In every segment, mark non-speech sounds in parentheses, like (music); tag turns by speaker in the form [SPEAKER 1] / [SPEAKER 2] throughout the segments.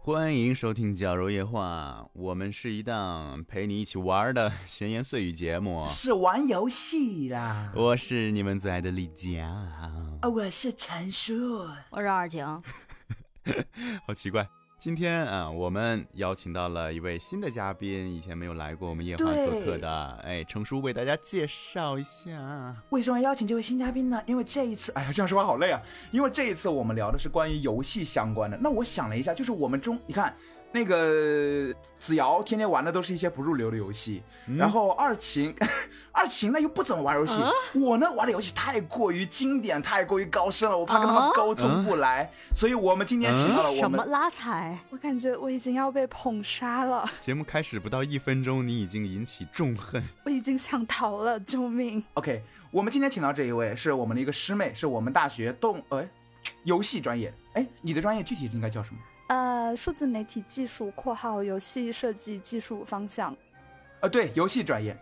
[SPEAKER 1] 欢迎收听《矫揉夜话》，我们是一档陪你一起玩的 (laughs) 闲言碎语节目。
[SPEAKER 2] 是玩游戏啦。
[SPEAKER 1] 我是你们最爱的李佳，
[SPEAKER 2] 哦，我是陈叔，
[SPEAKER 3] 我是二啊晴，
[SPEAKER 1] 好奇怪。今天啊，我们邀请到了一位新的嘉宾，以前没有来过我们夜话
[SPEAKER 2] 对
[SPEAKER 1] 做客的，哎，程叔为大家介绍一下。
[SPEAKER 2] 为什么邀请这位新嘉宾呢？因为这一次，哎呀，这样说话好累啊。因为这一次我们聊的是关于游戏相关的。那我想了一下，就是我们中，你看那个子瑶天天玩的都是一些不入流的游戏，然后二琴， (laughs) 二琴呢又不怎么玩游
[SPEAKER 3] 啊
[SPEAKER 2] 戏，我呢玩的游戏太过于经典，太过于高深了，我怕跟他们
[SPEAKER 3] 啊
[SPEAKER 2] 沟通不来，所以我们今天请到了我
[SPEAKER 3] 什么
[SPEAKER 2] 们。
[SPEAKER 3] 拉踩？
[SPEAKER 4] 我感觉我已经要被捧杀了，
[SPEAKER 1] 节目开始不到一分钟，你已经引起众
[SPEAKER 2] (laughs)
[SPEAKER 1] 恨。
[SPEAKER 4] 我已经想逃了，救命！
[SPEAKER 2] OK，我们今天请到这一位是我们的一个师妹，是我们大学动哎游戏专业。哎，你的专业具体应该叫什么？
[SPEAKER 4] 呃，数字媒体技术（括号游戏设计技术方向
[SPEAKER 2] 啊，对，游戏专业，），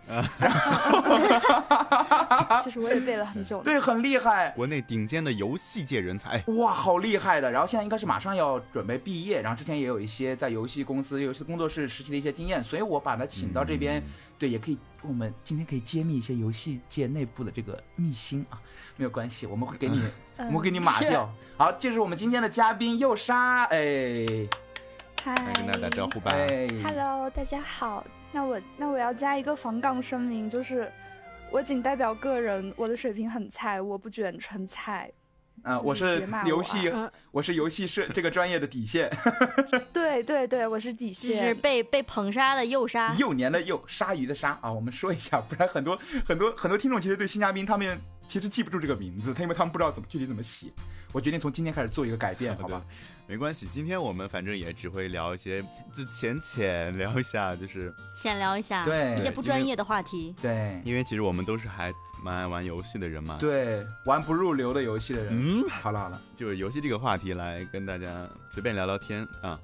[SPEAKER 1] 啊
[SPEAKER 4] 其实我也背了很久了。
[SPEAKER 2] 对，很厉害，
[SPEAKER 1] 国内顶尖的游戏界人才，
[SPEAKER 2] 哇，好厉害的。然后现在应该是马上要准备毕业，然后之前也有一些在游戏公司、游戏工作室实习的一些经验，所以我把他请到这
[SPEAKER 4] 嗯
[SPEAKER 2] 边，对，也可以，我们今天可以揭秘一些游戏界内部的这个秘辛啊，没有关系，我们会给你，我
[SPEAKER 4] 嗯
[SPEAKER 2] 们会给你码
[SPEAKER 3] 是
[SPEAKER 2] 掉。好，这是我们今天的嘉宾佑莎，哎，
[SPEAKER 4] 嗨
[SPEAKER 1] 来哎跟大家打招呼吧。
[SPEAKER 2] 哎
[SPEAKER 4] Hello，大家好。那我那我要加一个防杠声明，就是我仅代表个人，我的水平很菜，我不卷纯菜。
[SPEAKER 2] 啊，我
[SPEAKER 4] 就是
[SPEAKER 2] 是
[SPEAKER 4] 别骂我
[SPEAKER 2] 游
[SPEAKER 4] 啊
[SPEAKER 2] 戏，
[SPEAKER 3] 嗯
[SPEAKER 2] 我是游戏社这个专业的底线，
[SPEAKER 4] 对对对，我是底
[SPEAKER 3] 这是
[SPEAKER 4] 线。
[SPEAKER 3] 被被捧杀的右
[SPEAKER 4] 啊
[SPEAKER 3] 杀。
[SPEAKER 2] (laughs) 幼年的幼，鲨鱼的鲨啊，我们说一下，不然很多很多很多听众其实对新嘉宾他们其实记不住这个名字，他因为他们不知道怎么具体怎么写。我决定从今天开始做一个改变，好吧？
[SPEAKER 1] 没关系，今天我们反正也只会聊一些，就浅浅聊一下，就是
[SPEAKER 3] 先聊一下
[SPEAKER 2] 对
[SPEAKER 3] 一些不专业的话题。
[SPEAKER 2] 对
[SPEAKER 1] 因为其实我们都是还蛮爱玩游戏的人嘛。，
[SPEAKER 2] 对，玩不入流的游戏的人，
[SPEAKER 1] 嗯，
[SPEAKER 2] 好了好了，
[SPEAKER 1] 就是游戏这个话题来跟大家随便聊聊天啊。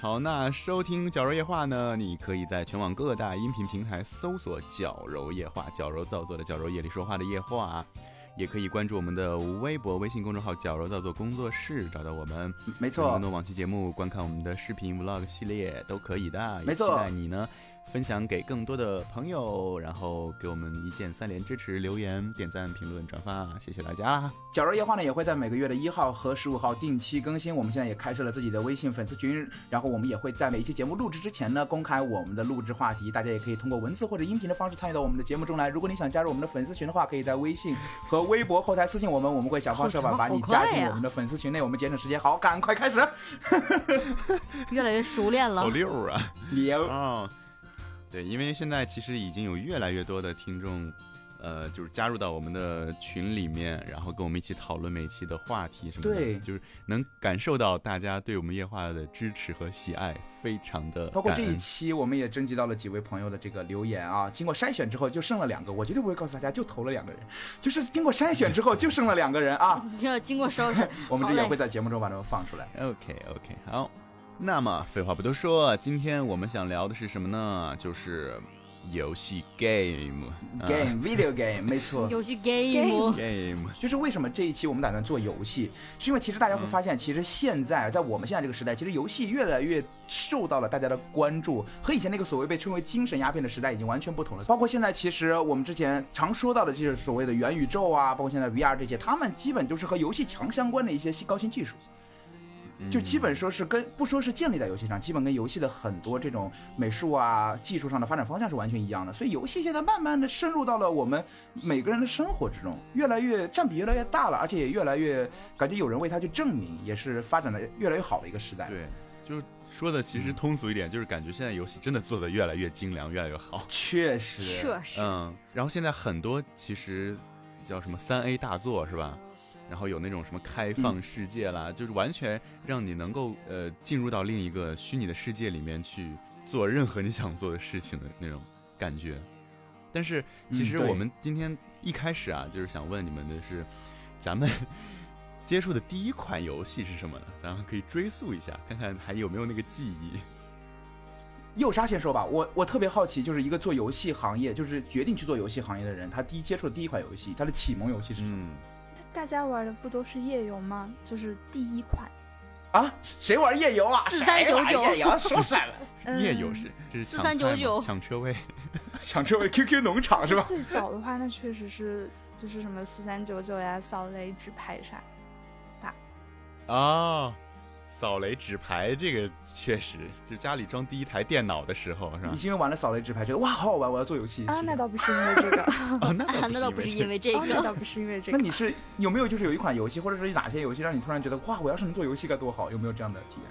[SPEAKER 1] 好，那收听《矫揉夜话》呢，你可以在全网各大音频平台搜索“矫揉夜话”，矫揉造作的矫揉，夜里说话的夜话啊。也可以关注我们的微博、微信公众号“矫揉造作工作室”，找到我们。
[SPEAKER 2] 没
[SPEAKER 1] 看
[SPEAKER 2] 错
[SPEAKER 1] 更，多往期节目，观看我们的视频 vlog 系列都可以的。也
[SPEAKER 2] 没错
[SPEAKER 1] 期待你呢分享给更多的朋友，然后给我们一键三连支持，留言、点赞、评论、转发，谢谢大家啦！
[SPEAKER 2] 绞肉夜话呢也会在每个月的一号和十五号定期更新。我们现在也开设了自己的微信粉丝群，然后我们也会在每一期节目录制之前呢，公开我们的录制话题，大家也可以通过文字或者音频的方式参与到我们的节目中来。如果你想加入我们的粉丝群的话，可以在微信和微博后台私信我们，我们会想方设法把你加进我们的粉丝群内。我们节省时间，好，赶快开始。
[SPEAKER 3] 越来越熟练了
[SPEAKER 1] 好。六啊！
[SPEAKER 2] (laughs) 牛，
[SPEAKER 1] (laughs) 哦，对，因为现在其实已经有越来越多的听众，呃，就是加入到我们的群里面，然后跟我们一起讨论每期的话题什么的，
[SPEAKER 2] 对
[SPEAKER 1] 就是能感受到大家对我们夜话的支持和喜爱，非常的
[SPEAKER 2] 包括这
[SPEAKER 1] 感
[SPEAKER 2] 一
[SPEAKER 1] 恩
[SPEAKER 2] 期，我们也征集到了几位朋友的这个留言啊。经过筛选之后，就剩了两个，我绝对不会告诉大家，就投了两个人，就是经过筛选之后，就剩了两个人啊。，
[SPEAKER 3] 就经过收拾 (laughs)
[SPEAKER 2] 我们
[SPEAKER 3] 好
[SPEAKER 2] 这也
[SPEAKER 3] 嘞
[SPEAKER 2] 会。在节目中把他们放出来。
[SPEAKER 1] OK OK，好。那么废话不多说，今天我们想聊的是什么呢？就是游戏 game
[SPEAKER 3] 嗯
[SPEAKER 2] (laughs)
[SPEAKER 1] 啊
[SPEAKER 2] game video game，没错。
[SPEAKER 3] 游戏 game，
[SPEAKER 1] game
[SPEAKER 2] 就是为什么这一期我们打算做游戏，是因为其实大家会发现，其实现在在我们现在这个时代，其实游戏越来越受到了大家的关注，和以前那个所谓被称为精神鸦片的时代已经完全不同了。包括现在，其实我们之前常说到的这些所谓的元宇宙啊，包括现在 VR 这些，他们基本都是和游戏强相关的一些高新技术。就
[SPEAKER 1] 嗯
[SPEAKER 2] 基本说是跟不说是建立在游戏上，基本跟游戏的很多这种美术啊、技术上的发展方向是完全一样的。所以游戏现在慢慢的深入到了我们每个人的生活之中，越来越占比越来越大了，而且也越来越感觉有人为它去证明，也是发展的越来越好的一个时代。，
[SPEAKER 1] 对，就是说的其实通俗一点，就是感觉现在游戏真的做的越来越精良，越来越好。
[SPEAKER 2] 确实，
[SPEAKER 3] 确实，
[SPEAKER 1] 嗯，然后现在很多其实叫什么三 A 大作是吧？然后有那种什么开放世界
[SPEAKER 2] 嗯
[SPEAKER 1] 啦，就是完全让你能够呃进入到另一个虚拟的世界里面去做任何你想做的事情的那种感觉。但是其实
[SPEAKER 2] 嗯对
[SPEAKER 1] 我们今天一开始啊，就是想问你们的是，咱们接触的第一款游戏是什么呢？ (laughs) 咱们可以追溯一下，看看还有没有那个记忆。
[SPEAKER 2] 右沙先说吧，我我特别好奇，就是一个做游戏行业，就是决定去做游戏行业的人，他第一接触的第一款游戏，他的启蒙游戏是什么？
[SPEAKER 1] 嗯，
[SPEAKER 4] 大家玩的不都是夜游吗？就是第一款。
[SPEAKER 2] 啊，谁玩夜游啊？
[SPEAKER 3] 四三九九
[SPEAKER 2] 谁玩夜游说闪了， (laughs)
[SPEAKER 4] 嗯
[SPEAKER 1] 夜游 (laughs) 是是抢菜吗
[SPEAKER 3] 4399
[SPEAKER 1] 抢车位，
[SPEAKER 2] 想成为 QQ 农场是吧？
[SPEAKER 4] 最早的话，那确实是就是什么四三九九呀、扫雷、纸牌啥。
[SPEAKER 1] 哦，扫雷纸牌这个确实，就家里装第一台电脑的时候是吧
[SPEAKER 2] 你？是因为玩了扫雷纸牌，觉得哇好好玩，我要做游戏
[SPEAKER 4] 啊，
[SPEAKER 2] 是
[SPEAKER 4] 那倒不是因为这个，
[SPEAKER 1] 哦，那
[SPEAKER 3] 啊，那倒不是因
[SPEAKER 1] 为
[SPEAKER 3] 为这
[SPEAKER 4] 哦，那 (laughs)
[SPEAKER 3] 个，
[SPEAKER 4] 倒不是因为这
[SPEAKER 2] 那
[SPEAKER 4] 个。
[SPEAKER 2] 你是有没有就是有一款游戏，或者是哪些游戏让你突然觉得哇，我要是能做游戏该多好？有没有这样的体验？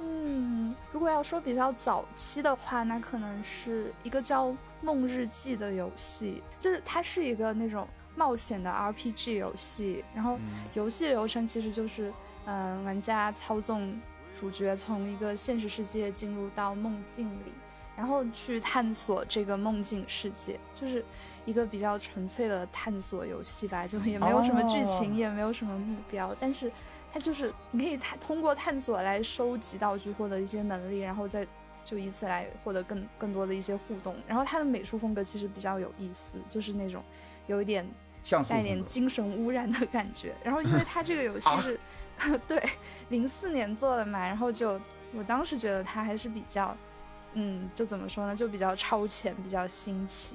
[SPEAKER 4] 嗯，如果要说比较早期的话，那可能是一个叫《梦日记》的游戏，就是它是一个那种冒险的 RPG 游戏，然后
[SPEAKER 1] 嗯
[SPEAKER 4] 游戏流程其实就是，嗯、玩家操纵主角从一个现实世界进入到梦境里，然后去探索这个梦境世界，就是一个比较纯粹的探索游戏吧，就也没有什么剧情，
[SPEAKER 2] 哦
[SPEAKER 4] 也没有什么目标，但是它就是你可以探通过探索来收集道具，获得一些能力，然后再。就以此来获得更更多的一些互动，然后它的美术风格其实比较有意思，就是那种有一点
[SPEAKER 1] (laughs)
[SPEAKER 2] 像素
[SPEAKER 4] 带
[SPEAKER 2] 风
[SPEAKER 4] 点
[SPEAKER 2] 格
[SPEAKER 4] 精神污染的感觉。然后因为它这个游戏
[SPEAKER 2] 啊
[SPEAKER 4] 是， (laughs) 对，零四年做的嘛，然后就我当时觉得它还是比较，嗯，就怎么说呢，就比较超前，比较新奇。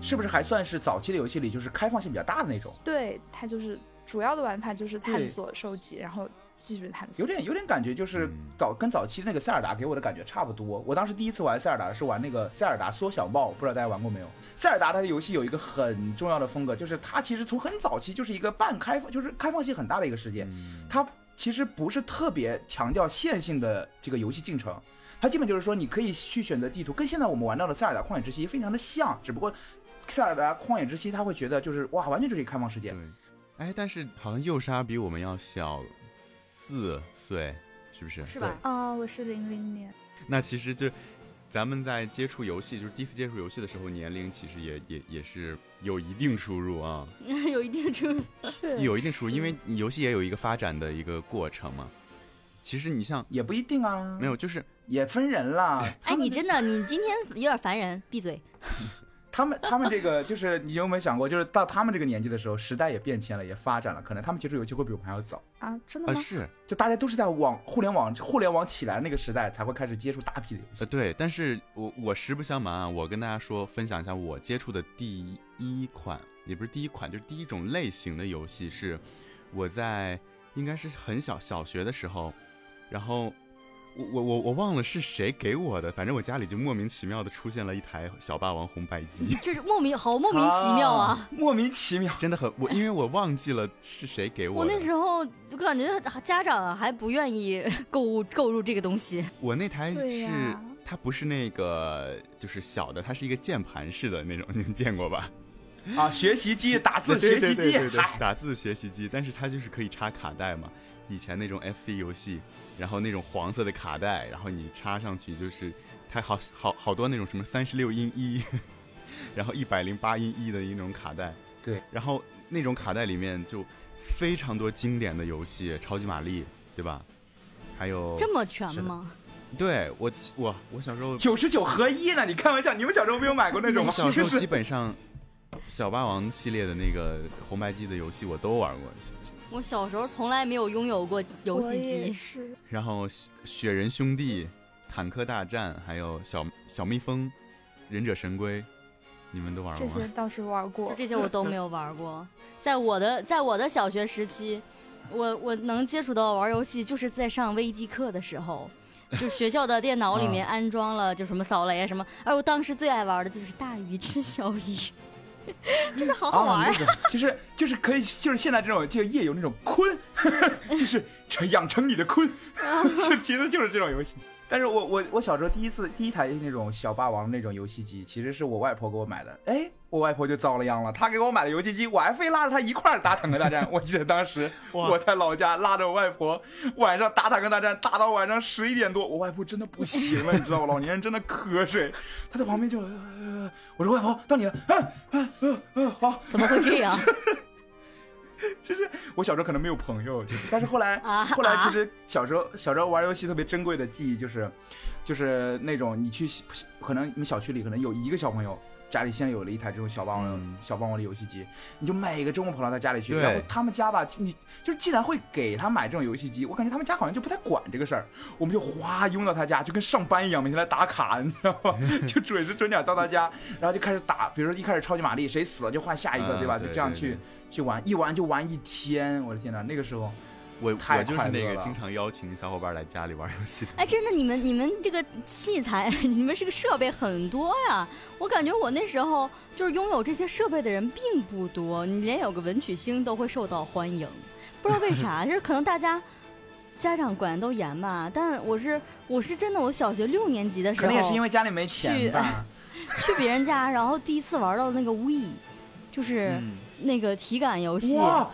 [SPEAKER 2] 是不是还算是早期的游戏里就是开放性比较大的那种？
[SPEAKER 4] 对，它就是主要的玩法就是
[SPEAKER 2] 对
[SPEAKER 4] 探索、收集，然后继续探索。
[SPEAKER 2] 有点有点感觉，就是
[SPEAKER 1] 嗯
[SPEAKER 2] 早跟早期那个塞尔达给我的感觉差不多。我当时第一次玩塞尔达是玩那个塞尔达缩小帽，不知道大家玩过没有？塞尔达它的游戏有一个很重要的风格，就是它其实从很早期就是一个半开放，就是开放性很大的一个世界。
[SPEAKER 1] 嗯
[SPEAKER 2] 它其实不是特别强调线性的这个游戏进程，它基本就是说你可以去选择地图，跟现在我们玩到的《塞尔达旷野之息》非常的像，只不过《塞尔达旷野之息》它会觉得就是哇，完全就是一个开放世界
[SPEAKER 1] 对，哎，但是好像幼莎比我们要小四岁，是不是？
[SPEAKER 3] 是吧？
[SPEAKER 4] 啊、我是零零年，
[SPEAKER 1] 那其实就咱们在接触游戏，就是第一次接触游戏的时候，年龄其实也也也是有一定出入啊，
[SPEAKER 3] (laughs) 有一定程度，
[SPEAKER 4] 确
[SPEAKER 1] 有一定出入，
[SPEAKER 4] 实
[SPEAKER 1] 因为你游戏也有一个发展的一个过程嘛。其实你像
[SPEAKER 2] 也不一定啊，
[SPEAKER 1] 没有，就是
[SPEAKER 2] 也分人啦。
[SPEAKER 3] 哎，你真的，你今天有点烦人，闭嘴。，
[SPEAKER 2] 他们他们这个就是你有没有想过，就是到他们这个年纪的时候，时代也变迁了，也发展了，可能他们接触游戏会比我们还要早。
[SPEAKER 4] 啊，真
[SPEAKER 1] 啊、
[SPEAKER 4] 的吗？
[SPEAKER 1] 是
[SPEAKER 2] 就大家都是在网互联网互联网起来那个时代才会开始接触大批的游
[SPEAKER 1] 呃
[SPEAKER 2] 戏。
[SPEAKER 1] 对，但是我我实不相瞒啊，我跟大家说分享一下我接触的第一款，也不是第一款，就是第一种类型的游戏是我在应该是很小小学的时候，然后我我我我忘了是谁给我的，反正我家里就莫名其妙的出现了一台小霸王红白机
[SPEAKER 3] (laughs) 就是莫名好莫名其妙啊！
[SPEAKER 2] 啊，莫名其妙。
[SPEAKER 1] 真的很我因为我忘记了是谁给
[SPEAKER 3] 我
[SPEAKER 1] 我的，
[SPEAKER 3] 那时候就感觉家长啊还不愿意购物购入这个东西，
[SPEAKER 1] 我那台
[SPEAKER 4] 对
[SPEAKER 1] 是、
[SPEAKER 4] 呀
[SPEAKER 1] 它不是那个就是小的，它是一个键盘式的那种，你们见过吧？
[SPEAKER 2] 啊，学习机打字
[SPEAKER 1] 对
[SPEAKER 2] 学
[SPEAKER 1] 对
[SPEAKER 2] 习
[SPEAKER 1] 对
[SPEAKER 2] 机
[SPEAKER 1] 对，对
[SPEAKER 2] 嗨，
[SPEAKER 1] 打字学习机，但是它就是可以插卡带嘛。以前那种 FC 游戏，然后那种黄色的卡带，然后你插上去就是它好好好多那种什么三十六音一， (laughs) 然后一百零八音一的那种卡带。
[SPEAKER 2] 对，
[SPEAKER 1] 然后那种卡带里面就非常多经典的游戏，超级玛丽，对吧？还有
[SPEAKER 3] 这么全
[SPEAKER 1] 是的
[SPEAKER 3] 吗？
[SPEAKER 1] 对我记我我小时候
[SPEAKER 2] 九十九合一呢？你开玩笑？你们小时候没有买过那种
[SPEAKER 1] 我
[SPEAKER 2] 吗？
[SPEAKER 1] 小时
[SPEAKER 2] 就
[SPEAKER 1] 候基
[SPEAKER 2] 是
[SPEAKER 1] 本上小霸王系列的那个红白机的游戏我都玩过，
[SPEAKER 3] 我小时候从来没有拥有过游
[SPEAKER 4] 我
[SPEAKER 3] 戏
[SPEAKER 4] 也
[SPEAKER 3] 机，
[SPEAKER 4] 是，
[SPEAKER 1] 然后雪雪人兄弟、坦克大战，还有小小蜜蜂、忍者神龟，你们都玩过
[SPEAKER 4] 这些
[SPEAKER 1] 吗？
[SPEAKER 4] 倒是玩
[SPEAKER 3] 就
[SPEAKER 4] 过。
[SPEAKER 3] 这些我都没有玩 (laughs) 过。在我的在我的小学时期，我我能接触到玩游戏，就是在上微机课的时候。就学校的电脑里面安装了，就什么扫雷啊什么，而我当时最爱玩的就是大鱼吃小鱼， (laughs) 真的好好玩
[SPEAKER 2] 啊， (laughs)
[SPEAKER 3] 儿
[SPEAKER 2] 那。种就是就是可以，就是现在这种就夜游那种坤， (laughs) 就是养成你的坤， (laughs) 就其实就是这种游戏。但是我我我小时候第一次第一台那种小霸王那种游戏机，其实是我外婆给我买的。哎，我外婆就遭了殃了，她给我买的游戏机，我还非拉着她一块儿打坦克大战。我记得当时
[SPEAKER 1] 哇
[SPEAKER 2] 我在老家拉着我外婆，晚上打坦克大战，打到晚上十一点多，我外婆真的不行了，你知道吗？老年人真的瞌睡，她在旁边就，呃呃我说外婆到你了，嗯嗯嗯嗯，好，
[SPEAKER 3] 怎么会这样
[SPEAKER 2] 就是我小时候可能没有朋友，就是但是后来
[SPEAKER 3] 啊
[SPEAKER 2] 后来其实小时候小时候玩游戏特别珍贵的记忆就是，就是那种你去可能你们小区里可能有一个小朋友，家里现在有了一台这种小霸王、
[SPEAKER 1] 嗯
[SPEAKER 2] 小霸王的游戏机，你就每个周末跑到他家里去，
[SPEAKER 1] 对
[SPEAKER 2] 然后他们家吧，你就是既然会给他买这种游戏机，我感觉他们家好像就不太管这个事儿，我们就哗拥到他家，就跟上班一样，每天来打卡，你知道吗？ (laughs) 就准时准点到
[SPEAKER 1] (laughs)
[SPEAKER 2] 他家，然后就开始打，比如说一开始超级玛丽，谁死了就换下一个，
[SPEAKER 1] 嗯
[SPEAKER 2] 对吧？就
[SPEAKER 1] 对
[SPEAKER 2] 这样
[SPEAKER 1] 对
[SPEAKER 2] 去
[SPEAKER 1] 对
[SPEAKER 2] 去玩，一玩就玩一天，我的天哪，那个时候
[SPEAKER 1] 我
[SPEAKER 2] 太
[SPEAKER 1] 我就是
[SPEAKER 2] 快
[SPEAKER 1] 那
[SPEAKER 2] 乐
[SPEAKER 1] 个
[SPEAKER 2] 了
[SPEAKER 1] 经常邀请小伙伴来家里玩游戏的。
[SPEAKER 3] 哎，真的，你们你们这个器材， (laughs) 你们这个设备很多呀。我感觉我那时候就是拥有这些设备的人并不多，你连有个文曲星都会受到欢迎，不知道为啥，就是可能大家家长管得都严吧。但我是我是真的，我小学六年级的时
[SPEAKER 2] 可
[SPEAKER 3] 候
[SPEAKER 2] 能也是因为家里没钱吧，
[SPEAKER 3] 去别人家，然后第一次玩到那个 We，就是
[SPEAKER 1] 嗯
[SPEAKER 3] 那个体感游戏。
[SPEAKER 2] 哇，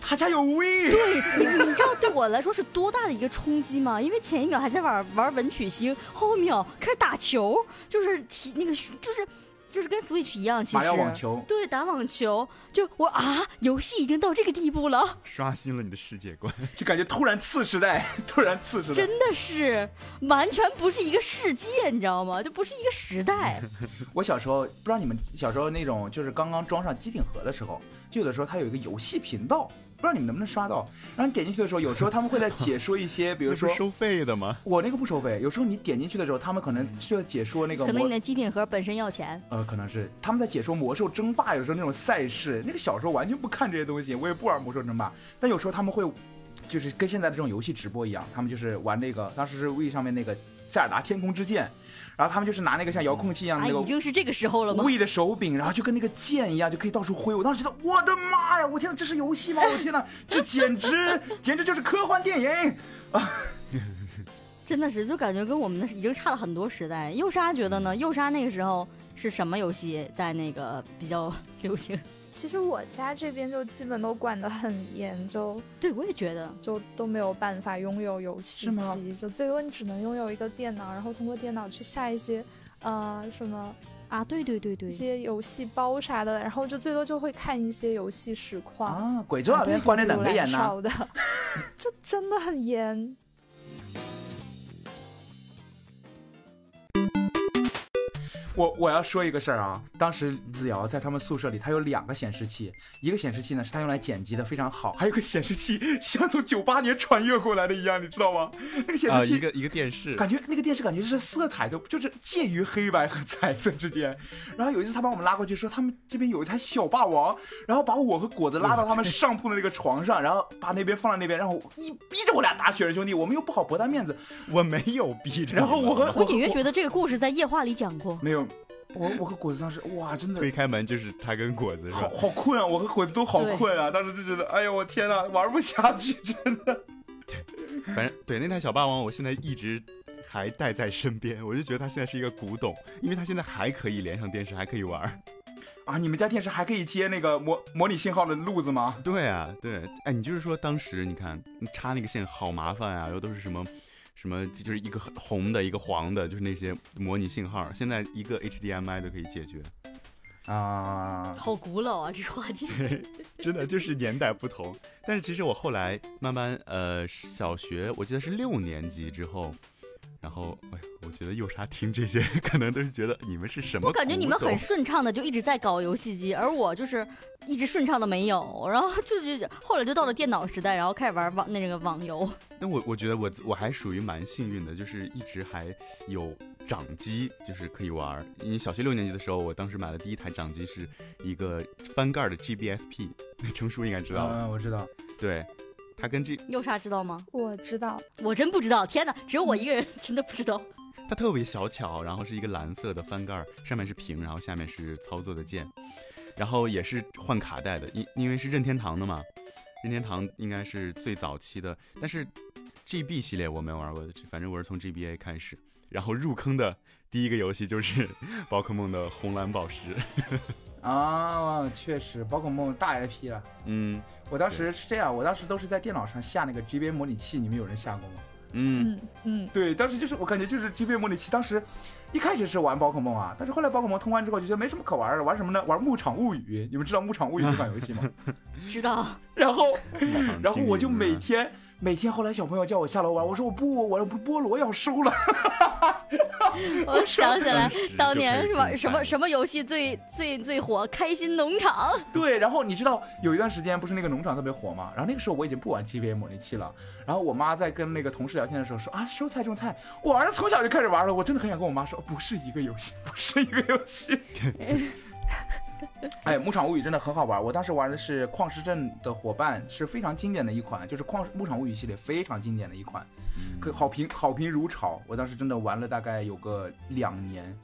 [SPEAKER 2] 他家有 V。
[SPEAKER 3] 你你知道对我来说是多大的一个冲击吗？因为前一秒还在玩玩文曲星，后一秒开始打球，就是体那个就是就是跟 Switch 一样，其
[SPEAKER 2] 马
[SPEAKER 3] 实
[SPEAKER 2] 里奥网球，
[SPEAKER 3] 对打网球，就我啊，游戏已经到这个地步了，
[SPEAKER 1] 刷新了你的世界观，
[SPEAKER 2] 就感觉突然次时代， (laughs) 突然次时代
[SPEAKER 3] 真。的是完全不是一个世界，你知道吗？就不是一个时代。
[SPEAKER 2] (laughs) 我小时候不知道你们小时候那种，就是刚刚装上机顶盒的时候，就有的时候它有一个游戏频道，不知道你们能不能刷到。然后你点进去的时候，有时候他们会在解说一些，比
[SPEAKER 1] 比
[SPEAKER 2] 如说
[SPEAKER 1] 收费的吗？
[SPEAKER 2] (laughs) 我那个不收费，有时候你点进去的时候，他们可能就在解说那个
[SPEAKER 3] 可能
[SPEAKER 2] 魔
[SPEAKER 3] 你的机顶盒本身要钱，
[SPEAKER 2] 呃，可能是他们在解说魔兽争霸，有时候那种赛事，那个小时候完全不看这些东西，我也不玩魔兽争霸，但有时候他们会，就是跟现在的这种游戏直播一样，他们就是玩那个，当时是 V 上面那个塞尔达天空之剑，然后他们就是拿那个像遥控器一样
[SPEAKER 3] 啊，
[SPEAKER 2] 的那
[SPEAKER 3] 已
[SPEAKER 2] 个。
[SPEAKER 3] 经是这个时候了吗？
[SPEAKER 2] V 的手柄，然后就跟那个剑一样，就可以到处挥。我当时觉得，我的妈呀！我天呐，这是游戏吗？我天呐，这简直 (laughs) 简直就是科幻电影。
[SPEAKER 3] 真的是，就感觉跟我们的已经差了很多时代。幼莎觉得
[SPEAKER 2] 嗯
[SPEAKER 3] 呢？幼莎那个时候是什么游戏在那个比较流行？
[SPEAKER 4] 其实我家这边就基本都管得很严，就
[SPEAKER 3] 对我也觉得，
[SPEAKER 4] 就都没有办法拥有游戏
[SPEAKER 2] 是吗
[SPEAKER 4] 机，就最多你只能拥有一个电脑，然后通过电脑去下一些，呃，什么
[SPEAKER 3] 啊，对对对对
[SPEAKER 4] 一，些游戏包啥的，然后就最多就会看一些游戏实况。
[SPEAKER 2] 啊，鬼昨晚边关着两个眼
[SPEAKER 4] 浏览
[SPEAKER 2] 呢。
[SPEAKER 4] 少的， (laughs) 就真的很严。
[SPEAKER 2] 我我要说一个事儿啊，当时子瑶在他们宿舍里，她有两个显示器，一个显示器呢是她用来剪辑的非常好，还有一个显示器像从九八年穿越过来的一样，你知道吗？那个显
[SPEAKER 1] 啊、
[SPEAKER 2] 示器、
[SPEAKER 1] 一个一个电视，
[SPEAKER 2] 感觉那个电视感觉是色彩都就是介于黑白和彩色之间。然后有一次他把我们拉过去说他们这边有一台小霸王，然后把我和果子拉到他
[SPEAKER 1] 嗯
[SPEAKER 2] 们上铺的那个床上，然后把那边放在那边，然后一逼着我俩打雪人兄弟，我们又不好驳他面子，
[SPEAKER 1] 我没有逼着你们。
[SPEAKER 2] 然后我和
[SPEAKER 3] 我隐约觉得这个故事在夜话里讲过。
[SPEAKER 2] 没有，我我和果子当时哇真的
[SPEAKER 1] 推开门就是他跟果子是
[SPEAKER 2] 好
[SPEAKER 1] 吧？
[SPEAKER 2] 好困啊！我和鬼子都好困啊！当时就觉得，哎呦我天呐，玩不下去，真的。
[SPEAKER 1] 反正对那台小霸王，我现在一直还带在身边，我就觉得它现在是一个古董，因为它现在还可以连上电视，还可以玩儿。
[SPEAKER 2] (laughs) 啊，你们家电视还可以接那个模模拟信号的路子吗？
[SPEAKER 1] 对啊，对，哎，你就是说当时你看你插那个线好麻烦啊，又都是什么什么，就是一个红的，一个黄的，就是那些模拟信号，现在一个 HDMI 都可以解决，
[SPEAKER 2] 啊，
[SPEAKER 3] (laughs) 好古老啊，这话 (laughs) 题。
[SPEAKER 1] 真的就是年代不同。但是其实我后来慢慢呃，小学我记得是六年级之后。然后，哎呀，我觉得幼莎听这些， (laughs) 可能都是觉得你们是什么？
[SPEAKER 3] 我感觉你们很顺畅的就一直在搞游戏机，而我就是一直顺畅的没有，然后就是后来就到了电脑时代，然后开始玩网那个网游。 (laughs)
[SPEAKER 1] 那我我觉得我自我还属于蛮幸运的，就是一直还有掌机，就是可以玩儿。因为小学六年级的时候，我当时买的第一台掌机是一个翻盖儿的 GBSP，那 (laughs) 程叔应该知道吧？
[SPEAKER 2] 嗯，我知道。
[SPEAKER 1] 对，它跟 G
[SPEAKER 3] 幼莎知道吗？
[SPEAKER 4] 我知道， (laughs)
[SPEAKER 3] 我真不知道，天哪，只有我一个人真的不知道。 (laughs)
[SPEAKER 1] 它特别小巧，然后是一个蓝色的翻盖儿，上面是屏，然后下面是操作的键，然后也是换卡带的，因因为是任天堂的嘛，任天堂应该是最早期的，但是 GB 系列我没玩过，反正我是从 GBA 开始，然后入坑的第一个游戏就是宝可梦的红蓝宝石，
[SPEAKER 2] 啊，确实，宝可梦大 IP 了。
[SPEAKER 1] 嗯
[SPEAKER 2] 我当时是这样，我当时都是在电脑上下那个 GBA 模拟器，你们有人下过吗？
[SPEAKER 1] 嗯，
[SPEAKER 4] 嗯嗯，
[SPEAKER 2] 对，当时就是我感觉就是 GBA 模拟器，当时一开始是玩宝可梦啊，但是后来宝可梦通关之后就觉得没什么可玩的，玩什么呢？玩牧场物语， (laughs) 你们知道牧场物语这款游戏吗？
[SPEAKER 3] 知道，
[SPEAKER 2] 然后
[SPEAKER 1] 然
[SPEAKER 2] 然后我就每天每天后来小朋友叫我下楼玩，我说我不，我不菠萝要收了。 (laughs)
[SPEAKER 3] 我想起来 (laughs)
[SPEAKER 1] 当时就
[SPEAKER 3] 当年
[SPEAKER 1] 可以
[SPEAKER 3] 什
[SPEAKER 1] 种
[SPEAKER 3] 么
[SPEAKER 1] 菜
[SPEAKER 3] 什么什么游戏最最最火，《开心农场》
[SPEAKER 2] 对，然后你知道有一段时间不是那个农场特别火嘛，然后那个时候我已经不玩 GBA 模拟器了，然后我妈在跟那个同事聊天的时候说啊，收菜种菜，我儿子从小就开始玩了，我真的很想跟我妈说，不是一个游戏，不是一个游戏。哎，牧场物语真的很好玩，我当时玩的是矿石镇的伙伴，是非常经典的一款，就是矿牧场物语系列非常经典的一款，可好评好评如潮，我当时真的玩了大概有个两年。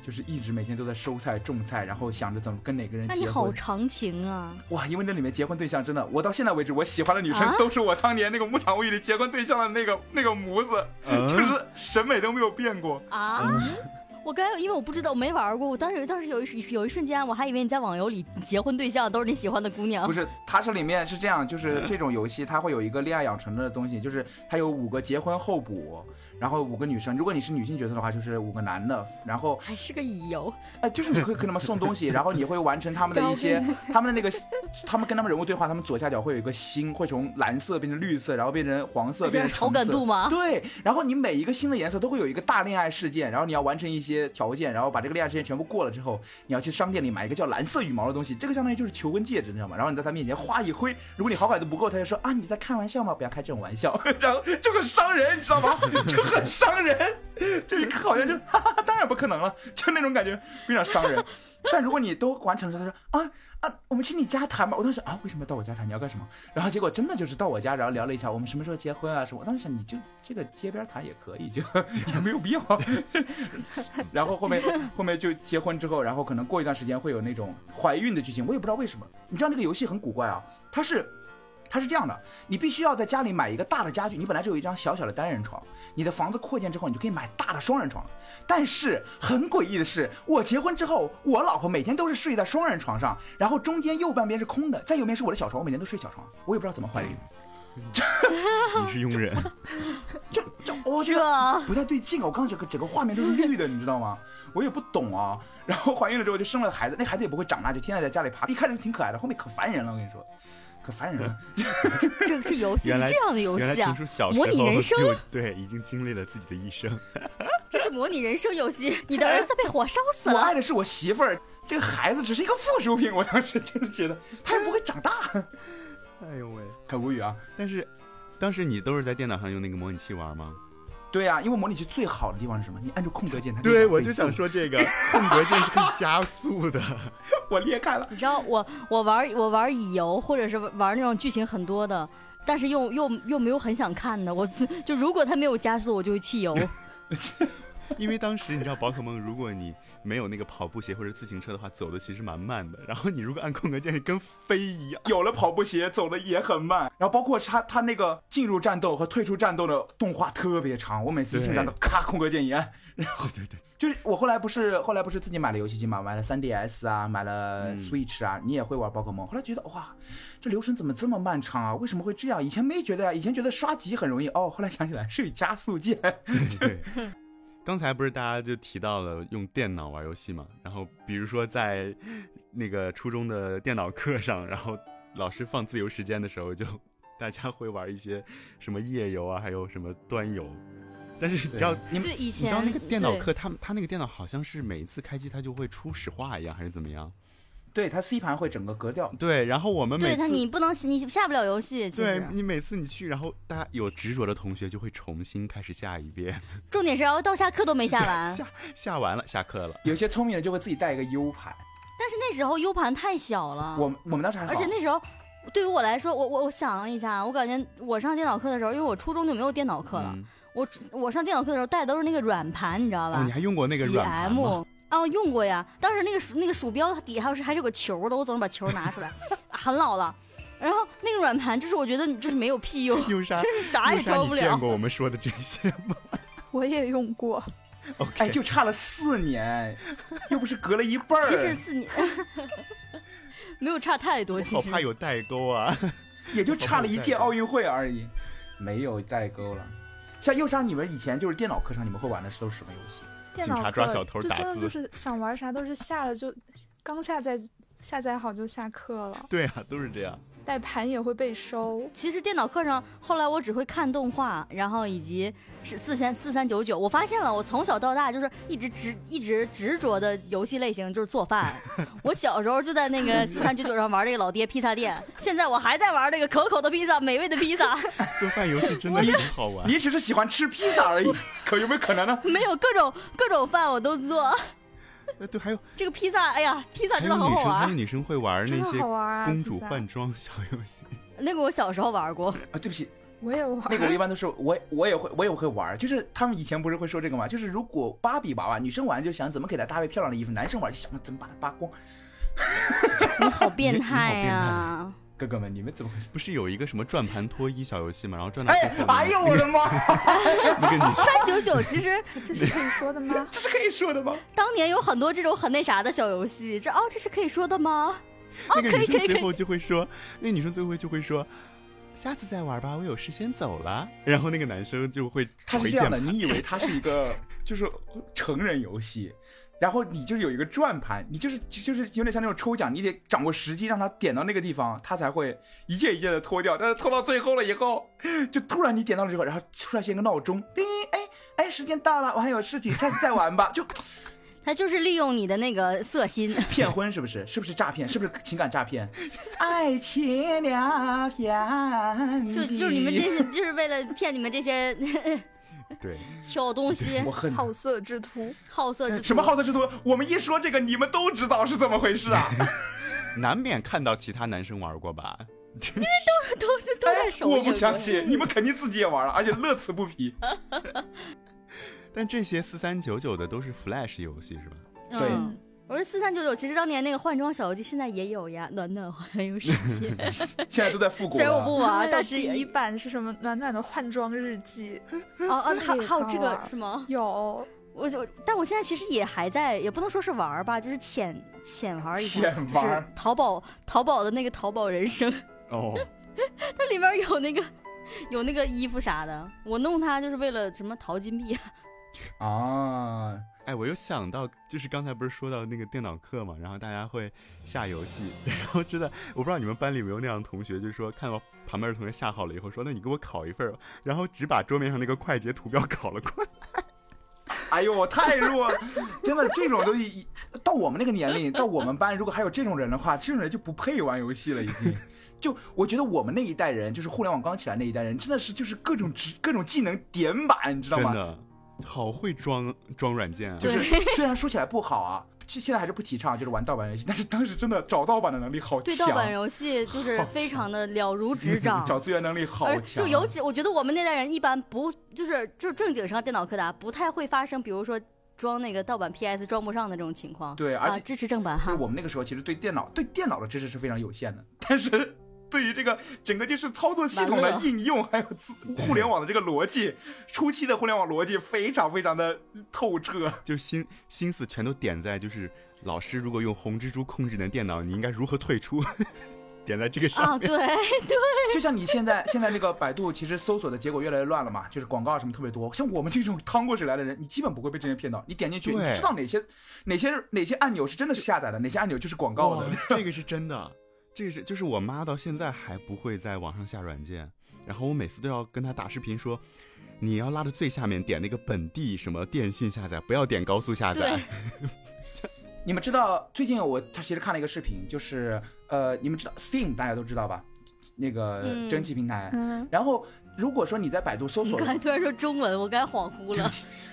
[SPEAKER 2] 就是一直每天都在收菜种菜，然后想着怎么跟哪个人结
[SPEAKER 3] 那
[SPEAKER 2] 婚。
[SPEAKER 3] 你好长情啊！
[SPEAKER 2] 哇，因为那里面结婚对象真的，我到现在为止，我喜欢的女生
[SPEAKER 3] 啊
[SPEAKER 2] 都是我当年那个《牧场物语》里结婚对象的那个那个模子，
[SPEAKER 1] 嗯
[SPEAKER 2] 就是审美都没有变过。
[SPEAKER 3] 啊！
[SPEAKER 1] (laughs)
[SPEAKER 3] 我刚才因为我不知道，我没玩过。我当时当时有一有一瞬间，我还以为你在网游里结婚对象都是你喜欢的姑娘
[SPEAKER 2] 不。是，嗯它这里面是这样，就是这种游戏它会有一个恋爱养成的东西，就是它有五个结婚候补，然后五个女生，如果你是女性角色的话，就是五个男的，然后
[SPEAKER 3] (laughs) 还是个乙游，
[SPEAKER 2] 哎，就是你会给他们送东西，然后你会完成他们的一些他们的那个，他们跟他们人物对话，他们左下角会有一个心，会从蓝色变成绿色，然后变成黄色，变
[SPEAKER 3] 这
[SPEAKER 2] 成
[SPEAKER 3] 是
[SPEAKER 2] 橙
[SPEAKER 3] 好感
[SPEAKER 2] 色
[SPEAKER 3] 度吗？
[SPEAKER 2] 对，然后你每一个新的颜色都会有一个大恋爱事件，然后你要完成一些条件，然后把这个恋爱事件全部过了之后，你要去商店里买一个叫蓝色羽毛的东西，这个相当于就是求婚戒指，你知道吗？然后你在他面前哗一挥，如果你好感度不够，他就说啊你在开玩笑吗？不要开这种玩笑， (laughs) 然后就很伤人，你知道吗？就很伤人，就一好像就哈哈，当然不可能了，就那种感觉非常伤人。但如果你都完成了，他说啊啊，我们去你家谈吧。我当时啊，为什么要到我家谈？你要干什么？然后结果真的就是到我家，然后聊了一下我们什么时候结婚啊什么。我当时想，你就这个街边谈也可以，就也没有必要。 (laughs) 然后后面后面就结婚之后，然后可能过一段时间会有那种怀孕的剧情，我也不知道为什么。你知道那个游戏很古怪啊，它是。它是这样的，你必须要在家里买一个大的家具。你本来只有一张小小的单人床，你的房子扩建之后，你就可以买大的双人床了。但是很诡异的是，我结婚之后，我老婆每天都是睡在双人床上，然后中间右半边是空的，再右边是我的小床，我每天都睡小床，我也不知道怎么怀孕的，
[SPEAKER 1] 你是
[SPEAKER 3] (laughs)
[SPEAKER 1] 庸人，
[SPEAKER 2] 就就我觉
[SPEAKER 3] 这
[SPEAKER 2] 得不太对劲啊！我刚刚整个整个画面都是绿的，你知道吗？我也不懂啊。然后怀孕了之后就生了孩子，那孩子也不会长大，就天天在家里爬。一开始挺可爱的，后面可烦人了，我跟你说，可烦人了。
[SPEAKER 3] (laughs) 这这游戏
[SPEAKER 1] 原
[SPEAKER 3] 是
[SPEAKER 1] 来
[SPEAKER 3] 这样的游
[SPEAKER 1] 原来
[SPEAKER 3] 戏
[SPEAKER 1] 陈
[SPEAKER 3] 啊
[SPEAKER 1] 叔！小时
[SPEAKER 3] 模
[SPEAKER 1] 候
[SPEAKER 3] 拟人生啊
[SPEAKER 1] 就对，已经经历了自己的一生。
[SPEAKER 3] 这是模拟人生游戏，你的儿子被火烧死
[SPEAKER 2] 我
[SPEAKER 3] 了
[SPEAKER 2] 爱，的是我媳妇儿，这个孩子只是一个附属品。我当时就是觉得他也不会长大，
[SPEAKER 1] 哎呦喂！
[SPEAKER 2] 可无语啊。
[SPEAKER 1] 但是当时你都是在电脑上用那个模拟器玩吗？
[SPEAKER 2] 对呀、因为模拟器最好的地方是什么？你按住空格键，它
[SPEAKER 1] 对，
[SPEAKER 2] 往
[SPEAKER 1] 我
[SPEAKER 2] 回
[SPEAKER 1] 就想
[SPEAKER 2] 送，
[SPEAKER 1] 说这 (laughs) 个空格键是可以加速 (laughs) 的。
[SPEAKER 2] 我裂开了。
[SPEAKER 3] 你知道我我玩我玩乙游，或者是玩那种剧情很多的，但是又又又没有很想看的，我自就如果他没有加速，我就会
[SPEAKER 1] (laughs)
[SPEAKER 3] 弃游。
[SPEAKER 1] 因为当时你知道宝可梦，如果你没有那个跑步鞋或者自行车的话，走的其实蛮慢的。然后你如果按空格键，你跟飞一样。
[SPEAKER 2] 有了跑步鞋，走的也很慢。然后包括他他那个进入战斗和退出战斗的动画特别长，我每次一进入战斗，咔空格键一按。
[SPEAKER 1] 哦对对
[SPEAKER 2] 就是我后来不是后来不是自己买了游戏机嘛，买了 3DS 啊，买了
[SPEAKER 1] 嗯
[SPEAKER 2] Switch 啊，你也会玩宝可梦。后来觉得哇，这流程怎么这么漫长啊？为什么会这样？以前没觉得呀、以前觉得刷级很容易哦，后来想起来是有加速键。 (laughs)
[SPEAKER 1] 对对。刚才不是大家就提到了用电脑玩游戏嘛？然后比如说在那个初中的电脑课上，然后老师放自由时间的时候就，大家会玩一些什么夜游啊，还有什么端游。但是你知道
[SPEAKER 2] 你们
[SPEAKER 3] 对，以
[SPEAKER 1] 你知道
[SPEAKER 3] 前
[SPEAKER 1] 那个电脑
[SPEAKER 3] 对
[SPEAKER 1] 课，他们他那个电脑好像是每一次开机它就会出屎话一样，还是怎么样？
[SPEAKER 2] 对它 C 盘会整个格调，
[SPEAKER 1] 对，然后我们每
[SPEAKER 3] 对
[SPEAKER 1] 次
[SPEAKER 3] 他，你不能你下不了游戏。其
[SPEAKER 1] 对
[SPEAKER 3] 实
[SPEAKER 1] 你每次你去，然后大家有执着的同学就会重新开始下一遍， (laughs)
[SPEAKER 3] 重点是，然后到下课都没下完。
[SPEAKER 1] 下下完了，下课了，
[SPEAKER 2] 有些聪明的就会自己带一个 U 盘。
[SPEAKER 3] 但是那时候 U 盘太小了，
[SPEAKER 2] 我们我们当时还好，
[SPEAKER 3] 而且那时候对于我来说，我我我想了一下，啊我感觉我上电脑课的时候，因为我初中就没有电脑课了，
[SPEAKER 1] 嗯
[SPEAKER 3] 我我上电脑课的时候带的都是那个软盘，你知道吧？
[SPEAKER 1] 哦，你还用过那个软盘
[SPEAKER 3] GM
[SPEAKER 1] 吗？
[SPEAKER 3] 啊，我用过呀。当时那个鼠那个鼠标它底下还是还是有个球的，我总是把球拿出来， (laughs) 啊很老了。然后那个软盘，就是我觉得你就是没有屁用，
[SPEAKER 1] 用啥？
[SPEAKER 3] 真是啥也
[SPEAKER 1] 用啥
[SPEAKER 3] 装
[SPEAKER 1] 你
[SPEAKER 3] 不
[SPEAKER 1] 见
[SPEAKER 3] 了。
[SPEAKER 1] 过我们说的这些 (laughs) 吗
[SPEAKER 4] 我也用过，
[SPEAKER 1] ？OK，哦
[SPEAKER 2] 哎，就差了四年，又不是隔了一辈儿。
[SPEAKER 3] 其
[SPEAKER 1] 啊
[SPEAKER 3] 实四年 (laughs) 没有差太多，其
[SPEAKER 1] 好
[SPEAKER 3] 实
[SPEAKER 1] 怕有代沟啊。
[SPEAKER 2] 也就差了一届
[SPEAKER 1] 好吧
[SPEAKER 2] 奥运会而已， (laughs) 没有代沟了。像右莎，你们以前就是电脑课上你们会玩的是都是什么游戏？
[SPEAKER 4] 电
[SPEAKER 1] 警
[SPEAKER 4] 脑
[SPEAKER 1] 察
[SPEAKER 4] 课
[SPEAKER 1] 抓小偷
[SPEAKER 4] 就
[SPEAKER 1] 打
[SPEAKER 4] 真的
[SPEAKER 1] 字
[SPEAKER 4] 就是想玩啥都是下了就刚下载下载好就下课了，
[SPEAKER 1] 对啊，都是这样。
[SPEAKER 4] 带盘也会被收。
[SPEAKER 3] 其实电脑课上，后来我只会看动画，然后以及是四三四三九九。我发现了，我从小到大就是一直执一直执着的游戏类型就是
[SPEAKER 2] (laughs)
[SPEAKER 3] 做饭。我小时候就在那个四三九九上玩这个老爹披萨店，现在我还在玩这个可口的披萨，美味的披萨， (laughs)
[SPEAKER 1] 做饭游戏真的很好玩。
[SPEAKER 2] 你只是喜欢吃披萨而已，啊 (laughs) 可有没有可能呢？
[SPEAKER 3] 没有各种各种饭我都做。
[SPEAKER 1] 呃对，还有
[SPEAKER 3] 这个披萨，哎呀，披萨
[SPEAKER 1] 还
[SPEAKER 3] 真
[SPEAKER 1] 有
[SPEAKER 3] 的好
[SPEAKER 1] 女
[SPEAKER 3] 好
[SPEAKER 1] 生，还有
[SPEAKER 3] 玩。
[SPEAKER 1] 女生会玩那
[SPEAKER 4] 真的
[SPEAKER 1] 些
[SPEAKER 4] 好玩啊
[SPEAKER 1] 公主
[SPEAKER 4] 披萨
[SPEAKER 1] 换装小游戏。
[SPEAKER 3] 那个我小时候玩过，
[SPEAKER 2] 啊，对不起，
[SPEAKER 4] 我也玩，
[SPEAKER 2] 那个我一般都是我我也会我也会玩，就是他们以前不是会说这个嘛，就是如果芭比娃娃女生玩就想怎么给她搭配漂亮的衣服，男生玩就想怎么把她扒光。
[SPEAKER 3] 你 (laughs) 好变
[SPEAKER 1] 你好
[SPEAKER 3] 态啊
[SPEAKER 1] 变
[SPEAKER 3] 呀、
[SPEAKER 2] 哥哥们，你们怎么回事？
[SPEAKER 1] 不是有一个什么转盘脱衣小游戏嘛，然后转到
[SPEAKER 2] 哎
[SPEAKER 1] 最后，
[SPEAKER 2] 哎呦我的妈！ (laughs)
[SPEAKER 1] 那个女生
[SPEAKER 3] 三九九其实
[SPEAKER 4] 这是可以说的吗？
[SPEAKER 2] 这是可以说的吗？
[SPEAKER 3] 当年有很多这种很那啥的小游戏，这哦，这是可以说的吗？
[SPEAKER 1] 那个
[SPEAKER 3] 可
[SPEAKER 1] 女
[SPEAKER 3] 以可
[SPEAKER 1] 生
[SPEAKER 3] 以可
[SPEAKER 1] 最
[SPEAKER 3] 以
[SPEAKER 1] 后就会说，那女生最后就会说，下次再玩吧，我有事先走了。然后那个男生就会
[SPEAKER 2] 它是
[SPEAKER 1] 回
[SPEAKER 2] 这
[SPEAKER 1] 键
[SPEAKER 2] 样的，
[SPEAKER 1] 盘，
[SPEAKER 2] 你以为它是一个就是成人游戏，然后你就是有一个转盘，你就是就就是有点像那种抽奖，你得掌握时机，让他点到那个地方，他才会一件一件的脱掉。但是脱到最后了以后，就突然你点到了之后，然后出来现一个闹钟，叮，哎哎，时间到了，我还有事情，下次再玩吧。 (laughs) 就
[SPEAKER 3] 他就是利用你的那个色心，
[SPEAKER 2] 骗婚是不是？是不是诈骗？是不是情感诈骗？爱情两片
[SPEAKER 3] (laughs) 就就是你们这些，就是为了骗你们这些 (laughs)
[SPEAKER 1] 对，
[SPEAKER 3] 小东西
[SPEAKER 2] 我，恨
[SPEAKER 4] (laughs) 好色之徒，
[SPEAKER 3] 好色之徒。
[SPEAKER 2] 什么好色之徒？我们一说这个，你们都知道是怎么回事啊。
[SPEAKER 1] 难免看到其他男生玩过吧？
[SPEAKER 3] 都都都在手
[SPEAKER 2] 哎我
[SPEAKER 3] 里。
[SPEAKER 2] 不相信，你们肯定自己也玩了，而且乐此不
[SPEAKER 3] (laughs)
[SPEAKER 2] 疲。
[SPEAKER 1] 但这些四三九九的都是 Flash 游戏是吧？
[SPEAKER 2] 对
[SPEAKER 3] 嗯，我说四三九九，其实当年那个换装小游戏现在也有呀，暖暖环游
[SPEAKER 2] (laughs)
[SPEAKER 3] 世界。
[SPEAKER 2] 现在都在复古
[SPEAKER 3] 虽然我不
[SPEAKER 2] 了。
[SPEAKER 4] (laughs)
[SPEAKER 3] 玩， (laughs)
[SPEAKER 4] 有
[SPEAKER 3] 但是
[SPEAKER 4] 第一
[SPEAKER 3] 也
[SPEAKER 4] 版是什么？暖暖的换装日记 (laughs)
[SPEAKER 3] 哦哦，还
[SPEAKER 4] 也
[SPEAKER 3] 还有
[SPEAKER 4] 好
[SPEAKER 3] 这个
[SPEAKER 4] 玩
[SPEAKER 3] 是吗？
[SPEAKER 4] 有，
[SPEAKER 3] 我就，但我现在其实也还在，也不能说是玩儿吧，就是浅浅玩儿一下，
[SPEAKER 2] 浅
[SPEAKER 3] 就
[SPEAKER 2] 玩
[SPEAKER 3] 是
[SPEAKER 2] 儿
[SPEAKER 3] 淘宝淘宝的那个淘宝人生， (laughs)
[SPEAKER 1] 哦，
[SPEAKER 3] 它里面有那个有那个衣服啥的，我弄它就是为了什么淘金币，
[SPEAKER 2] 啊，
[SPEAKER 1] 哎，我又想到，就是刚才不是说到那个电脑课嘛，然后大家会下游戏， (laughs) 然后真的，我不知道你们班里有没有那样的同学，就是说看到旁边的同学下好了以后，说那你给我拷一份儿吧，然后只把桌面上那个快捷图标拷了过来。
[SPEAKER 2] 哎呦，我太弱了，真的这种都已 (laughs) 到我们那个年龄，到我们班，如果还有这种人的话，这种人就不配玩游戏了，已经。就我觉得我们那一代人，就是互联网刚起来那一代人，真的是就是各种职各种技能点满，你知道
[SPEAKER 1] 真
[SPEAKER 2] 吗？
[SPEAKER 1] 的，好会装装软件啊！
[SPEAKER 3] 对
[SPEAKER 2] 虽然说起来不好啊，现现在还是不提倡就是玩盗版游戏，但是当时真的找盗版的能力好
[SPEAKER 3] 对
[SPEAKER 2] 强，。
[SPEAKER 3] 盗版游戏就是非常的了如指
[SPEAKER 2] (laughs)
[SPEAKER 3] 掌
[SPEAKER 2] 找资源能力好
[SPEAKER 3] 而
[SPEAKER 2] 强，啊
[SPEAKER 3] 就尤其，我觉得我们那代人一般不就是就是正经上电脑柯达不太会发生，比如说装那个盗版 PS 装不上的这种情况。
[SPEAKER 2] 对而
[SPEAKER 3] 啊
[SPEAKER 2] 且
[SPEAKER 3] 支持正版哈 (laughs)
[SPEAKER 2] 就。我们那个时候其实对电脑对电脑的知识是非常有限的，但是 (laughs) 对于这个整个就是操作系统的
[SPEAKER 3] 玩乐
[SPEAKER 2] 应用，还有 (laughs) 自互联网的这个逻辑，初期的互联网逻辑非常非常的透彻。
[SPEAKER 1] 就心心思全都点在就是老师如果用红蜘蛛控制你的电脑，你应该如何退出， (laughs) 点在这个上。
[SPEAKER 3] 啊，对，
[SPEAKER 2] (laughs) 就像你现在现在这个百度，其实搜索的结果越来越乱了嘛，就是广告什么特别多。像我们这种趟过水来的人，你基本不会被这些骗到。你点进去，你
[SPEAKER 1] 对
[SPEAKER 2] 知道哪些哪些哪些按钮是真的是下载的，哪些按钮就是广告
[SPEAKER 1] 哇
[SPEAKER 2] 的。，
[SPEAKER 1] 这个是真的，这个是就是我妈到现在还不会在网上下软件，然后我每次都要跟她打视频说。你要拉到最下面点那个本地什么电信下载，不要点高速下载
[SPEAKER 3] 对。
[SPEAKER 2] 你们知道最近我他其实看了一个视频，就是呃，你们知道 Steam 大家都知道吧？那个
[SPEAKER 3] 嗯
[SPEAKER 2] 蒸汽平台，
[SPEAKER 4] 嗯，
[SPEAKER 2] 然后，如果说你在百度搜
[SPEAKER 3] 你
[SPEAKER 2] 索
[SPEAKER 3] 刚，才突然说中文，我刚才恍惚了。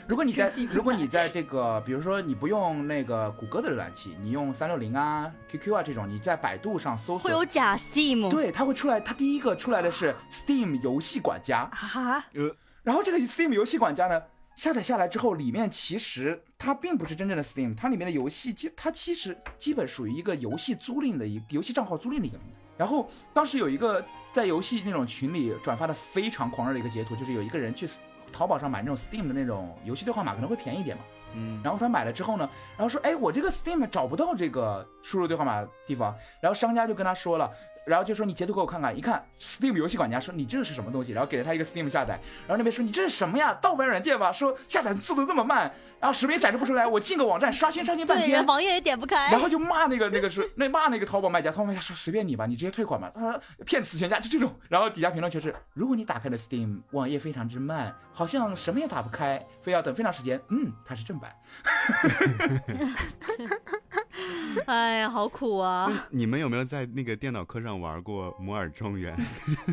[SPEAKER 2] 如果你在
[SPEAKER 3] 蒸汽平台
[SPEAKER 2] 如果你在这个，比如说你不用那个谷歌的浏览器，你用三六零啊、QQ 啊这种，你在百度上搜
[SPEAKER 3] 会有
[SPEAKER 2] 索，
[SPEAKER 3] 假 Steam，
[SPEAKER 2] 对，它会出来，它第一个出来的是 Steam 游戏管家，
[SPEAKER 4] 啊，
[SPEAKER 2] 然后这个 Steam 游戏管家呢。下载下来之后，里面其实它并不是真正的 Steam，它里面的游戏基它其实基本属于一个游戏租赁的一游戏账号租赁的一个平台。然后当时有一个在游戏那种群里转发的非常狂热的一个截图，就是有一个人去 S- 淘宝上买那种 Steam 的那种游戏兑换码，可能会便宜一点嘛。
[SPEAKER 1] 嗯，
[SPEAKER 2] 然后他买了之后呢，然后说，哎，我这个 Steam 找不到这个输入兑换码的地方，然后商家就跟他说了，然后就说你截图给我看看，一看 Steam 游戏管家说你这是什么东西，然后给了他一个 Steam 下载，然后那边说你这是什么呀，盗版软件吧，说下载速度这么慢，然后识别展示不出来，我进个网站刷新刷新半
[SPEAKER 3] 对，
[SPEAKER 2] 天
[SPEAKER 3] 人，网页也点不开
[SPEAKER 2] 然。后就骂那个那个是那骂那个淘宝卖家，淘宝卖家说随便你吧，你直接退款吧。他说骗此全家就这种，然后底下评论全是如果你打开了 Steam 网页非常之慢，好像什么也打不开，非要等非常时间，嗯，它是正版。
[SPEAKER 3] 哎呀，好苦啊！
[SPEAKER 1] (laughs)
[SPEAKER 2] 嗯
[SPEAKER 1] 你们有没有在那个电脑课上玩过《摩尔庄园》？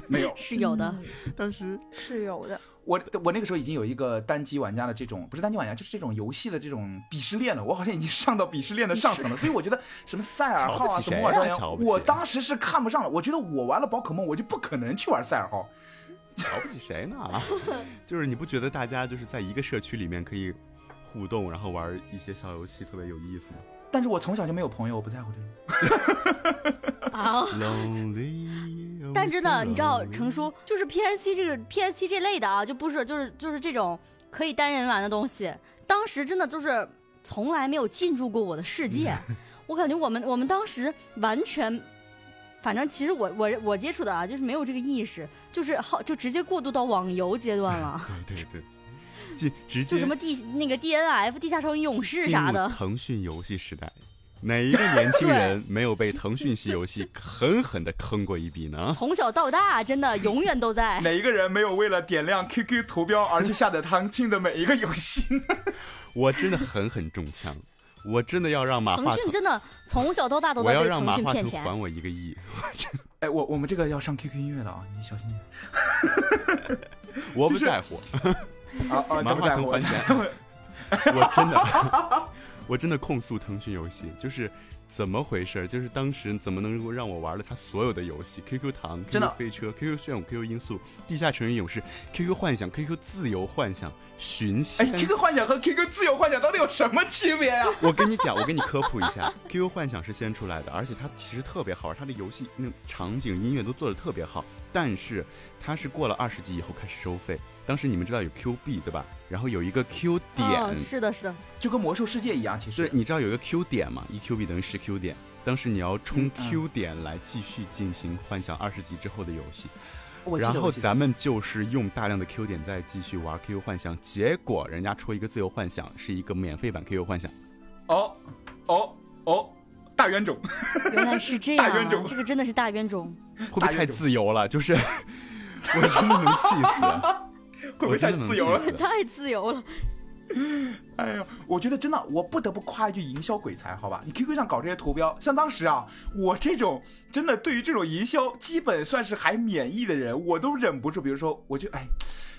[SPEAKER 2] 没有，
[SPEAKER 3] 是有的，
[SPEAKER 1] (laughs) 当时
[SPEAKER 4] 嗯是有的。
[SPEAKER 2] 我我那个时候已经有一个单机玩家的这种不是单机玩家，就是这种游戏的这种鄙视链了，我好像已经上到鄙视链的上层了，所以我觉得什么塞尔号
[SPEAKER 1] 瞧
[SPEAKER 2] 啊，
[SPEAKER 1] 不起
[SPEAKER 2] 什么摩尔庄
[SPEAKER 1] 谁啊瞧不
[SPEAKER 2] 园，
[SPEAKER 1] 起
[SPEAKER 2] 我当时是看不上了，我觉得我玩了宝可梦，我就不可能去玩塞尔号。
[SPEAKER 1] 瞧不起谁呢？ (laughs) 就是你不觉得大家就是在一个社区里面可以互动，然后玩一些小游戏特别有意思吗
[SPEAKER 2] 但是我从小就没有朋友，我不在乎这种。嗯
[SPEAKER 3] 啊。
[SPEAKER 1] ？Lonely，
[SPEAKER 3] 但真的，你知道
[SPEAKER 1] lonely
[SPEAKER 3] 成叔就是 PSP 这个 PSP 这类的啊，就不是就是就是这种可以单人玩的东西，当时真的就是从来没有进入过我的世界。
[SPEAKER 1] 嗯
[SPEAKER 3] (laughs) 我感觉我们我们当时完全，反正其实我我我接触的啊，就是没有这个意识，就是好就直接过渡到网游阶段了，
[SPEAKER 1] 对对 (laughs) 对，进直
[SPEAKER 3] (laughs) 就
[SPEAKER 1] 接
[SPEAKER 3] 什么地那个 DNF 地下城与勇士
[SPEAKER 1] 进
[SPEAKER 3] 啥
[SPEAKER 1] 入
[SPEAKER 3] 的，
[SPEAKER 1] 腾讯游戏时代，哪一个
[SPEAKER 3] (laughs)
[SPEAKER 1] 年轻人没有被腾讯系游戏狠狠的坑过一笔呢？
[SPEAKER 3] 从小到大真的永远
[SPEAKER 1] (laughs)
[SPEAKER 3] 都在。
[SPEAKER 2] 哪一个人没有为了点亮 QQ 图标而去下载腾讯的每一个游戏 (laughs) 呢？
[SPEAKER 1] 我真的狠狠中枪，我真的要让马
[SPEAKER 3] 腾
[SPEAKER 1] 化
[SPEAKER 3] 讯
[SPEAKER 1] 腾，
[SPEAKER 3] 真的从小到大都
[SPEAKER 1] 我
[SPEAKER 3] 在
[SPEAKER 1] 要
[SPEAKER 3] 被
[SPEAKER 1] 让
[SPEAKER 3] 腾
[SPEAKER 1] 马
[SPEAKER 3] 讯
[SPEAKER 1] 化
[SPEAKER 3] 骗
[SPEAKER 1] 腾
[SPEAKER 3] 钱。
[SPEAKER 1] 还我一个亿，
[SPEAKER 2] 哎，我我们这个要上 QQ 音乐了啊，你小心点。
[SPEAKER 1] 我不
[SPEAKER 2] 就是
[SPEAKER 1] 在乎。
[SPEAKER 2] 啊
[SPEAKER 1] 马
[SPEAKER 2] 啊，都不在
[SPEAKER 1] 化
[SPEAKER 2] 乎
[SPEAKER 1] 腾
[SPEAKER 2] 我
[SPEAKER 1] 还。钱。我真的，
[SPEAKER 2] (laughs)
[SPEAKER 1] 我真的控诉腾讯游戏，就是怎么回事儿？就是当时怎么能够让我玩了他所有的游戏？QQ 糖、
[SPEAKER 2] 真的
[SPEAKER 1] QQ 飞车、QQ 炫舞、QQ 音速、地下城与勇士、QQ 幻想、QQ 自由幻想、寻
[SPEAKER 2] 哎
[SPEAKER 1] 仙。
[SPEAKER 2] ，QQ 幻想和 QQ 自由幻想到底有什么区别呀、
[SPEAKER 1] 我跟你讲，我跟你科普一下 (laughs) ，QQ 幻想是先出来的，而且它其实特别好玩，它的游戏那场景、音乐都做的特别好。但是它是过了二十级以后开始收费，当时你们知道有 Q 币对吧？然后有一个 Q
[SPEAKER 2] 哦
[SPEAKER 1] 点，
[SPEAKER 3] 嗯，是的，是的，
[SPEAKER 2] 就跟魔兽世界一样，其
[SPEAKER 1] 对
[SPEAKER 2] 实，。
[SPEAKER 1] 你知道有一个 Q 点嘛？一 Q 币等于十 Q 点。当时你要冲
[SPEAKER 2] 嗯嗯
[SPEAKER 1] Q 点来继续进行幻想二十级之后的游戏，
[SPEAKER 2] 我记得
[SPEAKER 1] 然后
[SPEAKER 2] 我记得
[SPEAKER 1] 咱们就是用大量的 Q 点再继续玩 QQ 幻想，结果人家出一个自由幻想，是一个免费版 QQ 幻想，
[SPEAKER 2] 哦哦哦，大冤种，
[SPEAKER 3] (laughs) 原来是这样、
[SPEAKER 2] 大冤
[SPEAKER 3] 啊
[SPEAKER 2] 种，
[SPEAKER 3] 这个真的是大冤种。
[SPEAKER 1] 会不会太
[SPEAKER 2] 冤种
[SPEAKER 1] 自由了？就是 (laughs) 我真的能气死，啊
[SPEAKER 2] 会不
[SPEAKER 1] 我
[SPEAKER 2] 会太
[SPEAKER 1] 真的能
[SPEAKER 2] 自
[SPEAKER 1] 气
[SPEAKER 2] 由了？
[SPEAKER 1] 死。
[SPEAKER 3] (laughs) 太自由了，
[SPEAKER 2] 哎呦，我觉得真的，我不得不夸一句营销鬼才，好吧？你 QQ 上搞这些图标，像当时啊，我这种真的对于这种营销基本算是还免疫的人，我都忍不住。比如说，我就哎，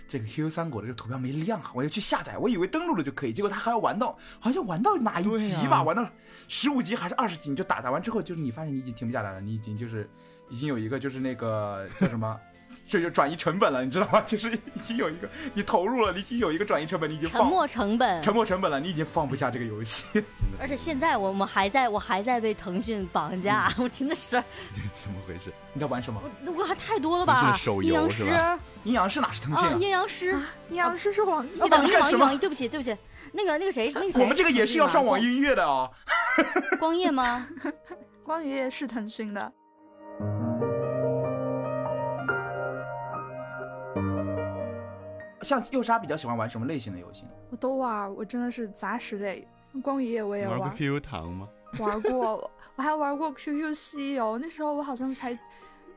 [SPEAKER 2] 这个 QQ 三国的这个图标没亮啊，我就去下载，我以为登录了就可以，结果他还要玩到好像玩到哪一级
[SPEAKER 1] 对
[SPEAKER 2] 吧，
[SPEAKER 1] 啊
[SPEAKER 2] 玩到十五级还是二十级，你就打打完之后，就是你发现你已经停不下来了，你已经就是已经有一个就是那个 (laughs) 叫什么。这就转移成本了，你知道吗？ (laughs) 就是已经有一个你投入了，你已经有一个转移成本，你已经
[SPEAKER 3] 沉
[SPEAKER 2] 放
[SPEAKER 3] 没成本。
[SPEAKER 2] 沉没成本了，你已经放不下这个游戏。 (laughs)
[SPEAKER 3] 而且现在我我还在我还在被腾讯绑架，
[SPEAKER 2] 嗯
[SPEAKER 3] (laughs) 我真的是
[SPEAKER 1] (laughs) 怎么回事？
[SPEAKER 2] 你在玩什么？
[SPEAKER 3] 我我还太多了
[SPEAKER 1] 腾讯
[SPEAKER 3] 吧
[SPEAKER 1] 的手？游
[SPEAKER 3] 阴阳
[SPEAKER 1] 是
[SPEAKER 3] 师
[SPEAKER 1] 吧
[SPEAKER 3] 啊，
[SPEAKER 2] 阴阳师哪是腾讯、啊？
[SPEAKER 3] 哦阴阳师，
[SPEAKER 4] 你要是是 (laughs) 网易
[SPEAKER 2] 啊不
[SPEAKER 4] 的
[SPEAKER 2] 然
[SPEAKER 3] 网
[SPEAKER 2] 你
[SPEAKER 3] 易
[SPEAKER 2] 干
[SPEAKER 3] 网易
[SPEAKER 2] 什么
[SPEAKER 3] 网易，对不起对不起，那个那个谁那个谁，
[SPEAKER 2] 我们这个也是要上网易音乐的哦。
[SPEAKER 3] 光光
[SPEAKER 2] (laughs)
[SPEAKER 3] 夜吗？
[SPEAKER 4] 光爷爷是腾讯的，
[SPEAKER 2] 像幼莎比较喜欢玩什么类型的游戏呢？
[SPEAKER 4] 我都玩儿，我真的是杂食类。光爷爷我也
[SPEAKER 1] 玩过
[SPEAKER 4] 玩
[SPEAKER 1] QQ 糖 (laughs) 吗？
[SPEAKER 4] 玩过，我还玩过 QQ 西游，那时候我好像才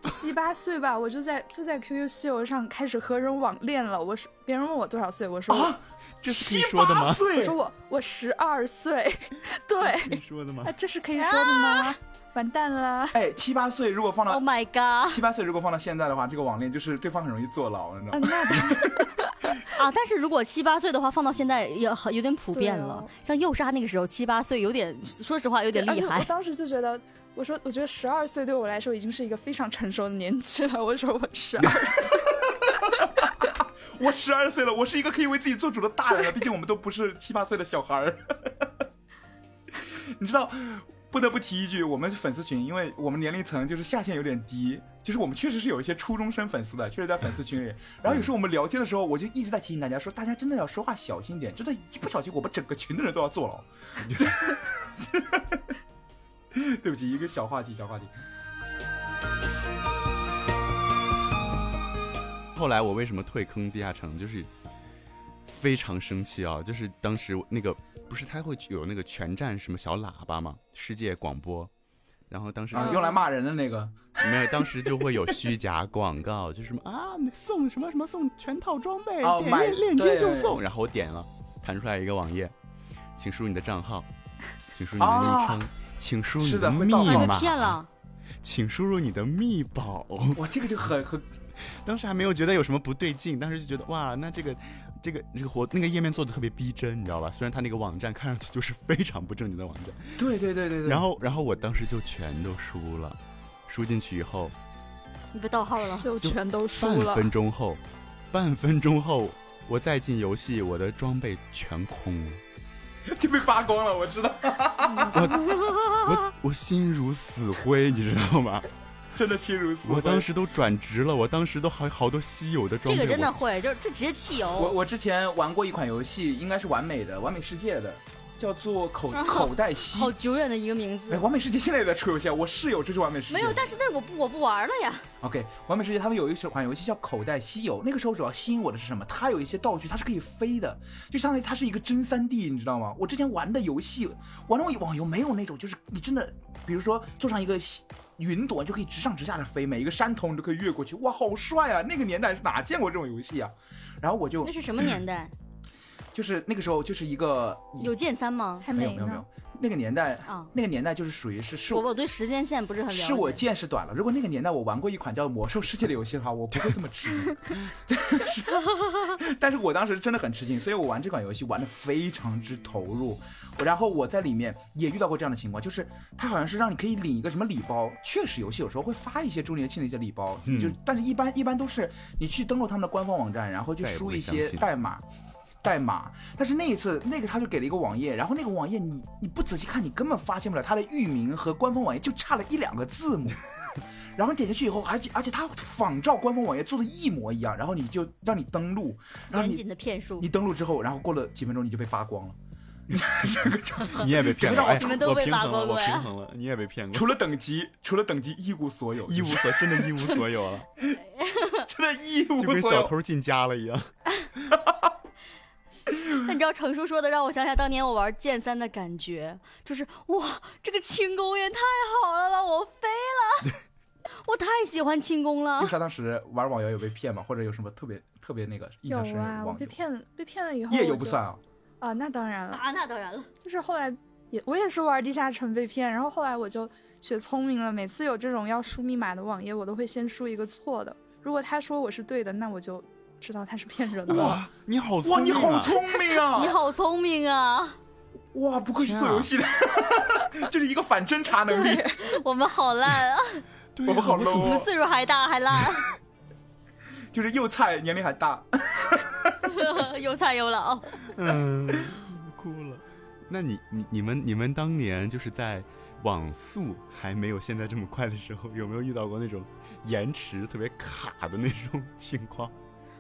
[SPEAKER 4] 七八岁吧，我就在就在 QQ 西游上开始和人网恋了。我是别人问我多少岁，我说我、
[SPEAKER 2] 啊，
[SPEAKER 1] 这是可以
[SPEAKER 2] 七
[SPEAKER 1] 说的
[SPEAKER 2] 八
[SPEAKER 1] 吗？
[SPEAKER 4] 我
[SPEAKER 2] 岁
[SPEAKER 4] 说我我十二岁， (laughs) 对，
[SPEAKER 1] 可以说的吗
[SPEAKER 4] 啊？这是可以说的吗？完蛋了，
[SPEAKER 2] 哎，七八岁如果放
[SPEAKER 3] ？Oh
[SPEAKER 2] 到
[SPEAKER 3] my god (laughs)
[SPEAKER 2] 七八岁如果放到现在的话，这个网恋就是对方很容易坐牢，你知道
[SPEAKER 4] 嗯、
[SPEAKER 2] 吗？
[SPEAKER 4] 那当然
[SPEAKER 3] 啊！但是如果七八岁的话，放到现在也好有点普遍了
[SPEAKER 4] 对哦。
[SPEAKER 3] 像幼莎那个时候七八岁，有点说实话有点
[SPEAKER 4] 而
[SPEAKER 3] 厉
[SPEAKER 4] 且我
[SPEAKER 3] 害。
[SPEAKER 4] 当时就觉得。我说，我觉得十二岁对我来说已经是一个非常成熟的年纪了。我说我十二，
[SPEAKER 2] 我十二岁了，我是一个可以为自己做主的大人了，啊毕竟我们都不是七八岁的小孩儿。 (laughs) 你知道，不得不提一句，我们粉丝群，因为我们年龄层就是下限有点低，就是我们确实是有一些初中生粉丝的，确实在粉
[SPEAKER 1] (laughs)
[SPEAKER 2] 丝群里。然后有时候我们聊天的时候，我就一直在提醒大家说，大家真的要说话小心点，真的，一不小心我们整个群的人都要坐牢。 (laughs) 对不起，一个小话题，小话题。
[SPEAKER 1] (laughs) 后来我为什么退坑地下城，就是非常生气啊！就是当时那个不是他会有那个全站什么小喇叭嘛，世界广播，然后当时
[SPEAKER 2] 啊，
[SPEAKER 3] 嗯
[SPEAKER 2] 用来骂人的那个，
[SPEAKER 1] 没有，当时就会有虚假广告，就是什么啊送什么什么送全套装备，
[SPEAKER 2] 哦
[SPEAKER 1] 点
[SPEAKER 2] 买
[SPEAKER 1] 链链接就
[SPEAKER 2] 对
[SPEAKER 1] 送，然后我点了，弹出来一个网页，请输入你的账号，请输入你的
[SPEAKER 2] 啊
[SPEAKER 1] 昵称，请输入你
[SPEAKER 2] 是
[SPEAKER 1] 的
[SPEAKER 2] 的
[SPEAKER 1] 密
[SPEAKER 2] 会盗
[SPEAKER 3] 把
[SPEAKER 2] 版
[SPEAKER 3] 哎被
[SPEAKER 1] 码，
[SPEAKER 3] 骗了，
[SPEAKER 1] 请输入你的密保。
[SPEAKER 2] 哇，这个就很很
[SPEAKER 1] 当时还没有觉得有什么不对劲，当时就觉得哇，那这个这个这个活那个页面做的特别逼真，你知道吧？虽然它那个网站看上去就是非常不正经的网站，
[SPEAKER 2] 对对对对对。
[SPEAKER 1] 然后然后我当时就全都输了，输进去以后，
[SPEAKER 3] 你被盗号
[SPEAKER 2] (laughs)
[SPEAKER 3] 了。
[SPEAKER 5] (laughs) 就全都输
[SPEAKER 1] 半
[SPEAKER 5] 了。
[SPEAKER 1] 分钟后，半分钟后我再进游戏，我的装备全空了，
[SPEAKER 2] (laughs) 就被扒光了，我知道，
[SPEAKER 1] 我我心如死灰，你知道吗？
[SPEAKER 2] (laughs) 真的心如死
[SPEAKER 1] 我当时都转职了，我当时都还好多稀有的装
[SPEAKER 3] 这
[SPEAKER 1] 备，
[SPEAKER 3] 个真的
[SPEAKER 1] 我
[SPEAKER 3] 会，就是这直接汽
[SPEAKER 2] 我
[SPEAKER 3] 油，
[SPEAKER 2] 我之前玩过一款游戏，应该是完美的，完美世界的，叫做口口袋西。
[SPEAKER 3] 好久远的一个名
[SPEAKER 2] 哎，
[SPEAKER 3] 字。
[SPEAKER 2] 完美世界现在也在出游戏啊！我室友就是完美世界。
[SPEAKER 3] 没有，但是但是我不我不玩了呀。
[SPEAKER 2] OK，完美世界他们有一款游戏叫《口袋西游》，那个时候主要吸引我的是什么？它有一些道具，它是可以飞的，就相当于它是一个真三 D，你知道吗？我之前玩的游戏，玩的网游没有那种，就是你真的，比如说坐上一个西云朵，你就可以直上直下的飞，每一个山头你都可以越过去，哇，好帅啊！那个年代是哪见过这种游戏啊？然后我就嗯
[SPEAKER 3] 那是什么年代？
[SPEAKER 2] 就是那个时候就是一个
[SPEAKER 3] 有剑三吗？
[SPEAKER 4] 还
[SPEAKER 2] 没有
[SPEAKER 4] 没
[SPEAKER 2] 没有没
[SPEAKER 4] 呢
[SPEAKER 2] 有，，那个年代
[SPEAKER 3] 啊，
[SPEAKER 2] 那个年代就是属于是是
[SPEAKER 3] 我我对时间线不是很了解。
[SPEAKER 2] 是我见识短了。如果那个年代我玩过一款叫《魔兽世界》的游戏的话，我不会这么吃惊。
[SPEAKER 3] (laughs)
[SPEAKER 2] (laughs) 但是，但是我当时真的很吃惊，所以我玩这款游戏玩的非常之投入。我然后我在里面也遇到过这样的情况，就是它好像是让你可以领一个什么礼包，确实游戏有时候会发一些周年庆的一些礼包，
[SPEAKER 1] 嗯
[SPEAKER 2] 就但是一般一般都是你去登录他们的官方网站，然后去
[SPEAKER 1] 再也不
[SPEAKER 2] 输
[SPEAKER 1] 会
[SPEAKER 2] 一
[SPEAKER 1] 相
[SPEAKER 2] 些
[SPEAKER 1] 信了
[SPEAKER 2] 代码。代码，但是那一次，那个他就给了一个网页，然后那个网页你你不仔细看，你根本发现不了它的域名和官方网页就差了一两个字 (laughs) 母，然后点进去以后，而且而且它仿照官方网页做的一模一样，然后你就让你登录，然后
[SPEAKER 3] 严
[SPEAKER 2] 你
[SPEAKER 3] 谨的骗术
[SPEAKER 2] 你，登录之后，然后过了几分钟你就被扒光了，
[SPEAKER 1] 你也被骗了，哎
[SPEAKER 3] 你们都
[SPEAKER 1] 我
[SPEAKER 3] 被
[SPEAKER 1] 平
[SPEAKER 3] 挖
[SPEAKER 1] 衡了，我
[SPEAKER 3] 过过呀
[SPEAKER 1] 平衡了，你也被骗过，
[SPEAKER 2] 除了等级，除了等级一无所有，
[SPEAKER 1] 一
[SPEAKER 2] (laughs)
[SPEAKER 1] 无所真的一无所有了，
[SPEAKER 2] 真的一无
[SPEAKER 1] 就跟
[SPEAKER 2] 所
[SPEAKER 1] 小
[SPEAKER 2] 有。
[SPEAKER 1] 偷进家了一样。
[SPEAKER 3] 那你知道程叔说的，让我想起来当年我玩剑三的感觉，就是哇，这个轻功也太好了吧，我飞
[SPEAKER 2] (laughs)
[SPEAKER 3] 了，我太喜欢轻功
[SPEAKER 2] 丽
[SPEAKER 3] 了。
[SPEAKER 2] 莎当时玩网游有被骗吗？或者有什么特别特别那个印象深
[SPEAKER 4] 有
[SPEAKER 2] 的
[SPEAKER 4] 啊，我
[SPEAKER 2] 网
[SPEAKER 4] 被
[SPEAKER 2] 游？
[SPEAKER 4] 骗了，被骗了以后
[SPEAKER 2] 夜
[SPEAKER 4] 我
[SPEAKER 2] 游不
[SPEAKER 4] 就
[SPEAKER 2] 算啊，
[SPEAKER 4] 啊，那当然 (laughs) 了，
[SPEAKER 3] (laughs) 啊，那当然了，
[SPEAKER 4] 就是后来也我也是玩地下城被骗，然后后来我就学聪明了，每次有这种要输密码的网页，我都会先输一个错的，如果他说我是对的，那我就知道他是骗人的。
[SPEAKER 1] 哇，你好聪
[SPEAKER 2] 哇，你
[SPEAKER 1] 明啊
[SPEAKER 2] 好聪明啊！
[SPEAKER 3] 你好聪明啊，
[SPEAKER 2] 哇，不愧是
[SPEAKER 1] 天
[SPEAKER 2] 做
[SPEAKER 1] 啊
[SPEAKER 2] 游戏的， (laughs) 这是一个反侦查能力。
[SPEAKER 3] 我们好烂
[SPEAKER 2] (laughs)
[SPEAKER 3] 啊，
[SPEAKER 1] 对
[SPEAKER 2] 我们好
[SPEAKER 1] 啊
[SPEAKER 2] low，
[SPEAKER 3] 我们
[SPEAKER 2] 哦
[SPEAKER 3] 岁数还大还烂， (laughs)
[SPEAKER 2] 就是又菜，年龄还大。 (laughs)
[SPEAKER 3] 又菜啊又老。
[SPEAKER 1] 嗯， (laughs) 哭了。那你你你们你们当年就是在网速还没有现在这么快的时候，有没有遇到过那种延迟特别卡的那种情 (laughs) 况？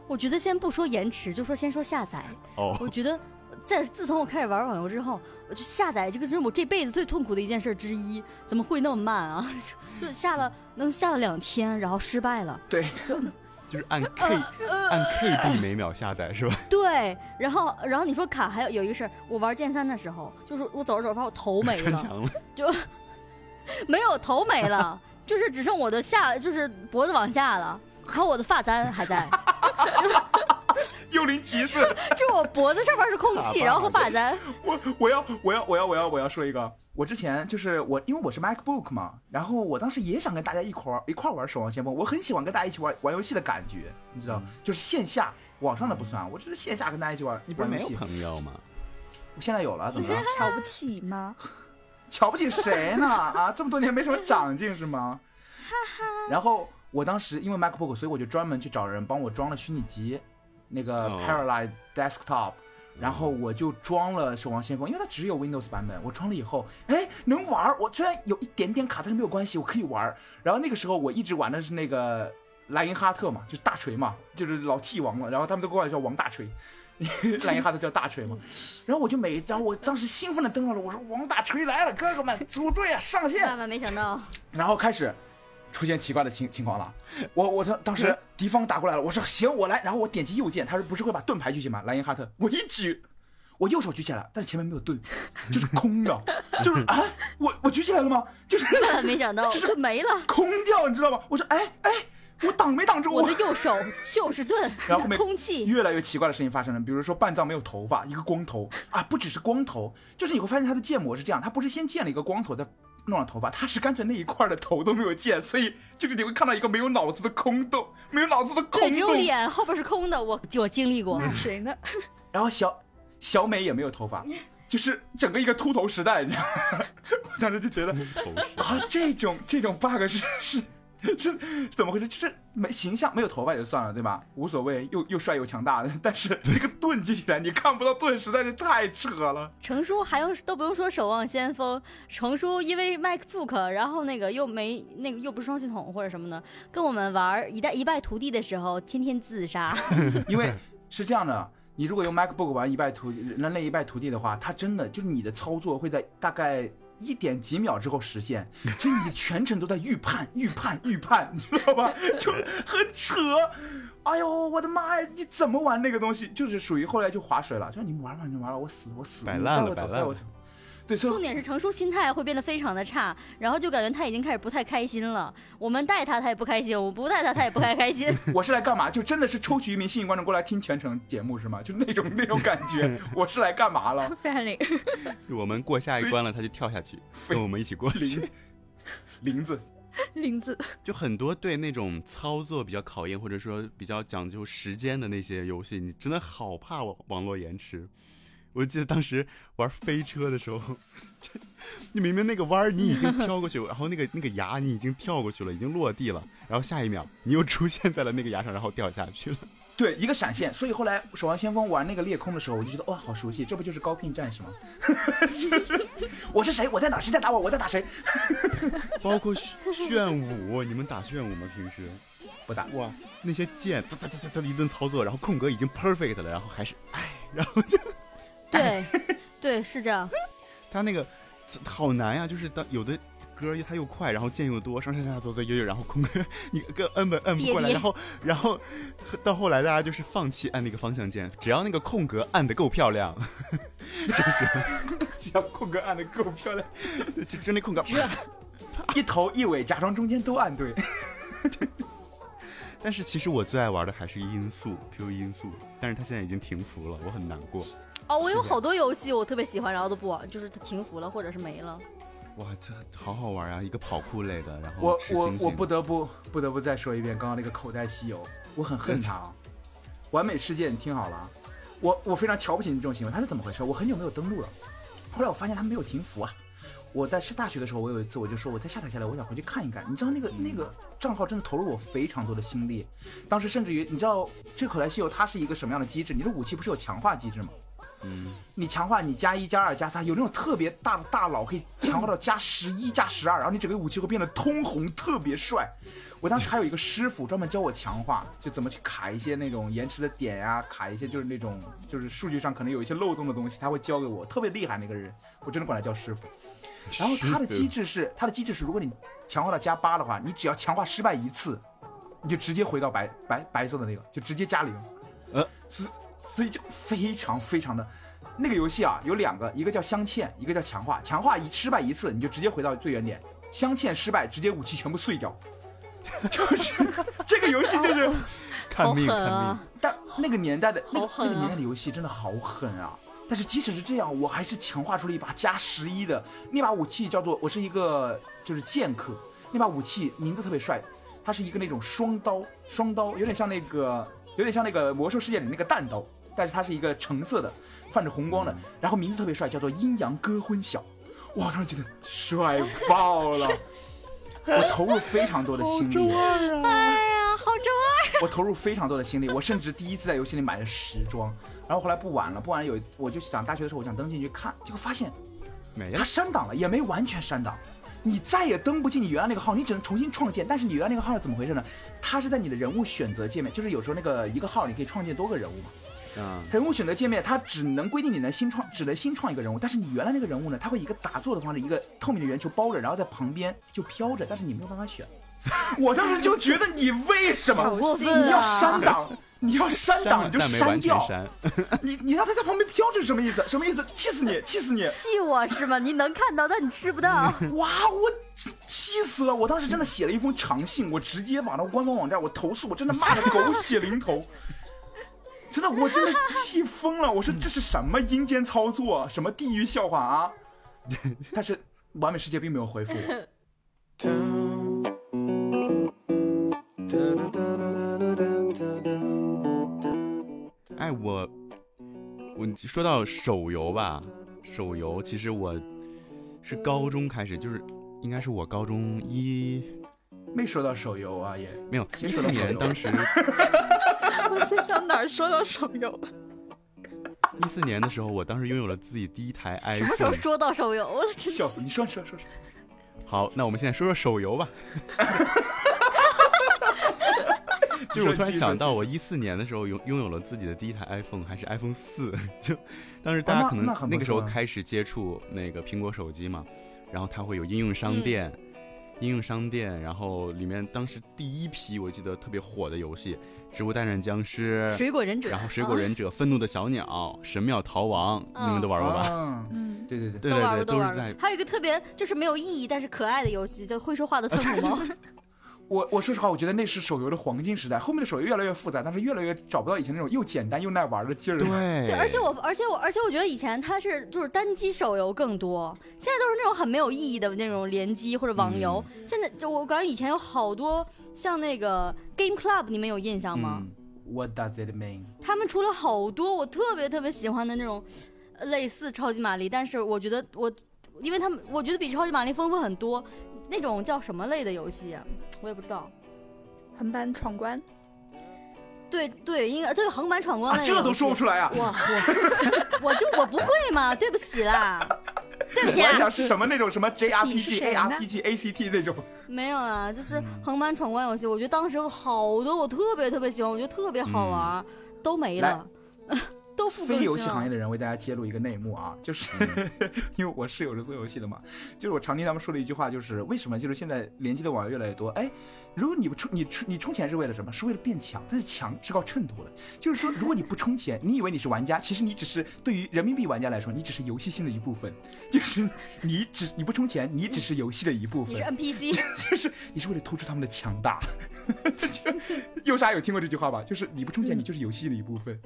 [SPEAKER 3] 我觉得先不说延迟，就说先说下载。
[SPEAKER 1] 哦
[SPEAKER 3] 我，觉得，在自从我开始玩网游之后，我就下载这个是我这辈子最痛苦的一件事之一。怎么会那么慢啊？ (laughs) 就下了能下了两天，然后失败了。
[SPEAKER 2] 对，
[SPEAKER 1] 就是按 K 按 KB 每秒下载是吧？
[SPEAKER 3] 对，然后然后你说卡，还有有一个事儿，我玩剑三的时候，就是我走着走着，发现我头
[SPEAKER 2] (laughs)
[SPEAKER 3] 没
[SPEAKER 1] 穿
[SPEAKER 3] 了，
[SPEAKER 1] 墙了，
[SPEAKER 3] 没有头没了，就是只剩我的下，就是脖子往下了。然后我的发簪
[SPEAKER 2] (laughs)
[SPEAKER 3] 还在，
[SPEAKER 2] 幽灵骑士，
[SPEAKER 3] 就我脖子上面是空气，然后和发簪，
[SPEAKER 2] 我我要我要我要我要我要说一个，我之前就是我，因为我是 MacBook 嘛，然后我当时也想跟大家一块儿一块儿玩《守望先锋》，我很喜欢跟大家一起玩玩游戏的感觉，你知道，
[SPEAKER 1] 嗯
[SPEAKER 2] 就是线下网上的不算，我只是线下跟大家一起玩
[SPEAKER 1] 你不是
[SPEAKER 2] 玩
[SPEAKER 1] 没
[SPEAKER 2] 游
[SPEAKER 1] 有
[SPEAKER 2] 戏。
[SPEAKER 1] 朋友 (laughs) 吗？
[SPEAKER 2] 我现在有了，怎么了？
[SPEAKER 4] 瞧不起吗？
[SPEAKER 2] 瞧不起谁呢？啊，这么多年没什么长进是吗？然后我当时因为 MacBook，所以我就专门去找人帮我装了虚拟机，那个
[SPEAKER 1] 哦
[SPEAKER 2] Parallel Desktop，、然后我就装了《守望先锋》，因为它只有 Windows 版本。我装了以后，哎，能玩儿。我虽然有一点点卡，但是没有关系，我可以玩儿。然后那个时候我一直玩的是那个莱因哈特嘛，就是大锤嘛，就是老 T 王嘛，然后他们都管我叫王大锤。 (laughs) 莱因哈特叫大锤嘛，然后我就每，然后我当时兴奋的
[SPEAKER 3] 嗯
[SPEAKER 2] 登上了，我说王大锤来了，哥哥们组队啊，上线！
[SPEAKER 3] 万万没想到，
[SPEAKER 2] 然后开始出现奇怪的情情况了。我我当当
[SPEAKER 3] 嗯
[SPEAKER 2] 时敌方打过来了，我说行我来，然后我点击右键，他说不是会把盾牌举起吗？莱因哈特，我一举。我右手举起来了，但是前面没有盾，就是空的，就是啊，我我举起来了吗？就是 (laughs)
[SPEAKER 3] 没想到
[SPEAKER 2] 就是
[SPEAKER 3] 就没了。
[SPEAKER 2] 空掉，你知道吗？我说哎哎，我挡没挡住
[SPEAKER 3] 我的右手就是盾，
[SPEAKER 2] 然后后面
[SPEAKER 3] 空气
[SPEAKER 2] 越来越奇怪的事情发生了，比如说半藏没有头发，一个光头啊，不只是光头，就是你会发现他的建模是这样，他不是先建了一个光头再弄了头发，他是干脆那一块的头都没有建，所以就是你会看到一个没有脑子的空洞，没有脑子的
[SPEAKER 3] (laughs) 对，
[SPEAKER 2] 空
[SPEAKER 3] 只有
[SPEAKER 2] 洞。
[SPEAKER 3] 脸后边是空的。我我经历过，
[SPEAKER 4] 谁呢？ (laughs)
[SPEAKER 2] 然后小小美也没有头发，就是整个一个秃头时代，你知道吗？ (laughs) 我当时就觉得
[SPEAKER 1] 头饰
[SPEAKER 2] (laughs) 啊，这种这种 bug 是是是怎么回事？就是没形象没有头发也就算了，对吧？无所谓，又又帅又强大的，但是那个盾举起来你看不到盾，实在是太扯了。
[SPEAKER 3] 程叔还用都不用说守望先锋，程叔因为 MacBook，然后那个又没那个又不是双系统或者什么的，跟我们玩一代一败涂地的时候，天天自 (laughs) 杀。
[SPEAKER 2] 因为是这样的，啊你如果用 MacBook 玩一败涂人类一败涂地的话，它真的就是你的操作会在大概。一点几秒之后实现，所以你全程都在预判、预判、预判，你知道吧？ (laughs) 就很扯。哎呦，我的妈呀！你怎么玩那个东西？就是属于后来就划水了，就是你们玩玩就玩了，我死我死，
[SPEAKER 1] 摆烂了
[SPEAKER 2] 你带我走
[SPEAKER 1] 摆烂了
[SPEAKER 2] 带我走对，所以
[SPEAKER 3] 重点是程叔心态会变得非常的差，然后就感觉他已经开始不太开心了。我们带他他也不开心，我们不带他他也不太开 (laughs) 心。
[SPEAKER 2] 我是来干嘛？就真的是抽取一名幸运观众过来听全程节目是吗？就那种那种感
[SPEAKER 1] (laughs)
[SPEAKER 2] 觉，我是来干嘛
[SPEAKER 4] (laughs)
[SPEAKER 2] 了？
[SPEAKER 4] 范林，
[SPEAKER 1] 我们过下一关了，他就跳下去，跟我们一起过去。
[SPEAKER 2] 林林子，
[SPEAKER 4] 林子，
[SPEAKER 1] 就很多对那种操作比较考验，或者说比较讲究时间的那些游戏，你真的好怕网网络延迟。我记得当时玩飞车的时候， (laughs) 你明明那个弯儿你已经飘过去，然后那个那个崖你已经跳过去了，已经落地了，然后下一秒你又出现在了那个崖上，然后掉下去了。
[SPEAKER 2] 对，一个闪现。所以后来《守望先锋》玩那个裂空的时候，我就觉得哇，好熟悉，这不就是高聘战士吗？ (laughs) 就是我是谁？我在哪？谁在打我？我在打谁？
[SPEAKER 1] 包括炫炫舞，你们打炫舞吗？平时
[SPEAKER 2] 不打。
[SPEAKER 1] 哇，那些键哒哒哒哒哒一顿操作，然后空格已经 perfect 了，然后还是哎，然后就。
[SPEAKER 3] 对，对，是这样。
[SPEAKER 1] 他那个好难呀、啊就是当有的歌儿它又快，然后键又多，上上下下左左右右，然后空 (laughs) 你个摁不摁不过来，
[SPEAKER 3] 别别
[SPEAKER 1] 然后然后 (laughs) 到后来大家就是放弃按那个方向键，只要那个空格按的够漂亮 (laughs) 就行， (laughs)
[SPEAKER 2] 只要空格按的够漂亮，
[SPEAKER 1] 就就那空格。
[SPEAKER 3] 啊
[SPEAKER 2] 一头一尾，假装中间都按对。
[SPEAKER 1] (laughs) 但是其实我最爱玩的还是音速 Q 音速，但是它现在已经停服了，我很难过。
[SPEAKER 3] 哦，我有好多游戏我特别喜欢，然后都不玩，就是停服了或者是没了。
[SPEAKER 1] 哇，这好好玩啊！一个跑酷类的，然后
[SPEAKER 2] 我
[SPEAKER 1] 是
[SPEAKER 2] 我
[SPEAKER 1] 星星
[SPEAKER 2] 我不得不不得不再说一遍刚刚那个口袋西游，我很
[SPEAKER 1] 嗯
[SPEAKER 2] 恨他啊！完美世界，你听好了啊，我我非常瞧不起你这种行为，他是怎么回事？我很久没有登录了，后来我发现他没有停服啊。我在是大学的时候，我有一次我就说我再下载下来，我想回去看一看。你知道那个
[SPEAKER 1] 嗯
[SPEAKER 2] 那个账号真的投入我非常多的心力，当时甚至于你知道这口袋西游它是一个什么样的机制？你的武器不是有强化机制吗？
[SPEAKER 1] 嗯，
[SPEAKER 2] 你强化你加一加二加三，有那种特别大的大佬可以强化到加十一加十二，然后你整个武器会变得通红，特别帅。我当时还有一个师傅专门教我强化，就怎么去卡一些那种延迟的点呀、卡一些就是那种就是数据上可能有一些漏洞的东西，他会教给我，特别厉害那个人，我真的管他叫师傅。然后它的机制是，它的机制是，如果你强化到加八的话，你只要强化失败一次，你就直接回到白白白色的那个，就直接加零。
[SPEAKER 1] 呃，
[SPEAKER 2] 所所以就非常非常的，那个游戏啊有两个，一个叫镶嵌，一个叫强化。强化一失败一次，你就直接回到最原点；镶嵌失败，直接武器全部碎掉。 (laughs) 就是这个游戏就是，
[SPEAKER 1] 看命
[SPEAKER 3] 好
[SPEAKER 1] 看
[SPEAKER 3] 狠啊
[SPEAKER 1] 命，
[SPEAKER 2] 但那个年代的那
[SPEAKER 3] 好
[SPEAKER 2] 个那
[SPEAKER 3] 狠啊
[SPEAKER 2] 个年代的游戏真的好狠啊！但是即使是这样，我还是强化出了一把加十一的那把武器，叫做我是一个就是剑客，那把武器名字特别帅，它是一个那种双刀，双刀有点像那个有点像那个魔兽世界里那个弹刀，但是它是一个橙色的，泛着红光的，然后名字特别帅，叫做阴阳割昏晓。哇，当时觉得帅爆了，我投入非常多的心力。
[SPEAKER 4] 啊
[SPEAKER 3] 哎呀，好正
[SPEAKER 2] 我投入非常多的心力，我甚至第一次在游戏里买了时装，然后后来不玩了，不玩了有我就想大学的时候我想登进去看，结果发现
[SPEAKER 1] 没
[SPEAKER 2] 它
[SPEAKER 1] 了。
[SPEAKER 2] 删档了，也没完全删档，你再也登不进你原来那个号，你只能重新创建。但是你原来那个号是怎么回事呢？它是在你的人物选择界面，就是有时候那个一个号你可以创建多个人物嘛。
[SPEAKER 1] 嗯，
[SPEAKER 2] 人物选择界面它只能规定你能新创，只能新创一个人物，但是你原来那个人物呢，它会以一个打坐的方式，一个透明的圆球包着，然后在旁边就飘着，但是你没有办法选。 (laughs) 我当时就觉得你为什
[SPEAKER 4] 好
[SPEAKER 2] 么
[SPEAKER 4] 过
[SPEAKER 3] 过
[SPEAKER 4] 分
[SPEAKER 2] 你
[SPEAKER 3] 分
[SPEAKER 2] 要
[SPEAKER 3] 啊！
[SPEAKER 2] 删档？你要删档
[SPEAKER 1] 删 (laughs)
[SPEAKER 2] 你就
[SPEAKER 1] 但没完全
[SPEAKER 2] 掉，
[SPEAKER 1] 删，
[SPEAKER 2] 你你让他在旁边飘着是什么意思？什么意思？气死你！气死你！
[SPEAKER 3] 气我是吗？你能看到，但你吃不到。
[SPEAKER 2] 哇，我气死了！我当时真的写了一封长信，我直接往那官方网站我投诉，我真的骂的狗血淋头。真的，我真的气疯了！我说这是什么阴间操作，什么地狱笑话
[SPEAKER 1] (laughs)
[SPEAKER 2] 啊！但是完美世界并没有回复我。
[SPEAKER 1] 哎，我我说到手游吧，手游其实我是高中开始，就是应该是我高中一
[SPEAKER 2] 没说到手游啊，也
[SPEAKER 1] 没有一
[SPEAKER 2] 先
[SPEAKER 1] 四
[SPEAKER 2] 说到手
[SPEAKER 1] 年，
[SPEAKER 2] 游
[SPEAKER 1] 当时
[SPEAKER 4] (laughs) 我在想哪儿说到手游？
[SPEAKER 1] 一四年的时候，我当时拥有了自己第一台
[SPEAKER 3] 什么时候
[SPEAKER 1] iPhone。
[SPEAKER 3] 说到手游了？真是
[SPEAKER 2] 笑死！你说说说说，
[SPEAKER 1] 好，那我们现在说说手游吧。 (laughs) (laughs) 就是我突然想到，我一四年的时候拥拥有了自己的第一台 iPhone，还是 iPhone 四。 (laughs) 就当时大家
[SPEAKER 2] 哦那
[SPEAKER 1] 可能
[SPEAKER 2] 那很不
[SPEAKER 1] 那个时候
[SPEAKER 2] 错啊
[SPEAKER 1] 开始接触那个苹果手机嘛，然后它会有应用
[SPEAKER 3] 嗯
[SPEAKER 1] 商店，应用商店，然后里面当时第一批我记得特别火的游戏，《植物大战僵尸》，
[SPEAKER 3] 水果忍者，啊
[SPEAKER 1] 然后《水
[SPEAKER 3] (laughs)
[SPEAKER 1] 果忍者》、《愤怒的小鸟》、《神庙逃亡》，你们
[SPEAKER 3] 嗯
[SPEAKER 1] 都玩过吧？
[SPEAKER 2] 吧？
[SPEAKER 4] 嗯，
[SPEAKER 2] 啊对对对，
[SPEAKER 1] 对
[SPEAKER 3] 都玩过，
[SPEAKER 1] 对对，
[SPEAKER 3] 都
[SPEAKER 1] 都
[SPEAKER 3] 玩
[SPEAKER 1] 是
[SPEAKER 3] 过 (laughs)
[SPEAKER 1] 在。
[SPEAKER 3] 还有一个特别就是没有意义但是可爱的游戏，叫会说话的汤
[SPEAKER 1] (laughs)
[SPEAKER 3] 姆猫。
[SPEAKER 2] 我我说实话，我觉得那是手游的黄金时代，后面的手游越来越复杂，但是越来越找不到以前那种又简单又耐玩的劲儿了。
[SPEAKER 1] 对
[SPEAKER 3] 对，而且我，而且我，而且我觉得以前它是就是单机手游更多，现在都是那种很没有意义的那种联机或者网游。
[SPEAKER 1] 嗯
[SPEAKER 3] 现在就我感觉以前有好多像那个 Game Club，你们有印象吗？
[SPEAKER 2] 嗯，What does it mean？
[SPEAKER 3] 他们出了好多我特别特别喜欢的那种呃类似超级玛丽，但是我觉得我，因为他们我觉得比超级玛丽丰富很多。那种叫什么类的游戏啊、我也不知道。
[SPEAKER 4] 横版闯关，
[SPEAKER 3] 对对，应该对横版闯关
[SPEAKER 2] 啊，
[SPEAKER 3] 类的游戏、
[SPEAKER 2] 这都说不出来啊！
[SPEAKER 3] 我我我就我不会嘛，对不
[SPEAKER 2] (laughs)
[SPEAKER 3] 起啦，对不起
[SPEAKER 2] 我还
[SPEAKER 3] 啊
[SPEAKER 2] 想，是什么那种什么 JRPG、
[SPEAKER 4] 是谁呢
[SPEAKER 2] ARPG、ACT 那种，
[SPEAKER 3] 没有啊，就是横版闯关游戏，我觉得当时有好多我特别特别喜欢，我觉得特别好玩，都没了， (laughs) 都复更
[SPEAKER 2] 嗯非
[SPEAKER 3] 新
[SPEAKER 2] 游戏行
[SPEAKER 3] 了
[SPEAKER 2] 业。的人为大家揭露一个内幕啊，就是 (laughs) 因为我室友是做游戏的嘛，就是我常听他们说的一句话，就是为什么就是现在联机的网游越来越多？哎，如果你不充你充你充钱是为了什么？是为了变强，但是强是靠衬托的，就是说如果你不充钱，你以为你是玩家，其实你只是对于人民币玩家来说，你只是游戏性的一部分，就是你只你不充钱，你只是游戏的一部
[SPEAKER 3] 你
[SPEAKER 2] 分
[SPEAKER 3] 是。NPC，
[SPEAKER 2] (laughs) 就是你是为了突出他们的强大。 (laughs) 就优莎有听过这句话吧？就是你不充钱，你就是游戏的一部分。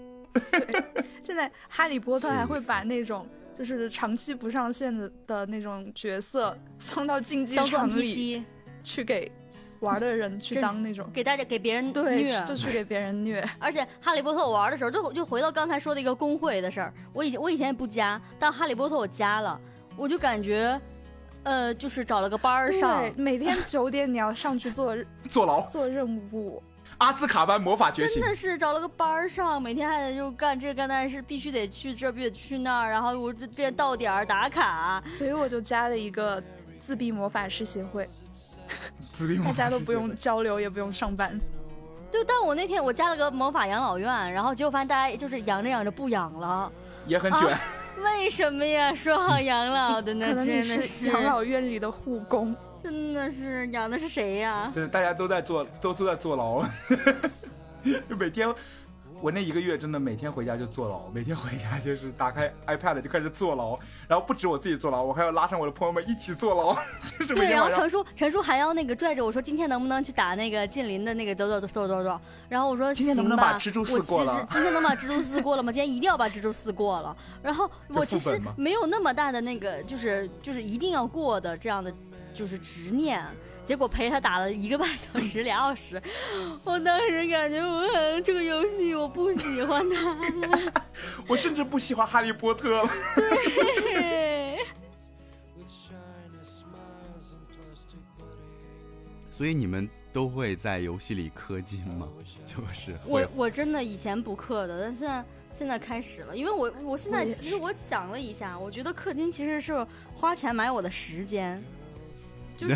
[SPEAKER 4] 现在《哈利波特》
[SPEAKER 1] 是
[SPEAKER 4] 还会把那种就是长期不上线的的那种角色放到竞技
[SPEAKER 3] 当做
[SPEAKER 4] 场里
[SPEAKER 3] NPC
[SPEAKER 4] 去给玩的人去
[SPEAKER 3] 真
[SPEAKER 4] 当那种。
[SPEAKER 3] 给大家给别人
[SPEAKER 4] 对
[SPEAKER 3] 虐，，
[SPEAKER 4] 就去给别人虐。
[SPEAKER 3] 而且《哈利波特》我玩的时候，就就回到刚才说的一个工会的事儿。我以前我以前也不加，但《哈利波特》我加了，我就感觉，呃，就是找了个班儿上
[SPEAKER 4] 对，，每天九点你要上去做 (laughs)
[SPEAKER 2] 坐牢，
[SPEAKER 4] 做任务，
[SPEAKER 2] 阿兹卡班魔法觉醒
[SPEAKER 3] 真。的是找了个班儿上，每天还得就干这干那，是必须得去这儿，必须得去那儿，然后我这这到点儿打卡。
[SPEAKER 4] 所以我就加了一个自闭魔法师协会，
[SPEAKER 2] 自闭
[SPEAKER 4] 大
[SPEAKER 2] 魔
[SPEAKER 4] 家
[SPEAKER 2] 法
[SPEAKER 4] 都
[SPEAKER 2] 世
[SPEAKER 4] 不
[SPEAKER 2] 界
[SPEAKER 4] 用交流，也不用上班。
[SPEAKER 3] 对，但我那天我加了个魔法养老院，然后结果发现大家就是养着养着不养了，
[SPEAKER 2] 也很卷。 (laughs)
[SPEAKER 3] 为什么呀？说好养老的呢
[SPEAKER 4] 可，能
[SPEAKER 3] 真
[SPEAKER 4] 你
[SPEAKER 3] 的
[SPEAKER 4] 是
[SPEAKER 3] 是，
[SPEAKER 4] 养老院里的护工，
[SPEAKER 3] 真的是养的是谁呀？
[SPEAKER 2] 就是大家都在坐，都都在坐牢。 (laughs) 就每天，我那一个月真的每天回家就坐牢，每天回家就是打开 iPad 就开始坐牢，然后不止我自己坐牢，我还要拉上我的朋友们一起坐牢， (laughs) 就是每
[SPEAKER 3] 对，
[SPEAKER 2] 天
[SPEAKER 3] 然后
[SPEAKER 2] 晚上
[SPEAKER 3] 陈叔，陈叔还要那个拽着我说，今天能不能去打那个近邻的那个走走走走走走？然后我说
[SPEAKER 2] 今
[SPEAKER 3] 行
[SPEAKER 2] 天
[SPEAKER 3] 吧，
[SPEAKER 2] 能不能把蜘蛛丝
[SPEAKER 3] 我
[SPEAKER 2] 过
[SPEAKER 3] 其
[SPEAKER 2] 了
[SPEAKER 3] 实今天能把蜘蛛丝过了吗？今天一定要把蜘蛛丝过了。然后我
[SPEAKER 2] 这
[SPEAKER 3] 其
[SPEAKER 2] 副本
[SPEAKER 3] 实
[SPEAKER 2] 吗
[SPEAKER 3] 没有那么大的那个，就是就是一定要过的这样的就是执念。结果陪他打了一个半小
[SPEAKER 2] (laughs)
[SPEAKER 3] 时，俩小时，我当时感觉我呃这个游戏我不喜欢
[SPEAKER 2] (laughs)
[SPEAKER 3] (laughs) 它了。
[SPEAKER 2] 我甚至不喜欢哈利波特了。
[SPEAKER 3] 嘿
[SPEAKER 1] 所以你们都会在游戏里氪金吗？ (laughs) 就是会
[SPEAKER 3] 我我真的以前不氪的，但现在现在开始了，因为我我现
[SPEAKER 4] 我
[SPEAKER 3] 在
[SPEAKER 4] 也
[SPEAKER 3] 其实我想了一下，我觉得氪金其实是花钱买我的时间，就是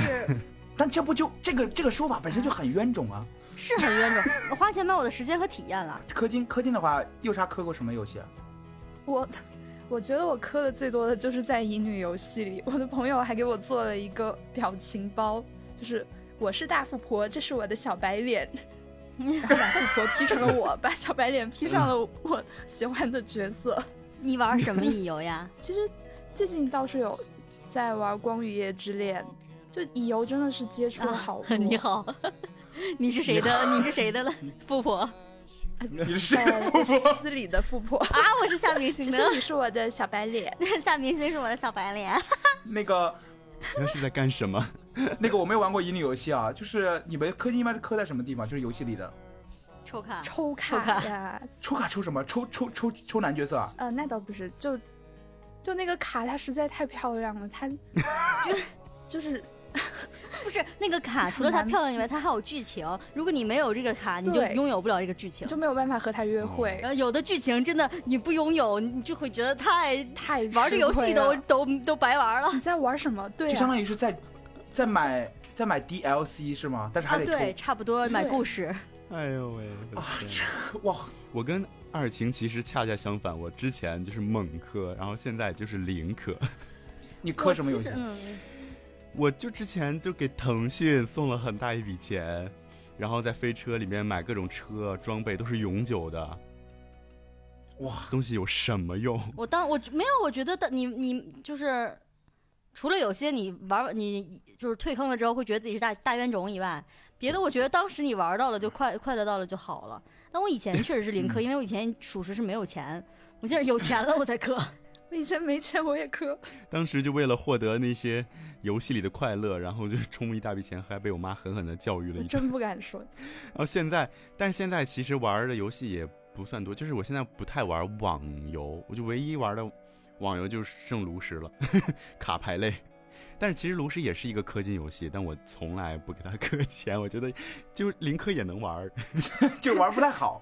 [SPEAKER 2] 但这不就这个这个说法本身就很冤种啊！
[SPEAKER 3] 是很冤种，我 (laughs) 花钱买我的时间和体验了。
[SPEAKER 2] 氪金氪金的话，又啥氪过什么游戏啊？
[SPEAKER 4] 我。我觉得我磕的最多的就是在乙女游戏里，我的朋友还给我做了一个表情包，就是我是大富婆，这是我的小白脸。然后把富婆 P 成了我，把小白脸 P 上了我喜欢的角色。
[SPEAKER 3] 你玩什 (laughs) 么乙游呀？
[SPEAKER 4] 其实最近倒是有在玩《光与夜之恋》，就乙游真的是接触了好
[SPEAKER 3] (laughs)
[SPEAKER 4] 多。
[SPEAKER 3] 你好，你是谁的？你是谁 (laughs) 的了？富婆啊，
[SPEAKER 2] 你是谁
[SPEAKER 4] 呃，
[SPEAKER 2] 富
[SPEAKER 4] 我是
[SPEAKER 2] 婆？
[SPEAKER 4] 齐思礼的富婆，
[SPEAKER 3] 我是夏明星
[SPEAKER 4] 齐
[SPEAKER 3] 的
[SPEAKER 4] 思，礼是我的小白脸。
[SPEAKER 3] (laughs) 夏明星是我的小白脸。
[SPEAKER 2] 那个
[SPEAKER 1] 你们是在干什么？
[SPEAKER 2] 那个我没有玩过乙女游戏啊，就是你们氪金一般是氪在什么地方？就是游戏里的
[SPEAKER 3] 抽卡，
[SPEAKER 4] 啊抽卡呀，
[SPEAKER 2] 抽卡抽什么？抽抽抽抽男角色啊？
[SPEAKER 4] 呃，那倒不是，就就那个卡，它实在太漂亮了，它就就是
[SPEAKER 2] (laughs)
[SPEAKER 3] 不是那个卡，除了它漂亮以外，它还有剧情。如果你没有这个卡，你就
[SPEAKER 4] 对
[SPEAKER 3] 拥有不了这个剧情
[SPEAKER 4] 你。就没有办法和他约会
[SPEAKER 2] 哦
[SPEAKER 3] 然，后有的剧情真的你不拥有，你就会觉得太
[SPEAKER 4] (laughs) 太
[SPEAKER 3] 玩这
[SPEAKER 4] 吃
[SPEAKER 3] 游
[SPEAKER 4] 亏
[SPEAKER 3] 戏都
[SPEAKER 4] 了
[SPEAKER 3] 都都白玩了。
[SPEAKER 4] 你在玩什么？对啊
[SPEAKER 3] 啊
[SPEAKER 2] 就相
[SPEAKER 4] 呀、
[SPEAKER 2] 当于是在在买在买 DLC 是吗？但是
[SPEAKER 3] 啊，
[SPEAKER 2] (laughs) 还得抽。
[SPEAKER 3] 对，差不多买故事。
[SPEAKER 1] 哎呦喂！我的天
[SPEAKER 2] 哇，
[SPEAKER 1] 我跟二晴其实恰恰相反，我之前就是猛氪，然后现在就是零氪。
[SPEAKER 2] 你氪
[SPEAKER 3] 我
[SPEAKER 2] 什么游
[SPEAKER 3] 其
[SPEAKER 2] 戏
[SPEAKER 3] 实？嗯，
[SPEAKER 1] (laughs) 我就之前就给腾讯送了很大一笔钱，然后在飞车里面买各种车装备都是永久的，
[SPEAKER 2] 哇，
[SPEAKER 1] 东西有什么用？ (laughs)
[SPEAKER 3] 我当我没有，我觉得的你你就是。除了有些你玩你就是退坑了之后会觉得自己是大大冤种以外，别的我觉得当时你玩到了就快快乐到了就好了。但我以前确实是
[SPEAKER 2] (laughs)
[SPEAKER 3] 零氪，因为我以前属实是没有钱，我现在有钱了我才氪。
[SPEAKER 4] 我以前没钱我也氪，
[SPEAKER 1] 当时就为了获得那些游戏里的快乐，然后就充一大笔钱，还被我妈狠狠的教育了
[SPEAKER 4] 我
[SPEAKER 1] 一顿。
[SPEAKER 4] 真不敢说。
[SPEAKER 1] 然后哦现在，但是现在其实玩的游戏也不算多，就是我现在不太玩网游，我就唯一玩的网游就是剩炉石了， (laughs) 卡牌类。但是其实炉石也是一个氪金游戏，但我从来不给它 (laughs) 氪钱，我觉得就零氪也能玩儿，
[SPEAKER 2] 就玩不太好。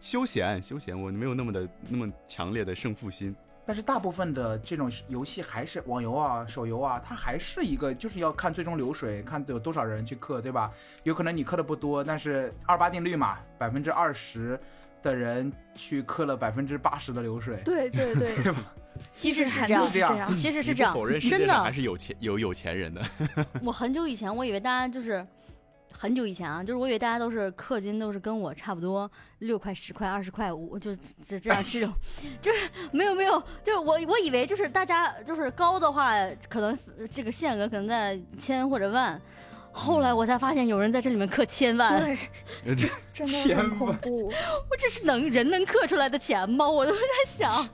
[SPEAKER 1] 休闲休闲，我没有那么的那么强烈的胜负心。
[SPEAKER 2] 但是大部分的这种游戏还是网游啊、手游啊，它还是一个就是要看最终流水，看有多少人去氪，对吧？有可能你氪的不多，但是二八定律嘛，百分之二十的人去氪了百分之八十的流水，
[SPEAKER 4] 对对
[SPEAKER 2] (laughs)
[SPEAKER 4] 对，
[SPEAKER 3] (laughs) 其实是
[SPEAKER 4] 还
[SPEAKER 3] 这样
[SPEAKER 2] 是，
[SPEAKER 4] 能
[SPEAKER 2] 这
[SPEAKER 4] 这
[SPEAKER 2] 样
[SPEAKER 4] 样，
[SPEAKER 3] 其实是
[SPEAKER 1] 你不
[SPEAKER 3] 这样
[SPEAKER 1] 否认，世
[SPEAKER 3] 真
[SPEAKER 1] 界上还
[SPEAKER 3] 的。
[SPEAKER 1] 是有钱有有钱人的。 (laughs)
[SPEAKER 3] 我很久以前我以为大家就是很久以前啊，就是我以为大家都是氪金都是跟我差不多六块、十块、二十块五，就这这样这种， (laughs) 就是没有没有，就是我我以为就是大家就是高的话，可能这个限额可能在千或者万。后
[SPEAKER 1] 嗯
[SPEAKER 3] 来我才发现有人在这里面氪千万，
[SPEAKER 4] 对， (laughs) 真的
[SPEAKER 2] 哎天
[SPEAKER 4] 很恐怖。
[SPEAKER 3] 我这是能人能氪出来的钱吗？我都在
[SPEAKER 1] (laughs)
[SPEAKER 3] 想，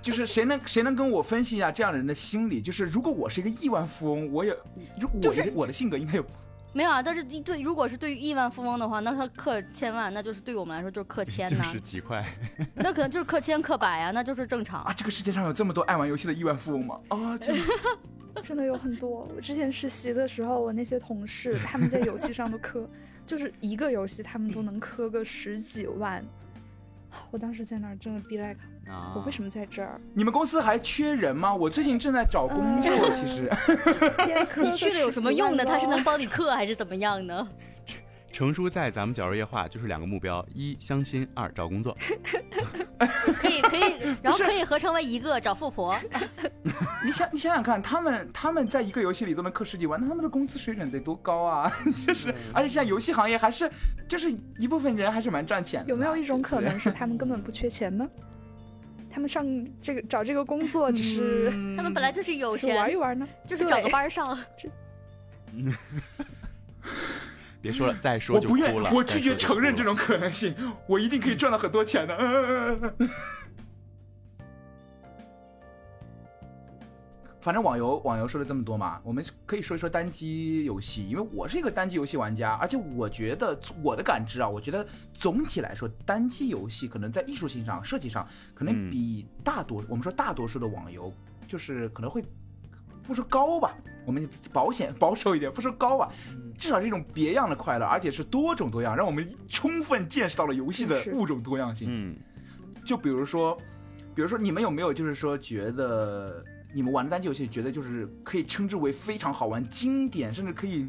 [SPEAKER 2] 就是谁能谁能跟我分析一下这样的人的心理？就是如果我是一个亿万富翁，我也如果我、
[SPEAKER 3] 就是
[SPEAKER 2] 我的性格应该有
[SPEAKER 3] 没有啊。但是对，如果是对于亿万富翁的话，那他氪千万，那就是对我们来说就是氪千
[SPEAKER 1] (laughs) 就
[SPEAKER 3] 呐、
[SPEAKER 1] 是几块，
[SPEAKER 3] 那可能就是氪千氪百啊，那就是正常
[SPEAKER 2] 啊，。这个世界上有这么多爱玩游戏的亿万富翁吗？啊，这
[SPEAKER 4] 真的有很多。我之前实习的时候，我那些同事他们在游戏上都氪，就是一个游戏他们都能氪个十几万。我当时在那儿真的 be like，我
[SPEAKER 1] 啊
[SPEAKER 2] 啊
[SPEAKER 4] 为什么在这儿？
[SPEAKER 2] (laughs) 你们公司还缺人吗？我最近正在找工作，
[SPEAKER 4] 嗯
[SPEAKER 2] 其实。
[SPEAKER 4] 先氪
[SPEAKER 3] 你
[SPEAKER 4] 个
[SPEAKER 3] 去了有什么
[SPEAKER 4] 10
[SPEAKER 3] 用呢？
[SPEAKER 4] 万
[SPEAKER 3] 他是
[SPEAKER 4] 哟
[SPEAKER 3] 能帮 (laughs) 你克还是怎么样呢？
[SPEAKER 1] 成叔在咱们角儿夜话就是两个目标：一相亲，二找工作。
[SPEAKER 3] (laughs) 可以可以， (laughs) 然后可以合成为一个找富婆，
[SPEAKER 2] 你想，你想想看，他们他们在一个游戏里都能氪十几万，那他们的工资水准得多高啊！ (laughs) 就是，而且现在游戏行业还是，就是一部分人还是蛮赚钱的嘛。
[SPEAKER 4] 有没有一种可
[SPEAKER 2] 对不
[SPEAKER 4] 能是他们根本不缺钱呢？ (laughs) 他们上这个找这个工作只
[SPEAKER 2] 对？
[SPEAKER 4] 是、
[SPEAKER 3] 他们本来就是嗯有
[SPEAKER 4] (laughs) 只是玩一
[SPEAKER 3] 钱，
[SPEAKER 4] 玩呢？
[SPEAKER 3] 就是找个
[SPEAKER 4] 对
[SPEAKER 3] 班儿 (laughs) 上。
[SPEAKER 1] 别说
[SPEAKER 3] (laughs)
[SPEAKER 1] 了，再说
[SPEAKER 2] 我
[SPEAKER 1] 就
[SPEAKER 2] 不
[SPEAKER 1] 哭
[SPEAKER 2] 愿
[SPEAKER 1] 了。，
[SPEAKER 2] 我
[SPEAKER 1] 再
[SPEAKER 2] 拒
[SPEAKER 1] 说
[SPEAKER 2] 绝
[SPEAKER 1] 就
[SPEAKER 2] 承认
[SPEAKER 1] 哭
[SPEAKER 2] 这
[SPEAKER 1] 了
[SPEAKER 2] 种可能性，我一定可以赚到很多钱的。嗯 (laughs) 反正网游网游说了这么多嘛，我们可以说一说单机游戏，因为我是一个单机游戏玩家，而且我觉得我的感知啊，我觉得总体来说，单机游戏可能在艺术性上、设计上，可能
[SPEAKER 1] 嗯
[SPEAKER 2] 比大多、我们说大多数的网游，就是可能会不说高吧，我们保险保守一点，不说高吧，至少是一种别样的快乐，而且是多种多样，让我们充分见识到了游戏的
[SPEAKER 4] 是
[SPEAKER 2] 物种多样性。
[SPEAKER 1] 嗯，
[SPEAKER 2] 就比如说，比如说你们有没有就是说觉得你们玩的单机游戏，觉得就是可以称之为非常好玩、经典，甚至可以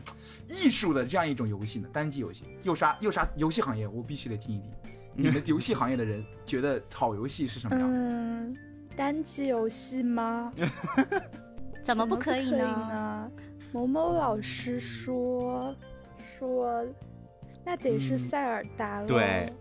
[SPEAKER 2] 艺术的这样一种游戏呢？单机游戏，又杀又杀游戏行业，我必须得听一听。你们游戏行业的人觉得好游戏是什么样的？
[SPEAKER 4] 嗯，单机游戏吗？
[SPEAKER 3] 怎么
[SPEAKER 4] 怎么
[SPEAKER 3] 不可以
[SPEAKER 4] 以
[SPEAKER 3] 呢？
[SPEAKER 4] 呢？某某老师说说，那得是
[SPEAKER 1] 嗯
[SPEAKER 4] 塞尔达了，
[SPEAKER 1] 对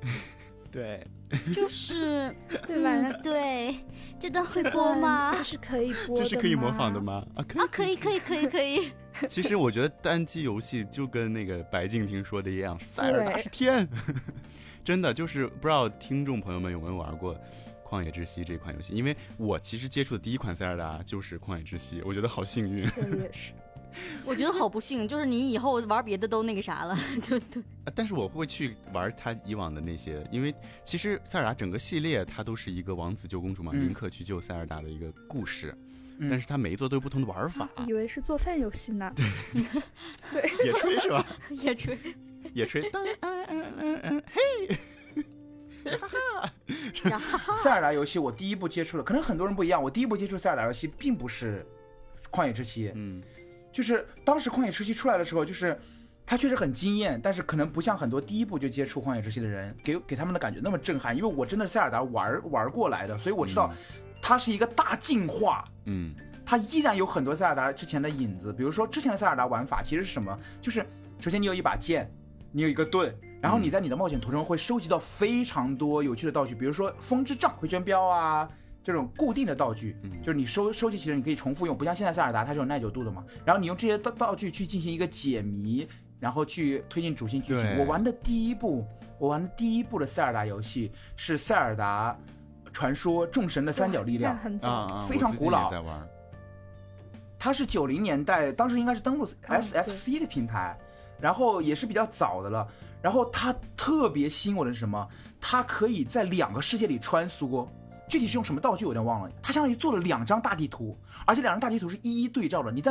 [SPEAKER 1] 对，
[SPEAKER 3] (laughs) 就是
[SPEAKER 4] (laughs) 对吧？那
[SPEAKER 3] 嗯对，这段会
[SPEAKER 4] 这
[SPEAKER 3] 播
[SPEAKER 4] 段
[SPEAKER 3] 吗
[SPEAKER 4] (laughs) 这？是可以播，
[SPEAKER 1] 这是可以模仿的？吗？啊，
[SPEAKER 3] 啊，可以，可以，可以，可以。
[SPEAKER 1] 以。其实我觉得单机游戏就跟那个白敬亭说的一样，塞尔达
[SPEAKER 4] 对
[SPEAKER 1] 是天。 (laughs) 真的就是不知道听众朋友们有没有玩过《旷野之息》这款游戏，因为我其实接触的第一款塞尔达就是《旷野之息》，我觉得好幸运。
[SPEAKER 4] 我
[SPEAKER 1] (laughs)
[SPEAKER 4] 也是，
[SPEAKER 3] (laughs) 我觉得好不幸，就是你以后玩别的都那个啥了，就对，
[SPEAKER 1] 啊但是我会去玩他以往的那些，因为其实塞尔达整个系列它都是一个王子救公主嘛，
[SPEAKER 2] 嗯
[SPEAKER 1] 林克去救塞尔达的一个故事，
[SPEAKER 2] 嗯
[SPEAKER 1] 但是它每一座都有不同的玩法，
[SPEAKER 4] 以为是做饭游戏呢。
[SPEAKER 1] 野炊是吧？
[SPEAKER 3] (laughs)
[SPEAKER 1] (laughs)
[SPEAKER 3] 也 (laughs) 吹。
[SPEAKER 1] 野炊，当嗯嗯嗯嗯，
[SPEAKER 3] 然后
[SPEAKER 2] 塞尔达游戏我第一部接触的，可能很多人不一样，我第一部接触塞尔达游戏并不是《旷野之息》，
[SPEAKER 1] 嗯，
[SPEAKER 2] 就是当时《旷野之息》出来的时候，就是它确实很惊艳，但是可能不像很多第一部就接触《旷野之息》的人给给他们的感觉那么震撼，因为我真的是塞尔达玩玩过来的，所以我知道它是一个大进化。
[SPEAKER 1] 嗯，
[SPEAKER 2] 它依然有很多塞尔达之前的影子，比如说之前的塞尔达玩法其实是什么？就是首先你有一把剑，你有一个盾，然后你在你的冒险途中会收集到非常多有趣的道具，比如说风之杖、回旋镖啊这种固定的道具，
[SPEAKER 1] 嗯
[SPEAKER 2] 就是你收收集起来你可以重复用，不像现在塞尔达它是有耐久度的嘛。然后你用这些道道具去进行一个解谜，然后去推进主线剧情。
[SPEAKER 1] 对
[SPEAKER 2] 我玩的第一部，我玩的第一部的塞尔达游戏是塞尔达传说众神的三角力量
[SPEAKER 4] 那。很
[SPEAKER 1] 啊
[SPEAKER 4] 早，
[SPEAKER 1] 啊，
[SPEAKER 2] 非常
[SPEAKER 1] 我最近
[SPEAKER 2] 古老
[SPEAKER 1] 也在玩，
[SPEAKER 2] 它是九零年代，当时应该是登陆
[SPEAKER 4] 嗯
[SPEAKER 2] SFC 的平台，然后也是比较早的了。然后它特别吸引我的是什么？它可以在两个世界里穿梭，具体是用什么道具我有点忘了。它相当于做了两张大地图，而且两张大地图是一一对照的。你在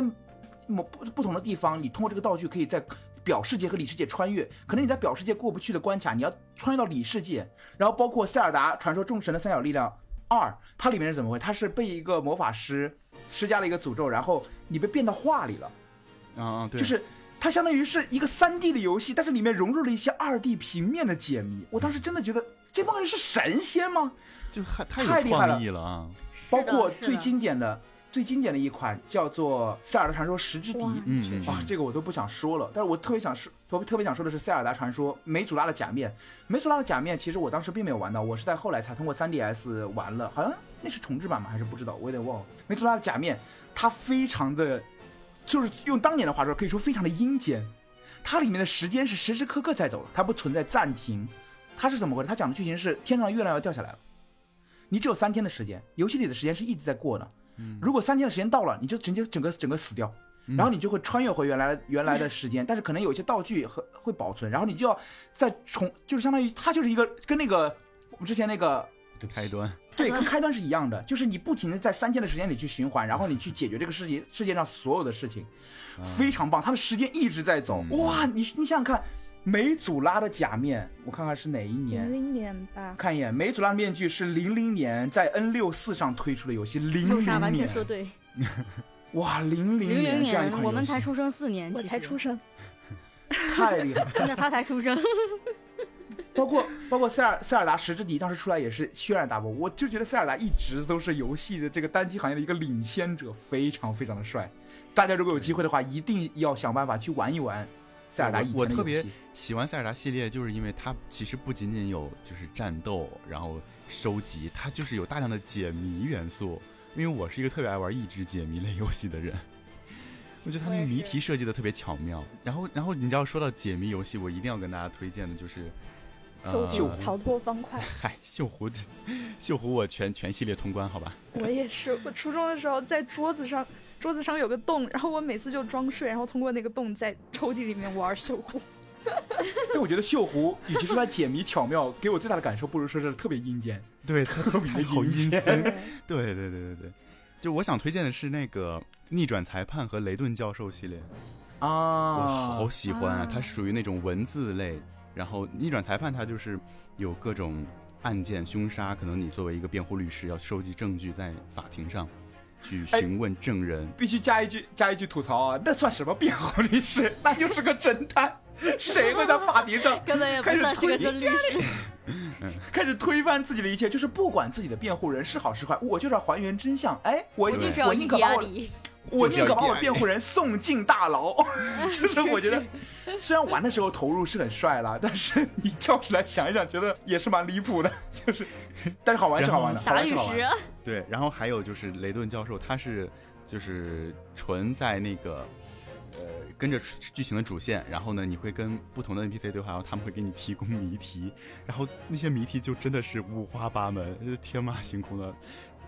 [SPEAKER 2] 某不不同的地方，你通过这个道具可以在表世界和里世界穿越。可能你在表世界过不去的关卡，你要穿越到里世界。然后包括塞尔达传说众神的三角力量二，它里面是怎么回事？它是被一个魔法师施加了一个诅咒，然后你被变到画里了，
[SPEAKER 1] 啊啊，对，
[SPEAKER 2] 就是。它相当于是一个三 D 的游戏，但是里面融入了一些二 D 平面的解谜。我当时真的觉得这帮人是神仙吗？
[SPEAKER 1] 就还太
[SPEAKER 2] 太
[SPEAKER 1] 有
[SPEAKER 2] 厉害
[SPEAKER 1] 创
[SPEAKER 2] 了
[SPEAKER 1] 意了啊，
[SPEAKER 2] 包括
[SPEAKER 3] 是的
[SPEAKER 2] 最，经典的、最经典的一款叫做《塞尔达传说：十之敌
[SPEAKER 4] 哇》
[SPEAKER 1] 嗯
[SPEAKER 4] 确
[SPEAKER 1] 嗯
[SPEAKER 4] 实
[SPEAKER 2] 啊，这个我都不想说了。但是我特别想说，特特别想说的是《塞尔达传说》梅祖拉的假面。梅祖拉的假面其实我当时并没有玩到，我是在后来才通过 3DS 玩了，好像那是重置版吗？还是不知道，我有点忘了。梅祖拉的假面，它非常的，就是用当年的话说，可以说非常的阴间。它里面的时间是时时刻刻在走的，它不存在暂停。它是怎么回事？它讲的剧情是天上的月亮要掉下来了，你只有三天的时间，游戏里的时间是一直在过的。
[SPEAKER 1] 嗯
[SPEAKER 2] 如果三天的时间到了，你就直接整个整个死掉，然后你就会穿越回原来原来的时间，但是可能有一些道具和会保存，然后你就要再重，就是相当于它就是一个跟那个我们之前那个对不起
[SPEAKER 1] 开端，
[SPEAKER 2] 对，跟开端是一样的，就是你不停的在三天的时间里去循环，然后你去解决这个世界世界上所有的事情，非常棒。它的时间一直在走，
[SPEAKER 1] 嗯
[SPEAKER 2] 哇！你你想想看，梅祖拉的假面，我看看是哪一
[SPEAKER 4] 零
[SPEAKER 2] 年？
[SPEAKER 4] 零年吧，
[SPEAKER 2] 看一眼，梅祖拉的面具是零零年在 N 六四上推出的游戏，零
[SPEAKER 3] 六
[SPEAKER 2] 零
[SPEAKER 3] 傻
[SPEAKER 2] 年，
[SPEAKER 3] 完全说对，
[SPEAKER 2] 哇，零零
[SPEAKER 3] 零零
[SPEAKER 2] 这样一
[SPEAKER 3] 年
[SPEAKER 2] 款游戏，
[SPEAKER 3] 我们才出生四年，
[SPEAKER 4] 我
[SPEAKER 3] 其
[SPEAKER 4] 才
[SPEAKER 3] 实
[SPEAKER 4] 出，生，
[SPEAKER 2] 太厉害了。
[SPEAKER 3] 真的他才出 (laughs) 生，
[SPEAKER 2] 包括包括塞尔塞尔达十之敌当时出来也是轩然大波，我就觉得塞尔达一直都是游戏的这个单机行业的一个领先者，非常非常的帅。大家如果有机会的话，一定要想办法去玩一玩塞尔达以前
[SPEAKER 1] 我
[SPEAKER 2] 的
[SPEAKER 1] 特别
[SPEAKER 2] 游戏
[SPEAKER 1] 喜欢塞尔达系列，就是因为它其实不仅仅有就是战斗，然后收集，它就是有大量的解谜元素。因为我是一个特别爱玩益智解谜类游戏的人，我觉得它那
[SPEAKER 3] 我
[SPEAKER 1] 个
[SPEAKER 3] 也是
[SPEAKER 1] 谜题设计的特别巧妙。然后，然后你知道说到解谜游戏，我一定要跟大家推荐的就是，
[SPEAKER 4] 就
[SPEAKER 1] 呃，
[SPEAKER 2] 就
[SPEAKER 4] 逃脱方
[SPEAKER 2] (laughs)
[SPEAKER 4] 块。
[SPEAKER 1] 嗨， (laughs) 锈湖，锈湖我全全系列通关，好吧？
[SPEAKER 4] 我也是，我初中的时候在桌子上，桌子上有个洞，然后我每次就装睡，然后通过那个洞在抽屉里面玩绣户。
[SPEAKER 2] 但我觉得锈湖，与其说它解谜巧妙，给我最大的感受，不如说是特别阴间。
[SPEAKER 1] 对，它 (laughs) 特别好
[SPEAKER 2] 阴
[SPEAKER 1] 阴
[SPEAKER 2] 间
[SPEAKER 1] 森。对对对对对，就我想推荐的是那个《逆转裁判》和雷顿教授系列。我
[SPEAKER 2] 啊
[SPEAKER 1] 好，喜欢啊
[SPEAKER 4] 啊！
[SPEAKER 1] 它属于那种文字类，然后逆转裁判它就是有各种案件凶杀，可能你作为一个辩护律师要收集证据，在法庭上去
[SPEAKER 2] 哎
[SPEAKER 1] 询问证人。
[SPEAKER 2] 必须加一句加一句吐槽啊，那算什么辩护律师？那就是个侦探，谁会在法庭上
[SPEAKER 3] 根本也不算是个真律师。
[SPEAKER 2] 开始推翻自己的一切，就是不管自己的辩护人是好是坏，我就是要还原真相。哎，我
[SPEAKER 3] 我就
[SPEAKER 1] 对
[SPEAKER 3] 只要
[SPEAKER 2] 宁
[SPEAKER 3] 一
[SPEAKER 2] 可
[SPEAKER 3] 迪
[SPEAKER 2] 把
[SPEAKER 3] 阿
[SPEAKER 2] 我
[SPEAKER 3] 里，
[SPEAKER 2] 我
[SPEAKER 1] 就是
[SPEAKER 2] 宁
[SPEAKER 1] 要
[SPEAKER 2] 可把我
[SPEAKER 1] 演
[SPEAKER 2] 辩护人送进大 (laughs) 牢。就是我觉得，虽然玩的时候投入是很帅啦，但是你跳出来想一想，觉得也是蛮离谱的。就是，但是好玩是好玩的，好
[SPEAKER 3] 傻
[SPEAKER 2] 玩
[SPEAKER 3] 律
[SPEAKER 2] 是好玩
[SPEAKER 3] 师 (laughs)
[SPEAKER 2] 的。，
[SPEAKER 1] 对，然后还有就是雷顿教授，他是就是纯在那个呃跟着剧情的主线，然后呢你会跟不同的 NPC 对话，然后他们会给你提供谜题，然后那些谜题就真的是五花八门，就是天马行空的，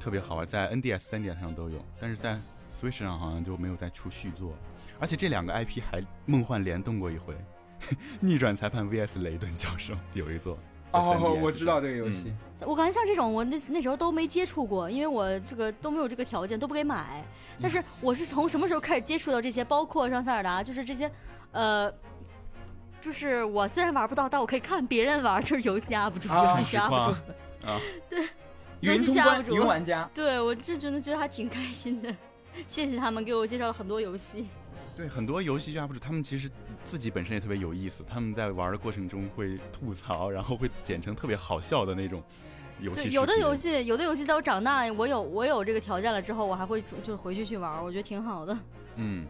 [SPEAKER 1] 特别好玩，在 NDS、3DS 上都有，但是在 Switch 上好像就没有再出续作，而且这两个 IP 还梦幻联动过一回，《 (laughs) 逆转裁判》VS 雷顿教授有一座。在
[SPEAKER 2] 哦，
[SPEAKER 1] 3DS
[SPEAKER 2] 我知道
[SPEAKER 1] 上
[SPEAKER 2] 这个游
[SPEAKER 1] 嗯
[SPEAKER 2] 戏。
[SPEAKER 3] 我感觉像这种我那那时候都没接触过，因为我这个都没有这个条件，都不给买。
[SPEAKER 2] 嗯
[SPEAKER 3] 但是我是从什么时候开始接触到这些，包括像塞尔达，就是这些，呃。就是我虽然玩不到，但我可以看别人玩，就是游戏 UP 主、
[SPEAKER 2] 啊
[SPEAKER 3] 游戏
[SPEAKER 1] 实
[SPEAKER 3] 是 UP
[SPEAKER 1] 况
[SPEAKER 3] 主。
[SPEAKER 1] 啊，
[SPEAKER 3] 那
[SPEAKER 2] 云
[SPEAKER 3] 是
[SPEAKER 2] 通
[SPEAKER 3] 下
[SPEAKER 2] 关
[SPEAKER 3] 不，住
[SPEAKER 2] 云玩家。
[SPEAKER 3] 对我就真的觉得还挺开心的，谢谢他们给我介绍了很多游戏。
[SPEAKER 1] 对，很多游戏 UP 主他们其实自己本身也特别有意思，他们在玩的过程中会吐槽，然后会剪成特别好笑的那种游戏视
[SPEAKER 3] 对，
[SPEAKER 1] 频。
[SPEAKER 3] 有的游戏，有的游戏在我长大，我有我有这个条件了之后，我还会主就是回去去玩儿，我觉得挺好的。
[SPEAKER 1] 嗯，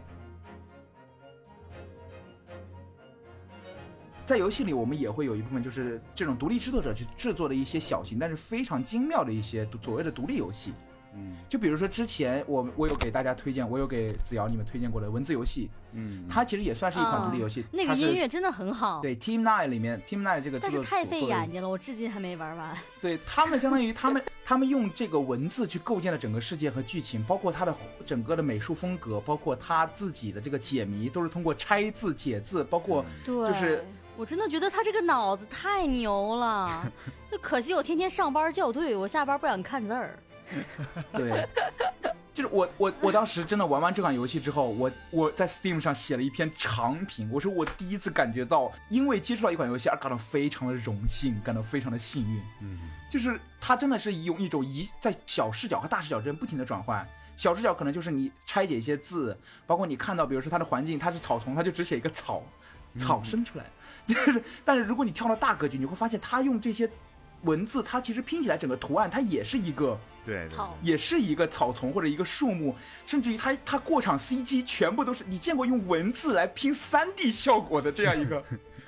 [SPEAKER 2] 在游戏里，我们也会有一部分就是这种独立制作者去制作的一些小型，但是非常精妙的一些独所谓的独立游戏。
[SPEAKER 1] 嗯
[SPEAKER 2] 就比如说之前我我有给大家推荐，我有给子瑶你们推荐过的文字游戏，
[SPEAKER 1] 嗯，
[SPEAKER 2] 它其实也算是一款独立游戏。
[SPEAKER 3] 哦那个
[SPEAKER 2] 它是
[SPEAKER 3] 音乐真的很好，
[SPEAKER 2] 对 Team Nine 里面 Team Nine 这个制
[SPEAKER 3] 但是
[SPEAKER 2] 作
[SPEAKER 3] 太
[SPEAKER 2] 组
[SPEAKER 3] 费
[SPEAKER 2] 做的
[SPEAKER 3] 眼睛了，我至今还没玩儿完。
[SPEAKER 2] 对他们相当于他们他们用这个文字去构建了整个世界和剧情，包括他的整个的美术风格，包括他自己的这个解谜，都是通过拆字解字，包括
[SPEAKER 3] 对
[SPEAKER 2] 就是
[SPEAKER 3] 我真的觉得他这个脑子太
[SPEAKER 2] (laughs)
[SPEAKER 3] 牛了，就可惜我天天上班校对，我下班不想看字儿。
[SPEAKER 2] 对， (laughs) 就是我我我当时真的玩完这款游戏之后，我我在 Steam 上写了一篇长评，我说我第一次感觉到，因为接触到一款游戏而感到非常的荣幸，感到非常的幸运。
[SPEAKER 1] 嗯，
[SPEAKER 2] 就是它真的是用一种一在小视角和大视角之间不停的转换。小视角可能就是你拆解一些字，包括你看到，比如说它的环境，它是草丛，它就只写一个草，草生出来。 (laughs) 就是，但是如果你跳到大格局，你会发现它用这些文字，它其实拼起来整个图案，它也是一个
[SPEAKER 1] 对，对
[SPEAKER 3] 操
[SPEAKER 2] 也是一个草丛或者一个树木，甚至于它它过场 CG 全部都是你见过用文字来拼 3D 效果的这样一
[SPEAKER 3] (laughs)
[SPEAKER 2] 个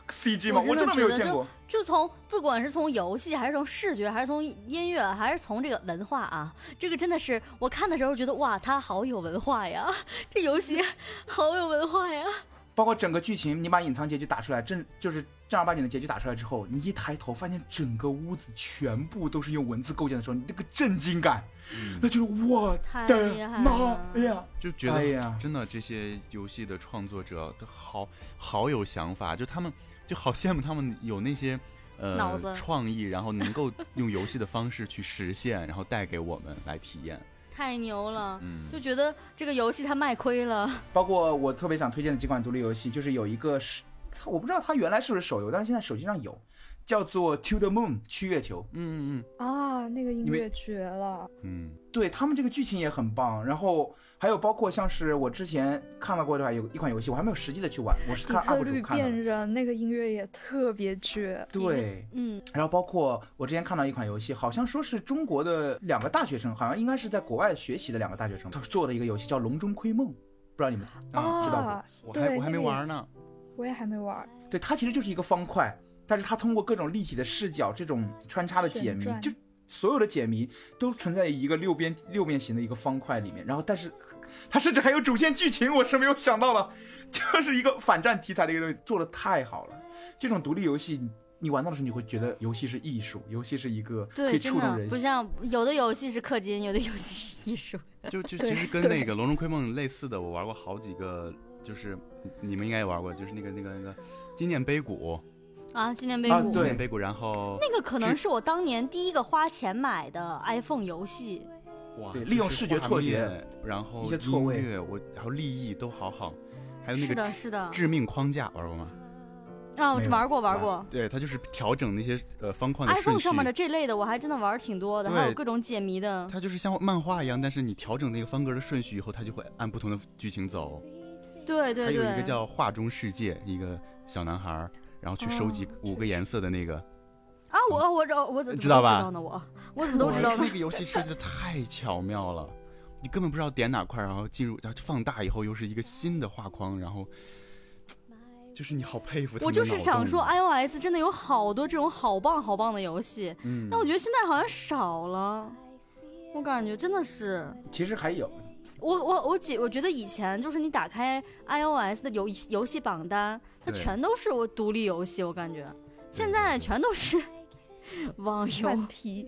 [SPEAKER 2] CG 吗？我
[SPEAKER 3] 我
[SPEAKER 2] 真
[SPEAKER 3] 真
[SPEAKER 2] 的
[SPEAKER 3] 的
[SPEAKER 2] 没有
[SPEAKER 3] 觉得
[SPEAKER 2] 见过。
[SPEAKER 3] 就从不管是从游戏，还是从视觉，还是从音乐，还是从这个文化啊，这个真的是我看的时候觉得哇，他好有文化呀， (laughs) 这游戏好有文化呀。
[SPEAKER 2] 包括整个剧情，你把隐藏结局打出来，正就是正儿八经的结局打出来之后，你一抬头发现整个屋子全部都是用文字构建的时候，你那个震惊感，
[SPEAKER 3] 嗯
[SPEAKER 2] 那就是我
[SPEAKER 3] 太
[SPEAKER 2] 的
[SPEAKER 3] 厉害
[SPEAKER 2] 妈
[SPEAKER 3] 了！
[SPEAKER 2] 呀！
[SPEAKER 1] 就哎觉
[SPEAKER 2] 哎
[SPEAKER 1] 得
[SPEAKER 2] 呀
[SPEAKER 1] 真的这些游戏的创作者都好好有想法，就他们就好羡慕他们有那些
[SPEAKER 3] 脑
[SPEAKER 1] 呃
[SPEAKER 3] 子
[SPEAKER 1] 创意，然后能够用游戏的方式去实现，然后带给我们来体验。
[SPEAKER 3] 太牛了，
[SPEAKER 1] 嗯
[SPEAKER 3] 就觉得这个游戏它卖亏了。
[SPEAKER 2] 包括我特别想推荐的几款独立游戏，就是有一个是，它我不知道它原来是不是手游，但是现在手机上有，叫做《To the Moon》去月球。
[SPEAKER 1] 嗯嗯
[SPEAKER 4] 啊，那个音
[SPEAKER 2] 你们
[SPEAKER 4] 乐绝了，
[SPEAKER 1] 嗯
[SPEAKER 2] 对他们这个剧情也很棒，然后还有包括像是我之前看到过的话，有一款游戏我还没有实际的去玩，我是
[SPEAKER 4] 底
[SPEAKER 2] 看
[SPEAKER 4] 特
[SPEAKER 2] UP
[SPEAKER 4] 律
[SPEAKER 2] 主看到的。
[SPEAKER 4] 变人那个音乐也特别绝，
[SPEAKER 2] 对，
[SPEAKER 3] 嗯，
[SPEAKER 2] 然后包括我之前看到一款游戏，好像说是中国的两个大学生，好像应该是在国外学习的两个大学生，他做了一个游戏叫《笼中窥梦》，不知道你们
[SPEAKER 3] 哦
[SPEAKER 1] 啊，
[SPEAKER 2] 知道过
[SPEAKER 4] 啊，
[SPEAKER 1] 我还
[SPEAKER 4] 对，
[SPEAKER 1] 我还没
[SPEAKER 4] 那个
[SPEAKER 1] 玩呢。
[SPEAKER 4] 我也还没玩儿。
[SPEAKER 2] 对，它其实就是一个方块，但是它通过各种立体的视角，这种穿插的解谜
[SPEAKER 4] 旋，转
[SPEAKER 2] 就所有的解谜都存在于一个六边六面形的一个方块里面。然后，但是它甚至还有主线剧情，我是没有想到了，就是一个反战题材的一个东西，做的太好了。这种独立游戏，你玩到的时候，你会觉得游戏是艺术，游戏是一个可
[SPEAKER 3] 对，
[SPEAKER 2] 以
[SPEAKER 3] 真
[SPEAKER 2] 触动
[SPEAKER 3] 的
[SPEAKER 2] 人
[SPEAKER 3] 不
[SPEAKER 2] 心。
[SPEAKER 3] 像有的游戏是氪金，有的游戏是艺术。
[SPEAKER 1] 就就
[SPEAKER 4] 对
[SPEAKER 1] 其实跟那个《笼中窥梦》类似的，我玩过好几个，就是你们应该也玩过，就是那个那个那个纪念碑谷，
[SPEAKER 3] 啊，纪念碑
[SPEAKER 2] 啊
[SPEAKER 3] 谷。
[SPEAKER 1] 纪
[SPEAKER 2] 对
[SPEAKER 1] 念碑谷，然后
[SPEAKER 3] 那个可能是我当年第一个花钱买的 iPhone 游戏，
[SPEAKER 1] 哇，
[SPEAKER 2] 对
[SPEAKER 1] 就
[SPEAKER 2] 利用
[SPEAKER 1] 是
[SPEAKER 2] 视觉
[SPEAKER 1] 画
[SPEAKER 2] 错觉
[SPEAKER 1] 面，然后
[SPEAKER 2] 一些错位
[SPEAKER 1] 音乐，我然后立意都好好，还有那
[SPEAKER 3] 是
[SPEAKER 1] 个
[SPEAKER 3] 的，
[SPEAKER 1] 致
[SPEAKER 3] 是的，
[SPEAKER 1] 致命框架玩过吗？
[SPEAKER 3] 啊，我
[SPEAKER 2] 没有
[SPEAKER 3] 玩过
[SPEAKER 2] 玩
[SPEAKER 3] 玩过
[SPEAKER 1] 对，它就是调整那些呃方块的顺序。
[SPEAKER 3] ，iPhone 上面的这类的我还真的玩儿挺多的，
[SPEAKER 1] 对
[SPEAKER 3] 还有各种解谜的，
[SPEAKER 1] 它就是像漫画一样，但是你调整那个方格的顺序以后，它就会按不同的剧情走。
[SPEAKER 3] 对
[SPEAKER 1] 还
[SPEAKER 3] 对
[SPEAKER 1] 有一个
[SPEAKER 3] 对，
[SPEAKER 1] 叫画中世界，一个小男孩儿，然后去收
[SPEAKER 3] 哦
[SPEAKER 1] 集五个颜色的那个，
[SPEAKER 3] 啊，我我我我怎么都
[SPEAKER 1] 知道吧
[SPEAKER 3] 知道呢？我我怎么都知道
[SPEAKER 1] 哇
[SPEAKER 3] 呢
[SPEAKER 1] 那？个游戏设计的太巧妙了，你根本不知道点哪块，然后进入，然后放大以后又是一个新的画框，然后就是你好佩服他们
[SPEAKER 3] 我
[SPEAKER 1] 的
[SPEAKER 3] 就
[SPEAKER 1] 脑洞。
[SPEAKER 3] 是想说，iOS 哎真的有好多这种好棒好棒的游戏，
[SPEAKER 1] 嗯，
[SPEAKER 3] 但我觉得现在好像少了。我感觉真的是，
[SPEAKER 2] 其实还有，
[SPEAKER 3] 我我我几我觉得以前就是你打开 iOS 的游游戏榜单，它
[SPEAKER 1] 对
[SPEAKER 3] 全都是我独立游戏，我感觉现在全都是 (laughs) 网游
[SPEAKER 4] 换皮，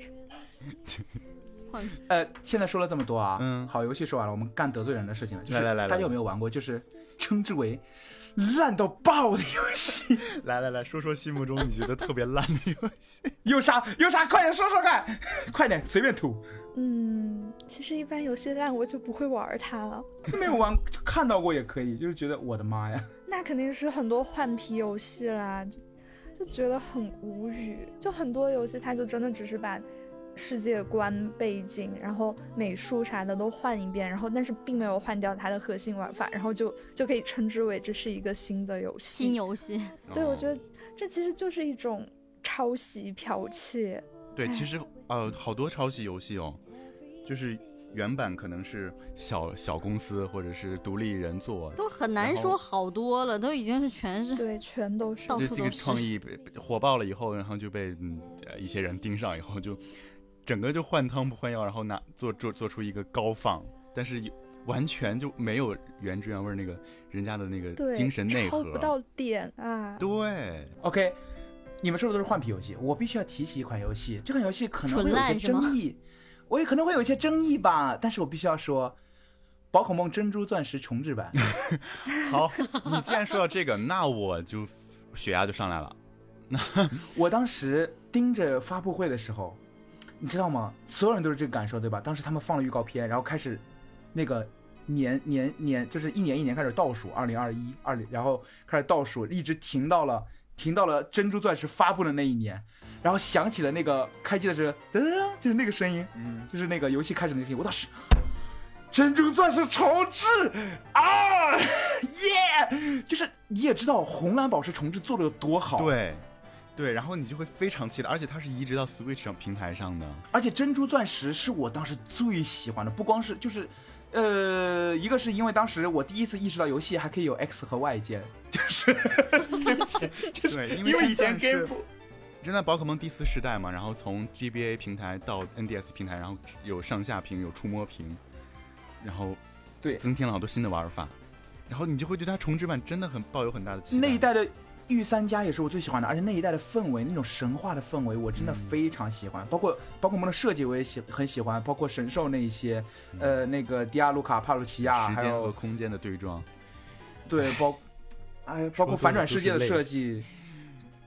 [SPEAKER 3] 换皮
[SPEAKER 2] 呃，现在说了这么多啊，
[SPEAKER 1] 嗯
[SPEAKER 2] 好游戏说完了，我们干得罪人的事情了，就是
[SPEAKER 1] 来来来来
[SPEAKER 2] 大家有没有玩过，就是称之为烂到爆的游戏？
[SPEAKER 1] 来来来说说心目中你觉得特别烂的游
[SPEAKER 3] (laughs)
[SPEAKER 1] 戏。
[SPEAKER 2] 有啥有啥，快点说说看， (laughs) 快点随便吐。
[SPEAKER 4] 嗯，其实一般有些烂我就不会玩它了。
[SPEAKER 2] 没有玩，看到过也可以，就是觉得我的妈呀，
[SPEAKER 4] 那肯定是很多换皮游戏啦，就就觉得很无语。就很多游戏，它就真的只是把世界观、背景，然后美术啥的都换一遍，然后但是并没有换掉它的核心玩法，然后就就可以称之为这是一个新的游戏。
[SPEAKER 3] 新游戏，
[SPEAKER 4] 对，我觉
[SPEAKER 3] 哎
[SPEAKER 1] 得。
[SPEAKER 4] 得这其实就是一种抄袭剽窃。
[SPEAKER 1] 对，其
[SPEAKER 4] 哎
[SPEAKER 1] 实呃，好多抄袭游戏哦，就是原版可能是小小公司或者是独立人做，
[SPEAKER 3] 都很难
[SPEAKER 1] 然后
[SPEAKER 3] 说好多了，都已经是全是
[SPEAKER 4] 对，全都哦是
[SPEAKER 3] 到
[SPEAKER 1] 这
[SPEAKER 3] 处
[SPEAKER 1] 这
[SPEAKER 3] 都
[SPEAKER 1] 个
[SPEAKER 3] 是
[SPEAKER 1] 创意被被火爆了以后，然后就被嗯呃一些人盯上以后，就整个就换汤不换药，然后拿做做做出一个高仿，但是有完全就没有原汁原味儿那个人家的那个
[SPEAKER 4] 对
[SPEAKER 1] 精神内
[SPEAKER 4] 抄
[SPEAKER 1] 核
[SPEAKER 4] 不。到点啊。
[SPEAKER 1] 对，
[SPEAKER 2] OK，你们是不是都是换皮游戏？我必须要提起一款游戏，这款游戏可能会有
[SPEAKER 3] 纯
[SPEAKER 2] 一些
[SPEAKER 3] 烂是吗
[SPEAKER 2] 争议，我也可能会有一些争议吧，但是我必须要说，《宝可梦珍珠钻石重置版》
[SPEAKER 1] 好，你既然说到这个，那我就血压就上来了。
[SPEAKER 2] 我当时盯着发布会的时候，你知道吗？所有人都是这个感受，对吧？当时他们放了预告片，然后开始那个年年年，就是一年一年开始倒数，二零二一、二零，然后开始倒数，一直停到了停到了珍珠钻石发布的那一年，然后响起了那个开机的时候，噔噔噔，就是那个声音，
[SPEAKER 1] 嗯，
[SPEAKER 2] 就是那个游戏开始的那个声音，我当时。珍珠钻石重置啊，耶！就是你也知道红蓝宝石重置做的有多好，
[SPEAKER 1] 对，对，然后你就会非常期待，而且它是移植到 Switch 上平台上的。
[SPEAKER 2] 而且珍珠钻石是我当时最喜欢的，不光是就是，呃，一个是因为当时我第一次意识到游戏还可以有 X 和 Y 键，
[SPEAKER 1] 对，因为
[SPEAKER 2] 以前 Game
[SPEAKER 1] 不。就在宝可梦第四世代嘛，然后从 GBA 平台到 NDS 平台，然后有上下屏，有触摸屏，然后
[SPEAKER 2] 对
[SPEAKER 1] 增添了好多新的玩法，然后你就会对它重置版真的很抱有很大的期待。
[SPEAKER 2] 那一代的御三家也是我最喜欢的，而且那一代的氛围，那种神话的氛围，我
[SPEAKER 1] 嗯
[SPEAKER 2] 真的非常喜欢。包括宝可梦的设计我也喜很喜欢，包括神兽那一些，呃，那个迪亚卢卡、帕鲁奇亚，
[SPEAKER 1] 嗯时
[SPEAKER 2] 还
[SPEAKER 1] 间和
[SPEAKER 2] 有
[SPEAKER 1] 空间的对撞，
[SPEAKER 2] 对包，哎，包括反转世界的设计。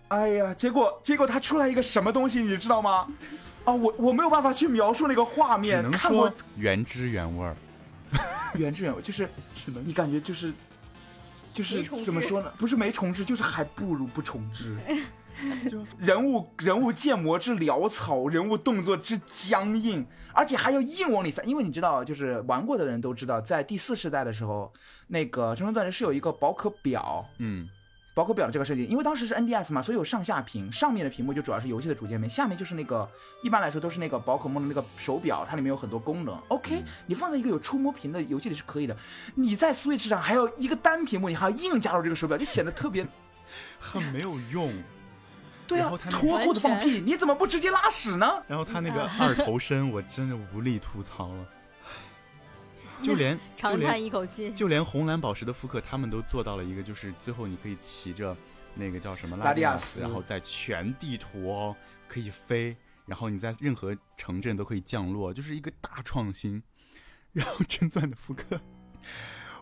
[SPEAKER 2] 哎呀，结果结果它出来一个什么东西，你知道吗？啊，我我没有办法去描述那个画
[SPEAKER 1] 只
[SPEAKER 2] 面，
[SPEAKER 1] 能
[SPEAKER 2] 看过
[SPEAKER 1] 说原汁原味儿。
[SPEAKER 2] 原汁原味，
[SPEAKER 1] (laughs)
[SPEAKER 2] 就是你感觉就是就是
[SPEAKER 3] 没重置
[SPEAKER 2] 怎么说呢？不是没重置，就是还不如不重置。 (laughs) 就人物人物建模之潦草，人物动作之僵硬，而且还要硬往里塞。因为你知道，就是玩过的人都知道，在第四世代的时候，那个《神龙钻石》是有一个宝可表， (laughs)
[SPEAKER 1] 嗯，
[SPEAKER 2] 宝可表这个设计，因为当时是 NDS 嘛，所以有上下屏，上面的屏幕就主要是游戏的主界面，下面就是那个一般来说都是那个宝可梦的那个手表，它里面有很多功能。OK，你放在一个有触摸屏的游戏里是可以的，你在 Switch 上还有一个单屏幕，你还要硬加入这个手表，就显得特别
[SPEAKER 1] 很没有用。
[SPEAKER 2] 对
[SPEAKER 1] 然
[SPEAKER 2] 啊
[SPEAKER 1] 后它，那个
[SPEAKER 2] 脱裤子放屁，你怎么不直接拉屎呢？
[SPEAKER 1] 然后他那个
[SPEAKER 3] 嗯
[SPEAKER 1] 二头身，我真的无力吐槽
[SPEAKER 3] (laughs)
[SPEAKER 1] 了。就连就
[SPEAKER 3] 长
[SPEAKER 1] 连
[SPEAKER 3] 叹一口气。
[SPEAKER 1] 就连红蓝宝石的复刻，他们都做到了一个，就是最后你可以骑着那个叫什么
[SPEAKER 2] 拉
[SPEAKER 1] 拉
[SPEAKER 2] 蒂
[SPEAKER 1] 蒂
[SPEAKER 2] 亚
[SPEAKER 1] 亚
[SPEAKER 2] 斯
[SPEAKER 1] 斯，然后在全地图哦可以飞，然后你在任何城镇都可以降落，就是一个大创新。然后 (laughs) 真钻的复刻，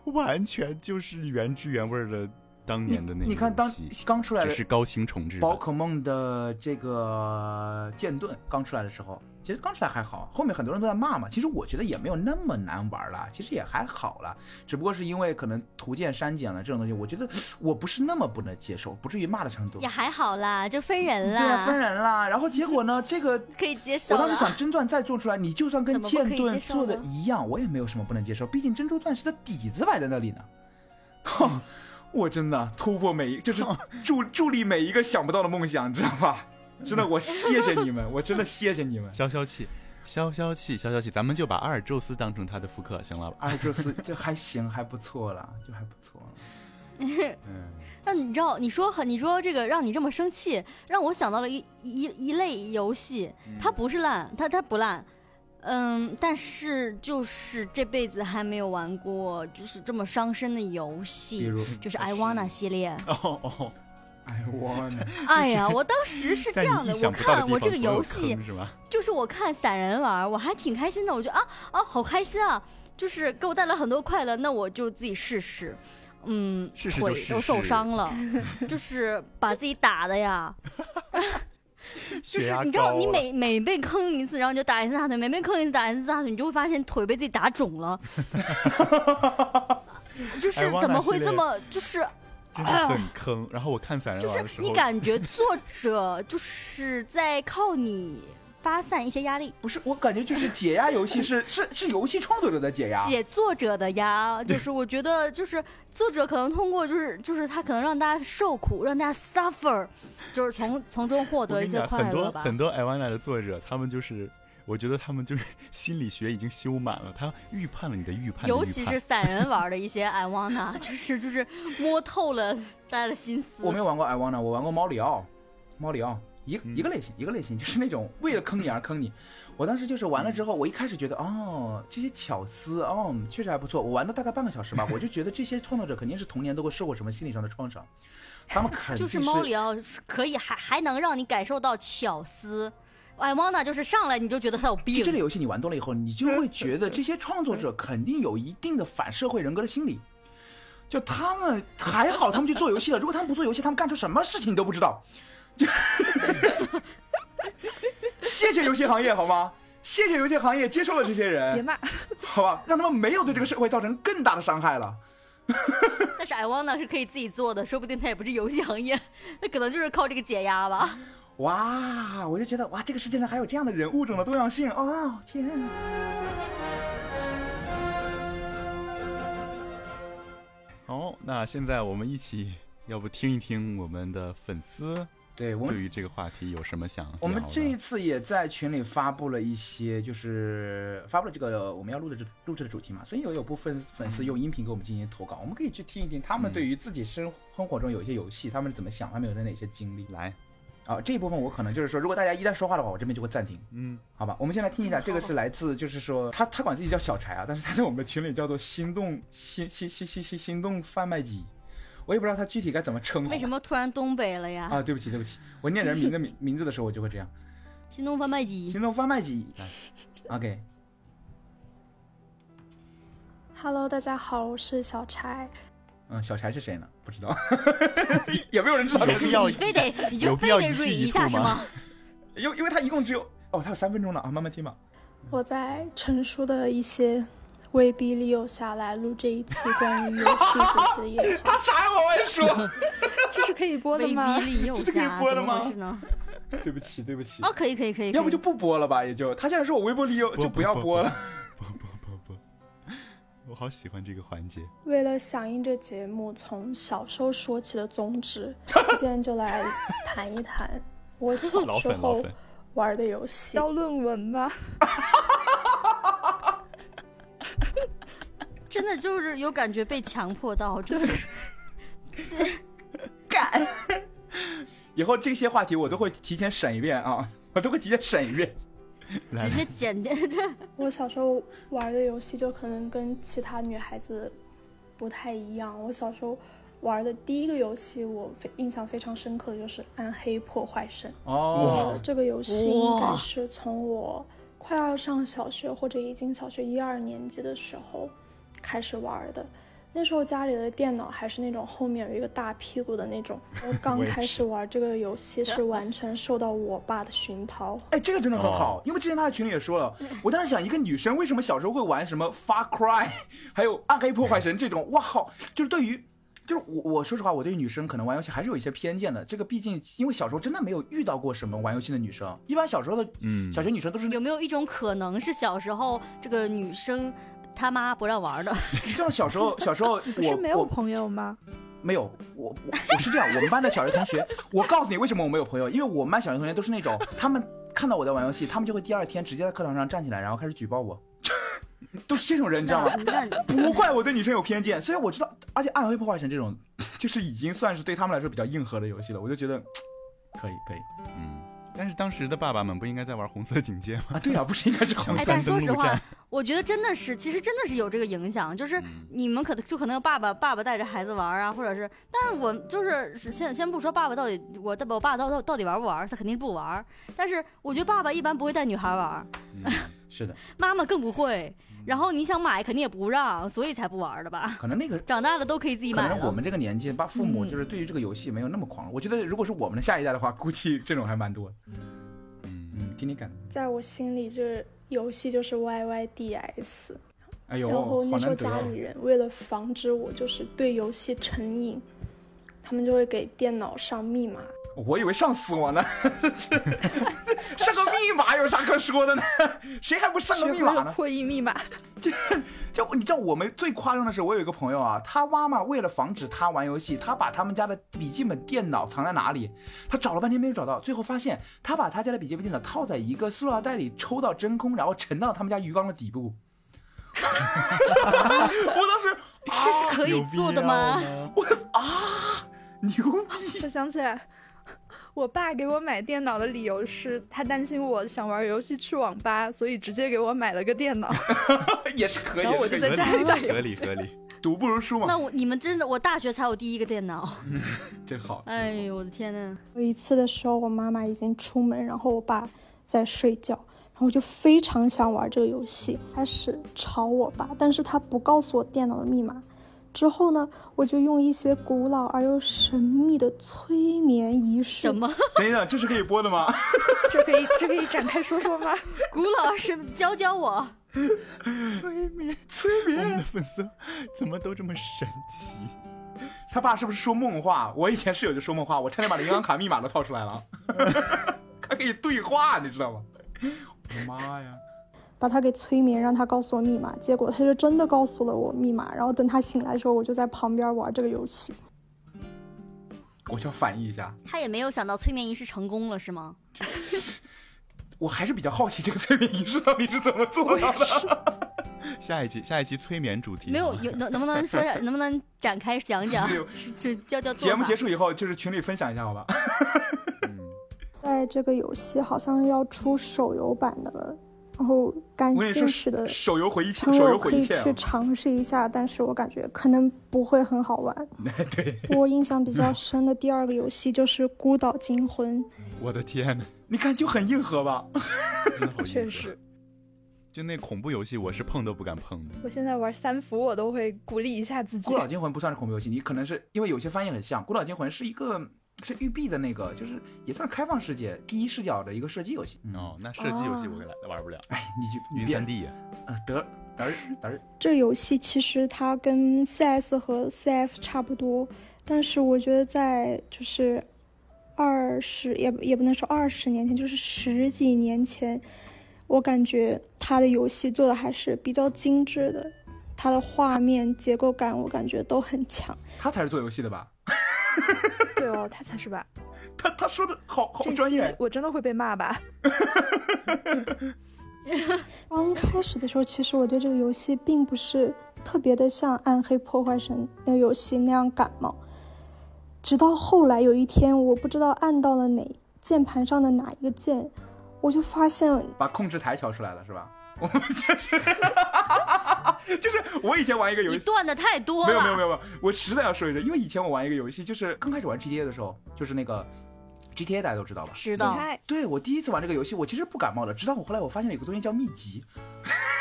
[SPEAKER 1] 完全就是原汁原味儿的当
[SPEAKER 2] 你
[SPEAKER 1] 年的那个
[SPEAKER 2] 你看
[SPEAKER 1] 游
[SPEAKER 2] 当
[SPEAKER 1] 戏
[SPEAKER 2] 刚出来
[SPEAKER 1] 只
[SPEAKER 2] 的
[SPEAKER 1] 是高清重置
[SPEAKER 2] 宝
[SPEAKER 1] 版。
[SPEAKER 2] 可梦的这个剑盾刚出来的时候，其实刚出来还好，后面很多人都在骂嘛。其实我觉得也没有那么难玩了，其实也还好了，只不过是因为可能图鉴删减了这种东西，我觉得我不是那么不能接受，不至于骂的程度
[SPEAKER 3] 也。还好啦，就分人
[SPEAKER 2] 对啊，分
[SPEAKER 3] 啦，
[SPEAKER 2] 人啦。然后结果呢，这个
[SPEAKER 3] 可以接受
[SPEAKER 2] 我
[SPEAKER 3] 了
[SPEAKER 2] 当时。想，真钻再做出来，你就算跟
[SPEAKER 3] 怎么不可
[SPEAKER 2] 剑
[SPEAKER 3] 以
[SPEAKER 2] 盾
[SPEAKER 3] 接受
[SPEAKER 2] 做的
[SPEAKER 3] 呢
[SPEAKER 2] 一样，我也没有什么不能接受。毕竟珍珠钻石的底子摆在那里呢。哈，我真的突破每一， (laughs) 就是助助力每 (laughs) 一个想不到的梦想，你知道吧？真的，我谢谢你们，我真的谢谢你们。
[SPEAKER 1] 消消气，消消气，消消气，咱们就把阿尔宙斯当成他的复刻，行了吧？ (laughs)
[SPEAKER 2] 阿尔宙斯哎就还行，还不错了，就还不错了。
[SPEAKER 3] (laughs)
[SPEAKER 2] 嗯，
[SPEAKER 3] 那你知道，你说很，你说这个让你这么生气，让我想到了一一一类游戏，
[SPEAKER 1] 嗯
[SPEAKER 3] 它不是烂，它它不烂，嗯，但是就是这辈子还没有玩过就是这么伤身的游
[SPEAKER 2] 比
[SPEAKER 3] 戏，
[SPEAKER 2] 如
[SPEAKER 3] 就是 I wanna 系列。
[SPEAKER 1] 哦哦，
[SPEAKER 2] I
[SPEAKER 3] (laughs)
[SPEAKER 2] wanna，
[SPEAKER 3] 哎呀，我当时是
[SPEAKER 1] 在
[SPEAKER 3] 这样
[SPEAKER 1] 你
[SPEAKER 3] 的
[SPEAKER 1] 意，
[SPEAKER 3] 我
[SPEAKER 1] 想不到的
[SPEAKER 3] 看
[SPEAKER 1] 地方
[SPEAKER 3] 我这个
[SPEAKER 1] 总有
[SPEAKER 3] 游戏
[SPEAKER 1] 坑是吧？
[SPEAKER 3] 就是我看散人玩，我还挺开心的，我觉得啊啊好开心啊，就是给我带来很多快乐，那我就自己试试。嗯，
[SPEAKER 1] 试试就
[SPEAKER 3] 腿
[SPEAKER 1] 试
[SPEAKER 3] 都受
[SPEAKER 1] 试
[SPEAKER 3] 伤了，
[SPEAKER 1] (laughs)
[SPEAKER 3] 就是把自己打的呀，
[SPEAKER 1] 血
[SPEAKER 3] 就是
[SPEAKER 1] 压
[SPEAKER 3] 你知道，
[SPEAKER 1] 高啊
[SPEAKER 3] 你
[SPEAKER 1] 了
[SPEAKER 3] 每每被坑一次，然后你就打一次大腿，每被坑一次打一次大腿，你就会发现腿被自己打肿
[SPEAKER 1] (laughs)
[SPEAKER 3] 了，
[SPEAKER 1] 哎
[SPEAKER 3] 就是怎么会这么就是
[SPEAKER 1] 真的很坑。然后我看散人
[SPEAKER 3] 就
[SPEAKER 1] 玩的
[SPEAKER 3] 是
[SPEAKER 1] 时
[SPEAKER 3] 你
[SPEAKER 1] 候，
[SPEAKER 3] 感觉作者就是在靠你发散一些压力，
[SPEAKER 2] 不是，我感觉就是解压游戏是是是游戏创作者的解压，
[SPEAKER 3] 解作者的压，就是我觉得就是作者可能通过就是就是他可能让大家受苦，让大家 suffer，就是从从中获
[SPEAKER 1] 我
[SPEAKER 3] 得
[SPEAKER 1] 跟
[SPEAKER 3] 一
[SPEAKER 1] 你
[SPEAKER 3] 些
[SPEAKER 1] 讲，
[SPEAKER 3] 快
[SPEAKER 1] 很
[SPEAKER 3] 乐
[SPEAKER 1] 多
[SPEAKER 3] 吧。
[SPEAKER 1] 很多艾万娜的作者，他们就是，我觉得他们就是心理学已经修满了，他预判了你的预判的预判，
[SPEAKER 3] 尤其是散人玩的一些 I wanna，就是 (laughs) 就是摸透了大家的心思。
[SPEAKER 2] 我没有玩过 I wanna，我玩过猫里奥，猫里奥一个
[SPEAKER 1] 嗯
[SPEAKER 2] 一个类型，一个类型就是那种为了坑你而坑你。我当时就是玩了之后，我一开始觉得哦，这些巧思哦确实还不错。我玩了大概半个小时吧，我就觉得这些创作者肯定是童年都会受过什么心理上的创伤，他们肯定
[SPEAKER 3] 就是猫里奥是可以还还能让你感受到巧思，I wanna 就是上来你就觉得他有
[SPEAKER 2] 就这类
[SPEAKER 3] 病，
[SPEAKER 2] 游戏你玩多了以后，你就会觉得这些创作者肯定有一定的反社会人格的心理。就他们还好，他们去做游戏了。如果他们不做游戏，他们干出什么事情你都不知道。就 (laughs) 谢谢游戏行业好吗？谢谢游戏行业接受了这些
[SPEAKER 4] 别
[SPEAKER 2] 人，
[SPEAKER 4] 骂，
[SPEAKER 2] 好吧，让他们没有对这个社会造成更大的伤害了。
[SPEAKER 3] 但是 I wanna 是可以自己做的，说不定他也不是游戏行业，那可能就是靠这个解压吧。
[SPEAKER 2] 哇，我就觉得哇，这个世界上还有这样的人物种的多样性哦，天啊！
[SPEAKER 1] 好，那现在我们一起，要不听一听我们的粉丝
[SPEAKER 2] 对我们
[SPEAKER 1] 对于这个话题有什么想聊的？
[SPEAKER 2] 我们这一次也在群里发布了一些，就是发布了这个我们要录的这录制的主题嘛，所以有有部分粉丝用音频给我们进行投稿，我们可以去听一听他们对于自己生生活中有一些游戏，他们是怎么想，他们有的哪些经历
[SPEAKER 1] 来，
[SPEAKER 2] 啊。这一部分我可能就是说，如果大家一旦说话的话，我这边就会暂停，
[SPEAKER 1] 嗯，
[SPEAKER 2] 好吧？我们先来听一下，
[SPEAKER 3] 嗯
[SPEAKER 2] 这个
[SPEAKER 3] 好
[SPEAKER 2] 是来自就是说他他管自己叫小柴啊，但是他在我们的群里叫做心动 (laughs) 心心心心心心动贩卖机，我也不知道他具体该怎么称呼
[SPEAKER 3] 为什么突然东北了呀？
[SPEAKER 2] 啊？对不起对不起，我念人名的名名字的时候我就会这样。
[SPEAKER 3] 新东贩卖机，
[SPEAKER 2] 行动贩卖机。OK，
[SPEAKER 1] 哎
[SPEAKER 2] (laughs)
[SPEAKER 5] Hello，大家好，我是小柴。
[SPEAKER 2] 嗯，小柴是谁呢？不知道， (laughs) 也没有人知道他
[SPEAKER 1] 有
[SPEAKER 2] 是
[SPEAKER 1] 必要
[SPEAKER 3] 你非得你
[SPEAKER 1] 哎有
[SPEAKER 3] 就
[SPEAKER 1] 必
[SPEAKER 3] 非
[SPEAKER 1] 要
[SPEAKER 3] 得
[SPEAKER 1] 一
[SPEAKER 3] re
[SPEAKER 1] 句一
[SPEAKER 3] 一下
[SPEAKER 1] 吐
[SPEAKER 3] 是
[SPEAKER 1] 吗
[SPEAKER 2] (laughs)
[SPEAKER 3] 吗？
[SPEAKER 2] 因为因为他一共只有哦，他有三分钟了啊，慢慢听吧。
[SPEAKER 5] 我在成熟的一些威逼利诱下来录这一期关于游戏主题的夜话，
[SPEAKER 2] 他啥也往外说，
[SPEAKER 4] 这是可以播的
[SPEAKER 3] 威逼 (laughs)
[SPEAKER 4] 吗？
[SPEAKER 3] 利诱
[SPEAKER 2] (laughs) 这个可以
[SPEAKER 3] 下，
[SPEAKER 2] 播
[SPEAKER 3] 怎
[SPEAKER 2] 的
[SPEAKER 3] 么
[SPEAKER 2] 吗
[SPEAKER 3] 回事呢？
[SPEAKER 2] (laughs) 对不起，对不起
[SPEAKER 3] 啊，，可以可以可以，
[SPEAKER 2] 要不
[SPEAKER 3] 可
[SPEAKER 2] 就
[SPEAKER 3] 以
[SPEAKER 2] 不播了吧，也就他现在说我微博里有，就
[SPEAKER 1] 哦不
[SPEAKER 2] 要播了。。
[SPEAKER 1] 不不不不不，我好喜欢这个环节。
[SPEAKER 5] 为了响应这节目从小时候说起的宗旨，我今天就来谈一谈我小
[SPEAKER 1] 老
[SPEAKER 5] 时
[SPEAKER 1] 粉老
[SPEAKER 5] 候
[SPEAKER 1] 粉，
[SPEAKER 5] 玩的游戏。
[SPEAKER 4] 交论文吗？
[SPEAKER 3] 真的就是有感觉被强迫到，就是
[SPEAKER 2] 以后这些话题我都会提前审一遍啊，我都会提前审一遍。
[SPEAKER 1] 来
[SPEAKER 3] 直接剪掉。 (laughs)
[SPEAKER 5] 我小时候玩的游戏就可能跟其他女孩子不太一样。我小时候玩的第一个游戏，我非印象非常深刻的就是《暗黑破坏神》。
[SPEAKER 2] 哦，
[SPEAKER 5] 这个游戏应该
[SPEAKER 3] 哇
[SPEAKER 5] 是从我快要上小学或者已经小学一二年级的时候开始玩的。那时候家里的电脑还是那种后面有一个大屁股的那种。我刚
[SPEAKER 1] 我也
[SPEAKER 5] 开始玩这个游戏是完全受到我爸的熏陶。
[SPEAKER 2] 哎，这个真的很好，因为之前他在群里也说了，
[SPEAKER 4] 嗯
[SPEAKER 2] 我当时想，一个女生为什么小时候会玩什么 Far Cry，还有暗黑破坏神这种，哇好，就是对于。就是我，我说实话，我对于女生可能玩游戏还是有一些偏见的。这个毕竟，因为小时候真的没有遇到过什么玩游戏的女生，一般小时候的
[SPEAKER 1] 嗯
[SPEAKER 2] 小学女生都是
[SPEAKER 3] 有没有一种可能是小时候这个女生他妈不让玩的？
[SPEAKER 2] 你知道小时
[SPEAKER 4] (laughs)
[SPEAKER 2] 候，小时候
[SPEAKER 4] 不是
[SPEAKER 2] 我
[SPEAKER 4] 没有
[SPEAKER 2] 我
[SPEAKER 4] 朋友吗？
[SPEAKER 2] 没有，我我我是这样，我们班的小学同学，我告诉你为什么我没有朋友，因为我们班小学同学都是那种他们。看到我在玩游戏，他们就会第二天直接在课堂上站起来，然后开始举报我， (laughs) 都是这种人，你知道吗？
[SPEAKER 3] (laughs) 那那
[SPEAKER 2] 不怪我对女生有偏见，所以我知道，而且《暗黑破坏神》这种， (laughs) 就是已经算是对他们来说比较硬核的游戏了，我就觉得可以可以
[SPEAKER 1] 嗯，但是当时的爸爸们不应该在玩红色警戒吗？
[SPEAKER 2] 啊，对呀、不是应该是红
[SPEAKER 1] 想
[SPEAKER 3] 哎，
[SPEAKER 1] 翻
[SPEAKER 3] 但说
[SPEAKER 1] 登
[SPEAKER 3] 实
[SPEAKER 1] 陆
[SPEAKER 3] 话
[SPEAKER 1] 战，
[SPEAKER 3] 我觉得真的是，其实真的是有这个影响，就是
[SPEAKER 1] 嗯
[SPEAKER 3] 你们可能就可能有爸爸爸爸带着孩子玩啊，或者是，但是我就是是先先不说爸爸到底我我爸到到到底玩不玩，他肯定不玩，但是我觉得爸爸一般不会带女孩玩，
[SPEAKER 2] 是的，
[SPEAKER 3] 妈妈更不会，
[SPEAKER 2] 嗯
[SPEAKER 3] 然后你想买肯定也不让，所以才不玩的吧？
[SPEAKER 2] 可能那个。
[SPEAKER 3] 长大了都可以自己
[SPEAKER 2] 可
[SPEAKER 3] 买
[SPEAKER 2] 能我
[SPEAKER 3] 了。
[SPEAKER 2] 们这个年纪，把父母就是对于这个游戏没有那么
[SPEAKER 5] 嗯
[SPEAKER 2] 狂热。我觉得如果是我们的下一代的话，估计这种还蛮多的。
[SPEAKER 1] 嗯，
[SPEAKER 2] 嗯，听你感觉，
[SPEAKER 5] 在我心里，这游戏就是 YYDS。
[SPEAKER 2] 哎呦，
[SPEAKER 5] 然后
[SPEAKER 2] 好
[SPEAKER 5] 那时
[SPEAKER 2] 难得
[SPEAKER 5] 候家
[SPEAKER 2] 哦。
[SPEAKER 5] 里人为了防止我就是对游戏成瘾，他们就会给电脑上密码。
[SPEAKER 2] 我以为上死我
[SPEAKER 5] (laughs)
[SPEAKER 2] 呢， (laughs) 这上个密码有啥可说的呢？谁还不上个
[SPEAKER 4] 学
[SPEAKER 2] 密
[SPEAKER 4] 会
[SPEAKER 2] 码
[SPEAKER 4] 了
[SPEAKER 2] 呢？
[SPEAKER 4] 破译密码， (laughs)
[SPEAKER 2] 就你知道我们最夸张的是，我有一个朋友啊，他妈妈为了防止他玩游戏，他把他们家的笔记本电脑藏在哪里，他找了半天没有找到，最后发现他把他家的笔记本电脑套在一个塑料袋里，抽到真空，然后沉到他们家鱼缸的底部。 (laughs) 我当时
[SPEAKER 4] 啊
[SPEAKER 3] 这是哦可以做的吗？
[SPEAKER 2] 牛逼，
[SPEAKER 4] 我想起来，我爸给我买电脑的理由是他担心我想玩游戏去网吧，所以直接给我买了个电脑。
[SPEAKER 2] 也是可以，
[SPEAKER 4] 然后我就
[SPEAKER 2] 也是
[SPEAKER 4] 在
[SPEAKER 2] 可以
[SPEAKER 4] 家里打
[SPEAKER 1] 合
[SPEAKER 4] 游
[SPEAKER 1] 理
[SPEAKER 4] 戏
[SPEAKER 1] 合理，
[SPEAKER 2] 读不如书嘛
[SPEAKER 3] 那，我你们真的，我大学才有第一个电脑，
[SPEAKER 2] 这好。
[SPEAKER 3] 哎呦我的天呐！
[SPEAKER 5] 有一次的时候，我妈妈已经出门，然后我爸在睡觉，然后我就非常想玩这个游戏，开始吵我爸，但是他不告诉我电脑的密码。之后呢，我就用一些古老而又神秘的催眠仪式，
[SPEAKER 3] 什么 (laughs)
[SPEAKER 2] 等一等，这是可以播的吗？
[SPEAKER 4] (laughs) 这可以这可以展开说说吗？
[SPEAKER 3] 古老是教教我，
[SPEAKER 1] 催眠，催眠，我们的粉丝怎么都这么神奇？
[SPEAKER 2] 他爸是不是说梦话？我以前室友就说梦话，我差点把银行卡密码都套出来 (laughs) 了。他可以对话，你知道吗？我的妈呀！
[SPEAKER 5] 把他给催眠，让他告诉我密码。结果他就真的告诉了我密码。然后等他醒来之后，我就在旁边玩这个游戏。
[SPEAKER 2] 我需要反应一下，
[SPEAKER 3] 他也没有想到催眠仪式成功了是吗？
[SPEAKER 2] 我还是比较好奇这个催眠仪式到底是怎么做到的。
[SPEAKER 1] 下一期下一期催眠主题啊
[SPEAKER 3] 没有，有能能不能说一
[SPEAKER 2] (laughs)
[SPEAKER 3] 下，能不能展开讲讲
[SPEAKER 2] 没有，
[SPEAKER 3] 就教教做
[SPEAKER 2] 节目
[SPEAKER 3] 法
[SPEAKER 2] 结束以后，就是群里分享一下，好吧？
[SPEAKER 5] 在这个游戏好像要出手游版的了，然后感
[SPEAKER 2] 我跟你
[SPEAKER 5] 兴趣
[SPEAKER 2] 说，
[SPEAKER 5] 的
[SPEAKER 2] 手游 (laughs) 回忆切，
[SPEAKER 5] 朋
[SPEAKER 2] 手
[SPEAKER 5] 友
[SPEAKER 2] 游
[SPEAKER 5] 可
[SPEAKER 2] 回忆
[SPEAKER 5] 以
[SPEAKER 2] 切啊。
[SPEAKER 5] 去尝试一下，但是我感觉可能不会很好玩。
[SPEAKER 2] (laughs) 对，
[SPEAKER 5] 我印象比较深的第二个游戏就是《孤岛惊魂》，
[SPEAKER 1] 我的天
[SPEAKER 3] (laughs)
[SPEAKER 1] 呐，
[SPEAKER 2] 你看就很硬核吧？
[SPEAKER 1] 真的好硬核
[SPEAKER 4] 确实，，
[SPEAKER 1] 就那恐怖游戏，我是碰都不敢碰的。
[SPEAKER 4] 我现在玩三伏，我都会鼓励一下自
[SPEAKER 2] 《
[SPEAKER 4] 己
[SPEAKER 2] (laughs) 孤。岛惊魂》不算是恐怖游戏，你可能是因为有些翻译很像，《孤岛惊魂》是一个是育碧的那个，就是也算是开放世界第一视角的一个射击游戏。
[SPEAKER 1] 哦，，那射击游戏我可来玩不了，
[SPEAKER 2] 哎，嗯你就你
[SPEAKER 1] 晕
[SPEAKER 2] 别
[SPEAKER 1] 三 D 呀，
[SPEAKER 2] 啊，得得儿得儿，
[SPEAKER 5] 这游戏其实它跟 CS 和 CF 差不多，但是我觉得在就是二十也也不能说二十年前，就是十几年前，我感觉它的游戏做的还是比较精致的，它的画面结构感我感觉都很强。
[SPEAKER 2] 他才是做游戏的吧？
[SPEAKER 4] 对哦，他才是吧？
[SPEAKER 2] 他他说的好好
[SPEAKER 4] 这
[SPEAKER 2] 专
[SPEAKER 4] 期
[SPEAKER 2] 业，
[SPEAKER 4] 我真的会被骂吧？
[SPEAKER 5] 刚开始的时候，其实我对这个游戏并不是特别的像《暗黑破坏神》那个游戏那样感冒，直到后来有一天，我不知道按到了哪键盘上的哪一个键，我就发现
[SPEAKER 2] 把控制台调出来了是吧？ (laughs) 我们就是就是我以前玩一个游
[SPEAKER 3] 你
[SPEAKER 2] 戏。
[SPEAKER 3] 断的太多
[SPEAKER 2] 没有没有
[SPEAKER 3] 了
[SPEAKER 2] 没。有没有，我实在要说一声，因为以前我玩一个游戏，就是刚开始玩 GTA 的时候，就是那个 GTA 大家都知道吧？
[SPEAKER 3] 知
[SPEAKER 4] 你
[SPEAKER 3] 道，
[SPEAKER 4] 看，
[SPEAKER 2] 对我第一次玩这个游戏，我其实不感冒的，直到我后来我发现了有个东西叫秘籍，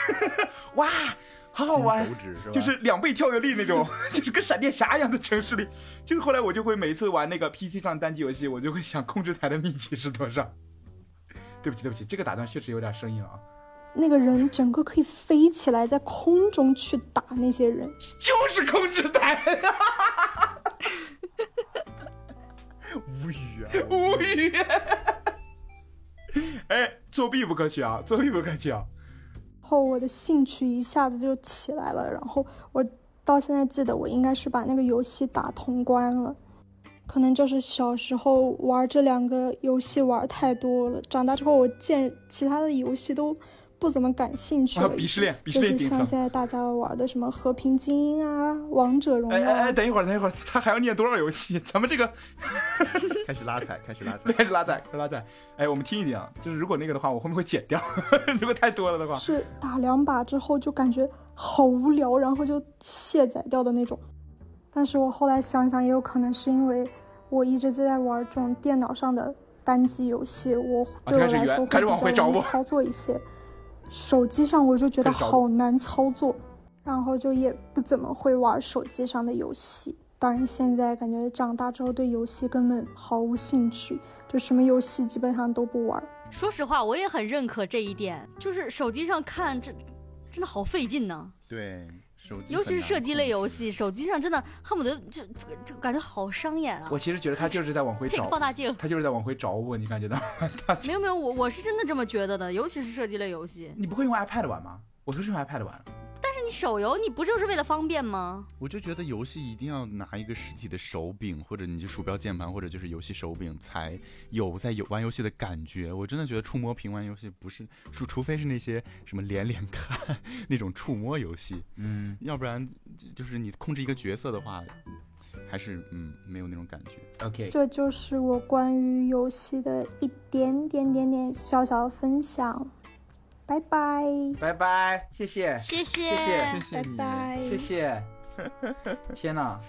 [SPEAKER 2] (laughs) 哇，好好玩
[SPEAKER 1] 金手，指是吧？
[SPEAKER 2] 就是两倍跳跃力
[SPEAKER 1] (laughs)
[SPEAKER 2] 那种， (laughs) 就是跟闪电侠一样的城市里。就是后来我就会每次玩那个 PC 上单机游戏，我就会想控制台的秘籍是多少。 (laughs) 对不起，对不起，这个打断确实有点生硬啊。
[SPEAKER 5] 那个人整个可以飞起来，在空中去打那些人。
[SPEAKER 2] 就是控制台，
[SPEAKER 1] 无语啊！
[SPEAKER 2] 无语。 (laughs) 哎，作弊不可取啊，作弊不可取啊。
[SPEAKER 5] 然后我的兴趣一下子就起来了，然后我到现在记得我应该是把那个游戏打通关了。可能就是小时候玩这两个游戏玩太多了，长大之后我见其他的游戏都不怎么感兴趣
[SPEAKER 2] 啊
[SPEAKER 5] 了。
[SPEAKER 2] 鄙视链鄙视
[SPEAKER 5] 就
[SPEAKER 2] 链
[SPEAKER 5] 是
[SPEAKER 2] 顶
[SPEAKER 5] 像
[SPEAKER 2] 层。
[SPEAKER 5] 现在大家玩的什么《和平精英》啊，《王者荣耀
[SPEAKER 2] 哎》哎
[SPEAKER 5] 啊
[SPEAKER 2] 哎，等一会儿，等一会儿，他还要念多少游戏？咱们这个。
[SPEAKER 1] 开始拉踩，开始拉踩
[SPEAKER 2] (laughs) 开始拉带，开始拉带。哎，我们听一听啊，就是如果那个的话，我后面会剪掉。 (laughs) 如果太多了的话，
[SPEAKER 5] 是打两把之后就感觉好无聊，然后就卸载掉的那种。但是我后来想想，也有可能是因为我一直在玩这种电脑上的单机游戏，我
[SPEAKER 2] 啊
[SPEAKER 5] 对我
[SPEAKER 2] 开始
[SPEAKER 5] 来
[SPEAKER 2] 圆
[SPEAKER 5] 说
[SPEAKER 2] 开始往
[SPEAKER 5] 会
[SPEAKER 2] 回
[SPEAKER 5] 比较
[SPEAKER 2] 找
[SPEAKER 5] 容易
[SPEAKER 2] 我
[SPEAKER 5] 操作一些。手机上我就觉得
[SPEAKER 2] 开始找我
[SPEAKER 5] 好难操作，然后就也不怎么会玩手机上的游戏。当然，现在感觉长大之后对游戏根本毫无兴趣，就什么游戏基本上都不玩。
[SPEAKER 3] 说实话，我也很认可这一点，就是手机上看这真的好费劲呢、
[SPEAKER 1] 对，手机
[SPEAKER 3] 尤其是
[SPEAKER 1] 很难
[SPEAKER 3] 射击类游
[SPEAKER 1] 控制，
[SPEAKER 3] 戏，手机上真的恨不得就就就感觉好伤眼啊
[SPEAKER 2] 我！其实觉得他就是在往回
[SPEAKER 3] 配
[SPEAKER 2] 找
[SPEAKER 3] 个，放大镜，
[SPEAKER 2] 他就是在往回找我，你感觉到？ (laughs)
[SPEAKER 3] 没有没有，我我是真的这么觉得的，尤其是射击类游戏。
[SPEAKER 2] 你不会用 iPad 玩吗？我都是用 iPad 玩。
[SPEAKER 1] 嗯
[SPEAKER 3] 那你手游，你不就是为了方便吗？
[SPEAKER 1] 我就觉得游戏一定要拿一个实体的手柄，或者你就鼠标、键盘，或者就是游戏手柄，才有在有玩游戏的感觉。我真的觉得触摸屏玩游戏不是，除除非是那些什么连连看那种触摸游戏，
[SPEAKER 2] 嗯，
[SPEAKER 1] 要不然就是你控制一个角色的话，还是嗯没有那种感觉。
[SPEAKER 2] OK，
[SPEAKER 5] 这就是我关于游戏的一点点点点小小的分享，拜拜。
[SPEAKER 2] 拜拜，谢谢，
[SPEAKER 3] 谢
[SPEAKER 2] 谢
[SPEAKER 3] 谢
[SPEAKER 2] 哎谢
[SPEAKER 1] 谢谢你，哎
[SPEAKER 4] 拜
[SPEAKER 5] 哎
[SPEAKER 4] 拜，
[SPEAKER 2] 谢谢。 (laughs) 天哪，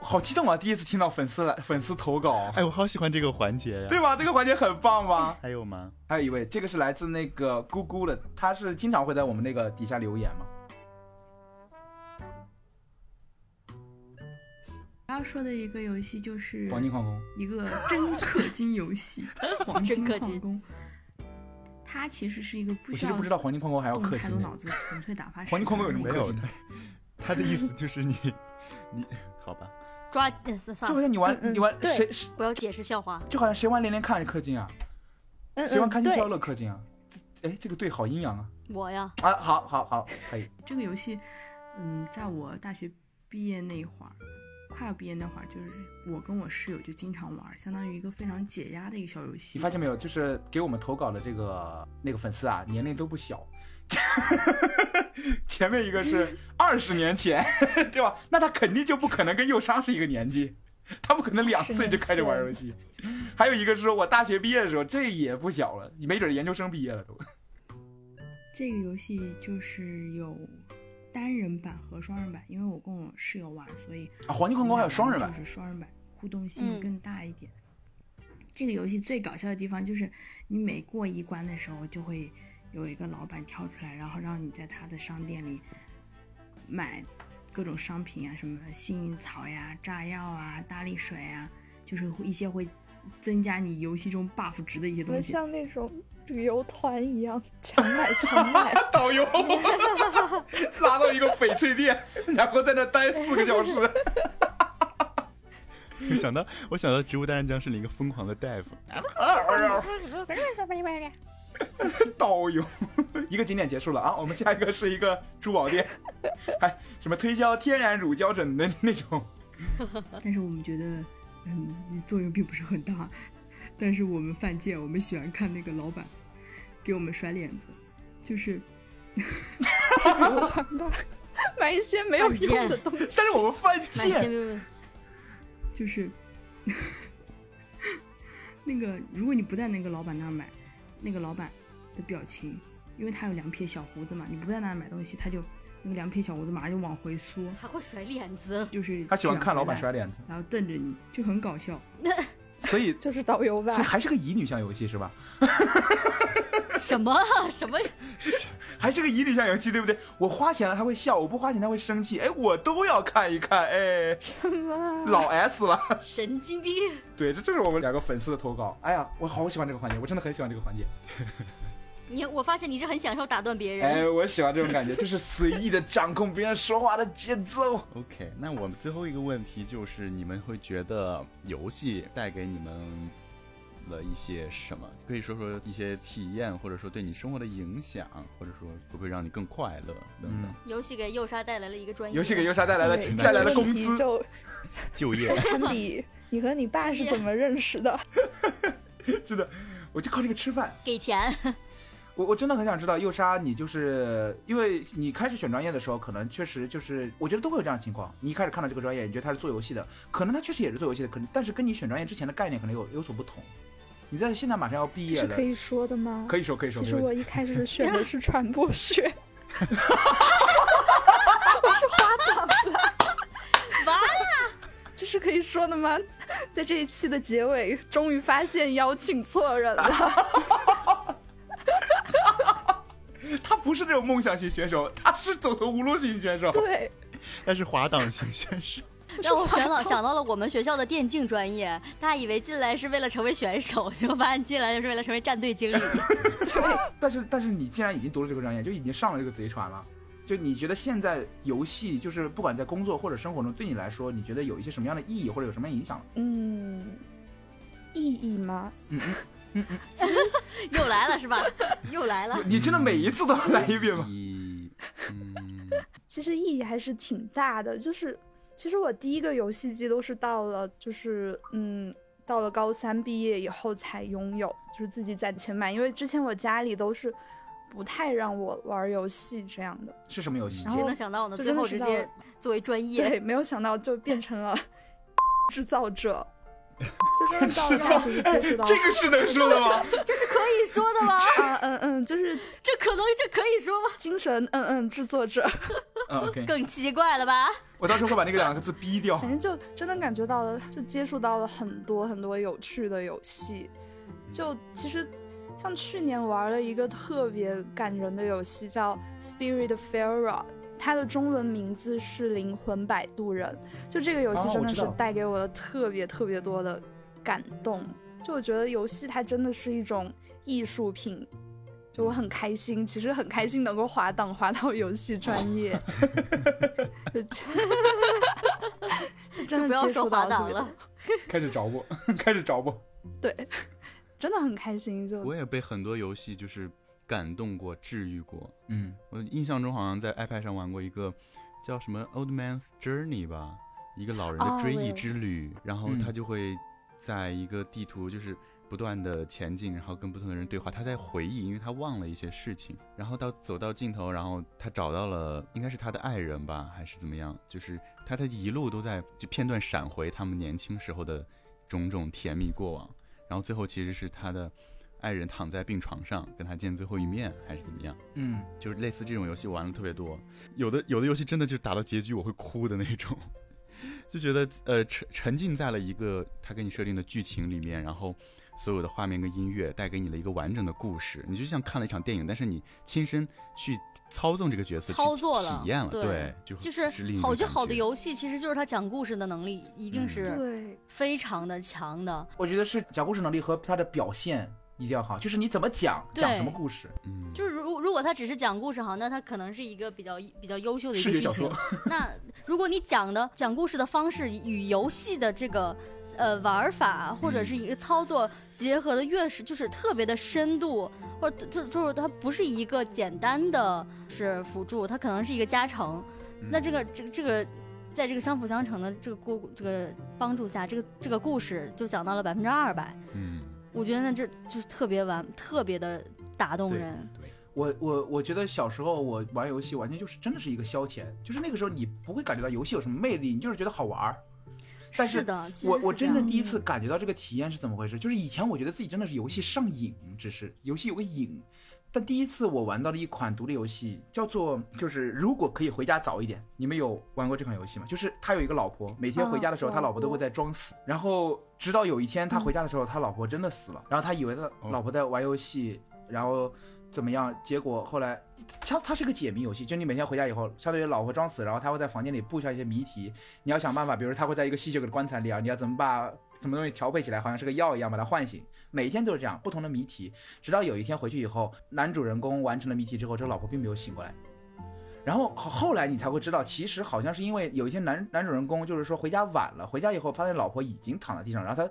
[SPEAKER 2] 好激动啊！第一次听到粉丝来粉丝投稿，
[SPEAKER 1] 哎，我好喜欢这个环节呀、
[SPEAKER 2] (laughs) 对吧？这个环节很棒吧？
[SPEAKER 1] 还有吗？
[SPEAKER 2] 还有一位，这个是来自那个咕咕的，他是经常会在我们那个底下留言嘛。
[SPEAKER 6] 我要说的一个游戏就是
[SPEAKER 2] 黄金矿工，
[SPEAKER 6] 一个真氪金游戏，黄金矿工。它其实是一个不
[SPEAKER 2] 我
[SPEAKER 6] 需
[SPEAKER 2] 其
[SPEAKER 6] 要
[SPEAKER 2] 实不知道黄金矿工还要
[SPEAKER 6] 动
[SPEAKER 2] 氪
[SPEAKER 6] 太
[SPEAKER 2] 金
[SPEAKER 6] 多
[SPEAKER 2] 呢
[SPEAKER 6] 脑。子，纯粹打
[SPEAKER 2] (laughs)
[SPEAKER 6] 发时间
[SPEAKER 2] 黄金矿工有什么
[SPEAKER 1] 没
[SPEAKER 2] 氪
[SPEAKER 1] 有
[SPEAKER 2] 金？
[SPEAKER 1] 他，他的意思就是你， (laughs) 你好 (laughs) 吧？
[SPEAKER 3] 抓呃算算
[SPEAKER 2] 就
[SPEAKER 3] 了
[SPEAKER 2] 好，像你玩
[SPEAKER 4] 嗯嗯
[SPEAKER 2] 你玩
[SPEAKER 4] 对
[SPEAKER 2] 谁谁，
[SPEAKER 3] 不要解释校花。
[SPEAKER 2] 就好像谁玩连连看氪金啊，
[SPEAKER 4] 嗯
[SPEAKER 2] 谁玩
[SPEAKER 4] 嗯，
[SPEAKER 2] 开心消
[SPEAKER 4] 对，
[SPEAKER 2] 乐氪金啊？这哎，这个对，好阴阳啊！
[SPEAKER 3] 我呀，
[SPEAKER 2] 啊，好好好，可以。
[SPEAKER 6] 这个游戏，嗯，在我大学毕业那会儿，快要毕业那会儿，就是我跟我室友就经常玩，相当于一个非常解压的一个小游戏。
[SPEAKER 2] 你发现没有，就是给我们投稿的这个那个粉丝啊，年龄都不小。 (laughs) 前面一个是二十年前，对吧？那他肯定就不可能跟右商是一个年纪，他不可能两岁就开始玩游戏。还有一个是我大学毕业的时候，这也不小了，没准研究生毕业了都。
[SPEAKER 6] 这个游戏就是有单人版和双人版，因为我跟我室友玩，所以
[SPEAKER 2] 啊，黄金矿工还有双人版
[SPEAKER 6] 就，是双人版互动
[SPEAKER 3] 嗯
[SPEAKER 6] 性更大一点。这个游戏最搞笑的地方就是，你每过一关的时候，就会有一个老板跳出来，然后让你在他的商店里买各种商品啊，什么幸运草呀、炸药啊、大力水啊，就是一些会增加你游戏中 buff 值的一些
[SPEAKER 4] 我们
[SPEAKER 6] 东西。
[SPEAKER 4] 像那种旅游团一样，强买强买。
[SPEAKER 2] 导游拉到一个翡翠店，然后在那待四个小时。
[SPEAKER 1] 我想到，我想到《植物大战僵尸》里一个疯狂的大夫，
[SPEAKER 2] 导游， (laughs) 一个景点结束了啊，我们下一个是一个珠宝店， (laughs) 还什么推销天然乳胶枕的那种。
[SPEAKER 6] 但是我们觉得，嗯，作用并不是很大。 (laughs) 但是我们犯贱，我们喜欢看那个老板给我们甩脸子，就是
[SPEAKER 4] 买一些没有
[SPEAKER 3] 犯
[SPEAKER 4] 用
[SPEAKER 3] 贱
[SPEAKER 4] 的东西。
[SPEAKER 2] 但是我们犯
[SPEAKER 3] 买哎先
[SPEAKER 2] 贱，
[SPEAKER 3] 别
[SPEAKER 6] 就是 (laughs) 那个，如果你不在那个老板那儿买，那个老板的表情，因为他有两撇小胡子嘛，你不在那儿买东西，他就那个两撇小胡子马上就往回缩，
[SPEAKER 3] 还会甩脸子，
[SPEAKER 6] 就是
[SPEAKER 2] 他喜欢看老板
[SPEAKER 6] 卷
[SPEAKER 2] 甩脸子，
[SPEAKER 6] 回来，然后瞪着你，就很搞笑。
[SPEAKER 2] 所以
[SPEAKER 4] 就是导游吧
[SPEAKER 2] 所以，还是个乙女向游戏是吧？
[SPEAKER 3] 什么啊什么
[SPEAKER 2] 还是个乙女向游戏对不对？我花钱了他会笑，我不花钱他会生气，哎，我都要看一看，哎，
[SPEAKER 4] 什么？
[SPEAKER 2] 老 S 了。
[SPEAKER 3] 神经病！
[SPEAKER 2] 对，这就是我们两个粉丝的投稿。哎呀，我好喜欢这个环节，我真的很喜欢这个环节。
[SPEAKER 3] 你我发现你是很享受打断别人，
[SPEAKER 2] 哎，我喜欢这种感觉，就是随意的掌控别人说话的节奏。
[SPEAKER 1] OK，那我们最后一个问题就是，你们会觉得游戏带给你们了一些什么？可以说说一些体验，或者说对你生活的影响，或者说会不会让你更快乐等等。
[SPEAKER 2] 嗯
[SPEAKER 3] 游戏给幼莎带来了一个专业，
[SPEAKER 2] 游戏给优莎带来了
[SPEAKER 4] 哎对
[SPEAKER 2] 带来了
[SPEAKER 4] 这个
[SPEAKER 2] 工
[SPEAKER 4] 问题
[SPEAKER 1] (laughs)
[SPEAKER 2] 资，
[SPEAKER 4] 就
[SPEAKER 1] 就业
[SPEAKER 4] (laughs) 都堪比
[SPEAKER 7] 你和你爸是怎么认识的？
[SPEAKER 2] 真的，我就靠这个吃饭。
[SPEAKER 3] 给钱，
[SPEAKER 2] 我我真的很想知道，幼莎，你就是因为你开始选专业的时候，可能确实就是，我觉得都会有这样的情况。你一开始看到这个专业，你觉得他是做游戏的，可能他确实也是做游戏的，可能但是跟你选专业之前的概念可能有有所不同。你在现在马上要毕业
[SPEAKER 4] (laughs) 是
[SPEAKER 2] 了，
[SPEAKER 4] 可以说的吗？
[SPEAKER 2] 可以说可以说，没
[SPEAKER 4] 其实
[SPEAKER 2] 问题
[SPEAKER 4] 我一开始选
[SPEAKER 7] (laughs)
[SPEAKER 4] 的是传播学，
[SPEAKER 3] 完
[SPEAKER 4] 这是可以说的吗？在这一期的结尾，终于发现邀请错人了。
[SPEAKER 2] 他不是那种梦想型选手，他是走投无路型选手。
[SPEAKER 4] 对，
[SPEAKER 1] 但是滑档型选手，
[SPEAKER 4] (laughs)
[SPEAKER 3] 让我想到想到了我们学校的电竞专业，大家以为进来是为了成为选手，结果发现进来就是为了成为战队经理。
[SPEAKER 2] 但是但是你既然已经读了这个专业，就已经上了这个贼船了，就你觉得现在游戏就是不管在工作或者生活中，对你来说，你觉得有一些什么样的意义或者有什么样的影响？
[SPEAKER 4] 嗯，意义吗？
[SPEAKER 3] 又来了是吧？又来了，
[SPEAKER 2] 你真的每一次都要来一遍吗？
[SPEAKER 1] 以嗯，
[SPEAKER 4] 其实意义还是挺大的。就是其实我第一个游戏机都是到了，就是嗯，到了高三毕业以后才拥有，就是自己攒钱买。因为之前我家里都是不太让我玩游戏这样的，
[SPEAKER 2] 是什么游戏
[SPEAKER 4] (laughs) 然？后
[SPEAKER 3] 谁能想到呢？
[SPEAKER 4] 就
[SPEAKER 3] 最
[SPEAKER 4] 真的
[SPEAKER 3] 后
[SPEAKER 4] 是
[SPEAKER 3] 直
[SPEAKER 4] 到
[SPEAKER 3] 接
[SPEAKER 4] 了
[SPEAKER 3] 作为专业，
[SPEAKER 4] 对，没有想到就变成了制造者，就真的到大学就接
[SPEAKER 3] 哦
[SPEAKER 4] 触到。
[SPEAKER 2] 这个是能说的吗？
[SPEAKER 3] 这是可以说的吗？
[SPEAKER 4] 啊，嗯嗯，就是
[SPEAKER 3] 这可能这可以说
[SPEAKER 4] (laughs)
[SPEAKER 3] 吗？
[SPEAKER 4] 精神，嗯嗯，制作者，
[SPEAKER 2] 嗯，OK，
[SPEAKER 3] (laughs) 更奇怪了吧？
[SPEAKER 2] 我到时候会把那个两个字逼
[SPEAKER 3] (laughs)
[SPEAKER 2] 掉。
[SPEAKER 4] 反正就真的感觉到了，就接触到了很多很多有趣的游戏。
[SPEAKER 2] 嗯
[SPEAKER 4] 就其实像去年玩了一个特别感人的游戏，叫《Spirit f a r a 它的中文名字是《灵魂摆渡人》。就这个游戏
[SPEAKER 2] 哦
[SPEAKER 4] 真
[SPEAKER 2] 我
[SPEAKER 4] 的
[SPEAKER 2] 知
[SPEAKER 4] 是
[SPEAKER 2] 道
[SPEAKER 4] 带给我了特别特别多的感动。就我觉得游戏它真的是一种艺术品。就我
[SPEAKER 2] 嗯
[SPEAKER 4] 很开心，其实很开心能够滑档滑到游戏
[SPEAKER 2] (laughs)
[SPEAKER 4] 专业， (laughs) 就就真
[SPEAKER 3] 就
[SPEAKER 4] 的
[SPEAKER 3] 不要
[SPEAKER 4] 接触
[SPEAKER 3] 说
[SPEAKER 4] 到
[SPEAKER 3] 滑档
[SPEAKER 4] 特别多
[SPEAKER 3] 了，
[SPEAKER 2] 开始找我， (laughs) 开始找我。
[SPEAKER 4] 对，真的很开心。就
[SPEAKER 1] 我也被很多游戏就是感动过、治愈过。
[SPEAKER 2] 嗯，
[SPEAKER 1] 我印象中好像在 iPad 上玩过一个叫什么《Old Man's Journey》吧，一个老人的
[SPEAKER 4] 哦
[SPEAKER 1] 追
[SPEAKER 4] 我
[SPEAKER 1] 忆
[SPEAKER 4] 有
[SPEAKER 1] 之旅，然后
[SPEAKER 2] 嗯
[SPEAKER 1] 他就会在一个地图就是不断的前进，然后跟不同的人对话，他在回忆，因为他忘了一些事情，然后到走到尽头，然后他找到了应该是他的爱人吧，还是怎么样，就是他的一路都在就片段闪回他们年轻时候的种种甜蜜过往，然后最后其实是他的爱人躺在病床上跟他见最后一面，还是怎么样。
[SPEAKER 2] 嗯，
[SPEAKER 1] 就是类似这种游戏玩的特别多，有的有的游戏真的就打到结局我会哭的那种， (laughs) 就觉得呃沉沉浸在了一个他给你设定的剧情里面，然后所有的画面跟音乐带给你了一个完整的故事，你就像看了一场电影，但是你亲身去操纵这个角色，去
[SPEAKER 3] 操作了
[SPEAKER 1] 体验了，
[SPEAKER 3] 对
[SPEAKER 1] 对，就
[SPEAKER 3] 就
[SPEAKER 1] 会
[SPEAKER 3] 是
[SPEAKER 1] 另一
[SPEAKER 3] 好
[SPEAKER 1] 种
[SPEAKER 3] 就
[SPEAKER 1] 感
[SPEAKER 3] 好的
[SPEAKER 1] 觉
[SPEAKER 3] 游戏，其实就是他讲故事的能力一定
[SPEAKER 1] 嗯
[SPEAKER 3] 是
[SPEAKER 4] 对，
[SPEAKER 3] 非常的强的。
[SPEAKER 2] 我觉得是讲故事能力和他的表现一定要好，就是你怎么讲，
[SPEAKER 3] 对
[SPEAKER 2] 讲什么故事。
[SPEAKER 1] 嗯，
[SPEAKER 3] 就是如如果他只是讲故事好，那他可能是一个比较比较优秀的一个
[SPEAKER 2] 视
[SPEAKER 3] 剧
[SPEAKER 2] 觉小
[SPEAKER 3] 情。那如果你讲的讲故事的方式与游戏的这个呃玩法
[SPEAKER 2] 嗯
[SPEAKER 3] 或者是一个操作结合的越是就是特别的深度，或者就就是它不是一个简单的是辅助，它可能是一个加成。
[SPEAKER 1] 嗯
[SPEAKER 3] 那这个这个这个。在这个相辅相成的这个故这个帮助下，这个这个故事就讲到了百分之二百，
[SPEAKER 1] 嗯，
[SPEAKER 3] 我觉得那这就是特别完特别的打动
[SPEAKER 1] 对
[SPEAKER 3] 人。
[SPEAKER 1] 对，
[SPEAKER 2] 我我我觉得小时候我玩游戏完全就是真的是一个消遣，就是那个时候你不会感觉到游戏有什么魅力，你就是觉得好玩儿。但是
[SPEAKER 3] 的，其实
[SPEAKER 2] 我
[SPEAKER 3] 是
[SPEAKER 2] 我
[SPEAKER 3] 这
[SPEAKER 2] 真的
[SPEAKER 3] 样
[SPEAKER 2] 第一次感觉到这个体验是怎么回事，就是以前我觉得自己真的是游戏上瘾，只是游戏有个瘾。但第一次我玩到了一款独立游戏，叫做就是如果可以回家早一点，你们有玩过这款游戏吗？就是他有一个老婆，每天回家的时候，
[SPEAKER 4] 啊
[SPEAKER 2] 他老婆都会
[SPEAKER 4] 玩过
[SPEAKER 2] 在装死，然后直到有一天他回家的时候，他老婆真的死了，然后他以为他老婆在玩游戏，然后怎么样？结果后来，它它是个解谜游戏，就你每天回家以后，相当于老婆装死，然后他会在房间里布下一些谜题，你要想办法，比如说他会在一个吸血鬼的棺材里啊，你要怎么把什么东西调配起来，好像是个药一样把它唤醒。每天都是这样，不同的谜题，直到有一天回去以后，男主人公完成了谜题之后，这个老婆并没有醒过来。然后后后来你才会知道，其实好像是因为有一天男男主人公就是说回家晚了，回家以后发现老婆已经躺在地上，然后他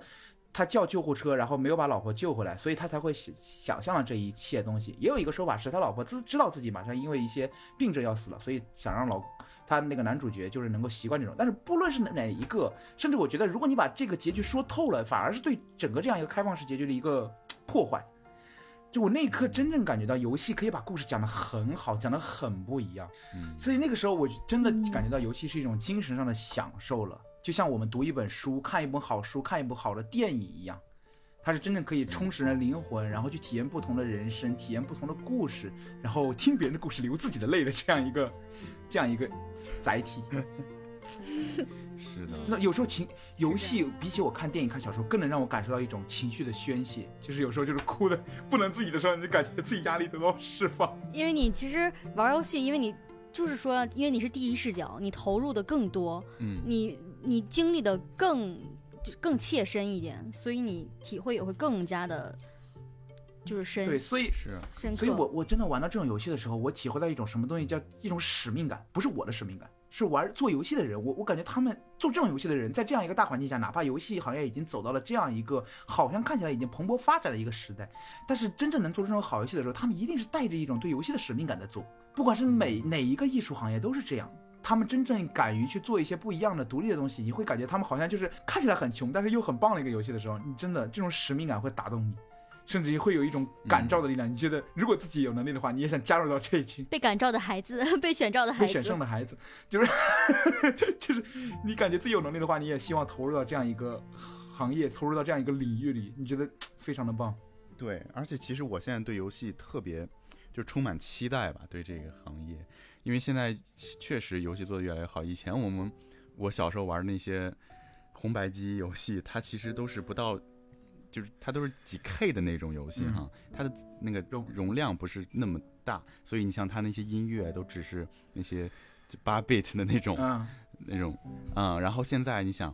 [SPEAKER 2] 他叫救护车，然后没有把老婆救回来，所以他才会想想象了这一切东西。也有一个说法是他老婆自知道自己马上因为一些病症要死了，所以想让老他那个男主角就是能够习惯这种。但是不论是哪一个，甚至我觉得如果你把这个结局说透了，反而是对整个这样一个开放式结局的一个破坏。就我那一刻真正感觉到，游戏可以把故事讲得很好，讲得很不一样。
[SPEAKER 1] 嗯
[SPEAKER 2] 所以那个时候我真的感觉到游戏是一种精神上的享受了，就像我们读一本书、看一本好书、看一部好的电影一样，它是真正可以充实人的灵魂，然后去体验不同的人生，体验不同的故事，然后听别人的故事流自己的泪的这样一个这样一个载体。
[SPEAKER 1] 是的，
[SPEAKER 2] 真的，有时候情游戏比起我看电影、看小说，更能让我感受到一种情绪的宣泄，就是有时候就是哭的不能自己的时候，你就感觉自己压力得到释放。
[SPEAKER 3] 因为你其实玩游戏，因为你就是说，因为你是第一视角，你投入的更多，
[SPEAKER 1] 嗯，
[SPEAKER 3] 你你经历的更就更切身一点，所以你体会也会更加的，就是
[SPEAKER 2] 对，
[SPEAKER 3] 深
[SPEAKER 2] 所以
[SPEAKER 1] 是，
[SPEAKER 3] 深刻。
[SPEAKER 2] 所以我我真的玩到这种游戏的时候，我体会到一种什么东西叫一种使命感，不是我的使命感，是玩做游戏的人。我我感觉他们做这种游戏的人，在这样一个大环境下，哪怕游戏行业已经走到了这样一个好像看起来已经蓬勃发展的一个时代，但是真正能做出这种好游戏的时候，他们一定是带着一种对游戏的使命感在做。不管是每哪一个艺术行业都是这样。他们真正敢于去做一些不一样的、独立的东西，你会感觉他们好像就是看起来很穷，但是又很棒的一个游戏的时候，你真的这种使命感会打动你。甚至会有一种感召的力量。
[SPEAKER 3] 嗯
[SPEAKER 2] 你觉得，如果自己有能力的话，你也想加入到这一群
[SPEAKER 3] 被感召的孩子， (laughs) 被选召的孩
[SPEAKER 2] 被
[SPEAKER 3] 子，
[SPEAKER 2] 选上的孩子，就是 (laughs) 就是你感觉自己有能力的话，你也希望投入到这样一个行业，投入到这样一个领域里，你觉得非常的棒。
[SPEAKER 1] 对，而且其实我现在对游戏特别就充满期待吧，对这个行业，因为现在确实游戏做的越来越好。以前我们我小时候玩那些红白机游戏，它其实都是不到，就是它都是几 K 的那种游戏哈，它的那个
[SPEAKER 2] 容
[SPEAKER 1] 容量不是那么大，所以你像它那些音乐都只是那些八 bit 的那
[SPEAKER 3] 哦
[SPEAKER 1] 种、
[SPEAKER 2] 嗯，
[SPEAKER 1] 那种，嗯，然后现在你想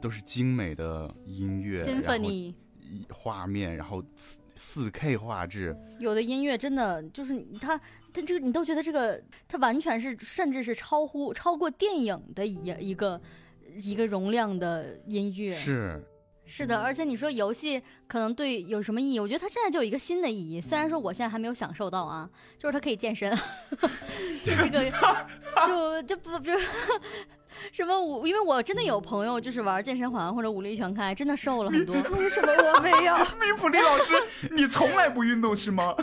[SPEAKER 1] 都是精美的音乐然后
[SPEAKER 3] Symphony
[SPEAKER 1] 一画面，然后四四 K 画质，
[SPEAKER 3] 有的音乐真的就是你它它这个你都觉得这个它完全是甚至是超乎超过电影的一一个一个容量的音乐
[SPEAKER 1] 是
[SPEAKER 3] 是的，而且你说游戏可能对有什么意义？我觉得它现在就有一个新的意义，虽然说我现在还没有享受到啊，就是它可以健身， (laughs) 就这个就就不就 (laughs) 什么我，因为我真的有朋友就是玩健身环或者武力全开，真的瘦了很多。
[SPEAKER 5] 为什么我没有？
[SPEAKER 2] 米普利老师，你从来不运动是
[SPEAKER 3] (laughs)
[SPEAKER 2] 吗？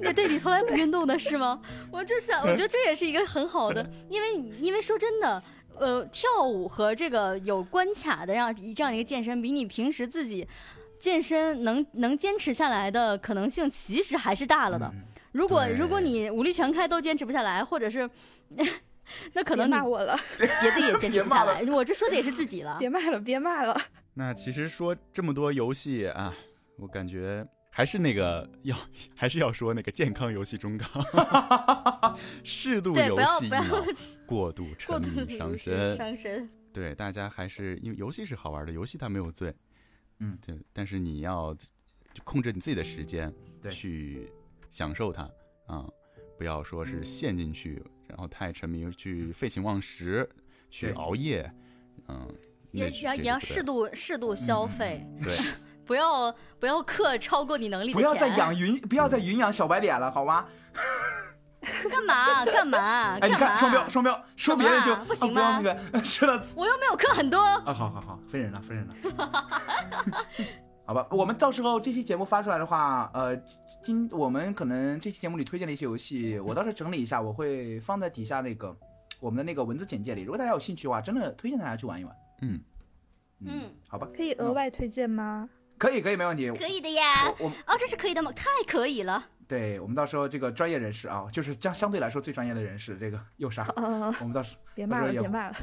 [SPEAKER 3] 也对你从来不运动的是吗？ (laughs) 我就想，我觉得这也是一个很好 (laughs) 的，因为因为说真的。呃，跳舞和这个有关卡的这样这样一个健身，比你平时自己健身能能坚持下来的可能性，其实还是大了的。
[SPEAKER 1] 嗯
[SPEAKER 3] 如果
[SPEAKER 1] 对
[SPEAKER 3] 如果你武力全开都坚持不下来，或者是， (laughs) 那可能
[SPEAKER 5] 别
[SPEAKER 3] 你
[SPEAKER 5] 骂我了，
[SPEAKER 4] 啊 (laughs)
[SPEAKER 3] 别的也坚持
[SPEAKER 2] 别
[SPEAKER 3] 不
[SPEAKER 5] (laughs)
[SPEAKER 2] 骂
[SPEAKER 3] 下
[SPEAKER 2] 了
[SPEAKER 3] 来。我这说的也是自己 (laughs) 了。
[SPEAKER 5] 别骂了，
[SPEAKER 4] (laughs)
[SPEAKER 5] 别骂了。
[SPEAKER 1] 那其实说这么多游戏啊，我感觉还是那个 (laughs) 要还是要说那个健康游戏忠告，
[SPEAKER 3] (laughs)
[SPEAKER 1] 适度
[SPEAKER 3] 对，
[SPEAKER 1] 游
[SPEAKER 3] 不要
[SPEAKER 1] 戏
[SPEAKER 3] 不
[SPEAKER 1] 易
[SPEAKER 3] 要
[SPEAKER 1] 脑，过度
[SPEAKER 3] 过
[SPEAKER 1] 沉
[SPEAKER 3] 度
[SPEAKER 1] 迷嗯伤身。
[SPEAKER 3] 伤身。
[SPEAKER 1] 对，大家还是因为游戏是好玩的，游戏它没有罪，
[SPEAKER 2] 嗯
[SPEAKER 1] 对，但是你要就控制你自己的时间，
[SPEAKER 2] 对
[SPEAKER 1] 去享受它啊、不要说是陷进去，然后太沉迷去废寝忘食，去
[SPEAKER 2] 对
[SPEAKER 1] 熬夜，嗯，
[SPEAKER 3] 也
[SPEAKER 1] 那
[SPEAKER 3] 也要
[SPEAKER 1] 这
[SPEAKER 3] 也
[SPEAKER 1] 个
[SPEAKER 3] 要
[SPEAKER 1] 不对
[SPEAKER 3] 适度适度消费，
[SPEAKER 1] 对
[SPEAKER 3] 不要不要氪超过你能力的
[SPEAKER 2] 不
[SPEAKER 3] 钱。
[SPEAKER 2] 要再养云，不要再云养小白脸了，好吗？
[SPEAKER 3] 干嘛干嘛
[SPEAKER 2] 哎，你
[SPEAKER 3] 啊干嘛？
[SPEAKER 2] 看双标，双标，说别人就
[SPEAKER 3] 干嘛不行
[SPEAKER 2] 啊
[SPEAKER 3] 吗
[SPEAKER 2] 光那个 (laughs) 说到
[SPEAKER 3] 我又没有氪很多。
[SPEAKER 2] 啊，好好好，分人了，分人了。 (laughs) 好吧，我们到时候这期节目发出来的话，呃，今我们可能这期节目里推荐的一些游戏，我到时候整理一下，我会放在底下那个我们的那个文字简介里。如果大家有兴趣的话，真的推荐大家去玩一玩。
[SPEAKER 1] 嗯
[SPEAKER 3] 嗯，
[SPEAKER 2] 好吧，
[SPEAKER 5] 可以额外推荐吗？
[SPEAKER 2] 可以可以，没问题。
[SPEAKER 3] 可以的呀。
[SPEAKER 2] 我我
[SPEAKER 3] 哦，这是可以的吗？太可以了。
[SPEAKER 2] 对我们到时候这个专业人士啊，就是相相对来说最专业的人士，这个右沙，
[SPEAKER 4] 呃
[SPEAKER 5] 嗯，
[SPEAKER 2] 我们到时
[SPEAKER 5] 别骂了，
[SPEAKER 2] 不是有
[SPEAKER 5] 别骂了。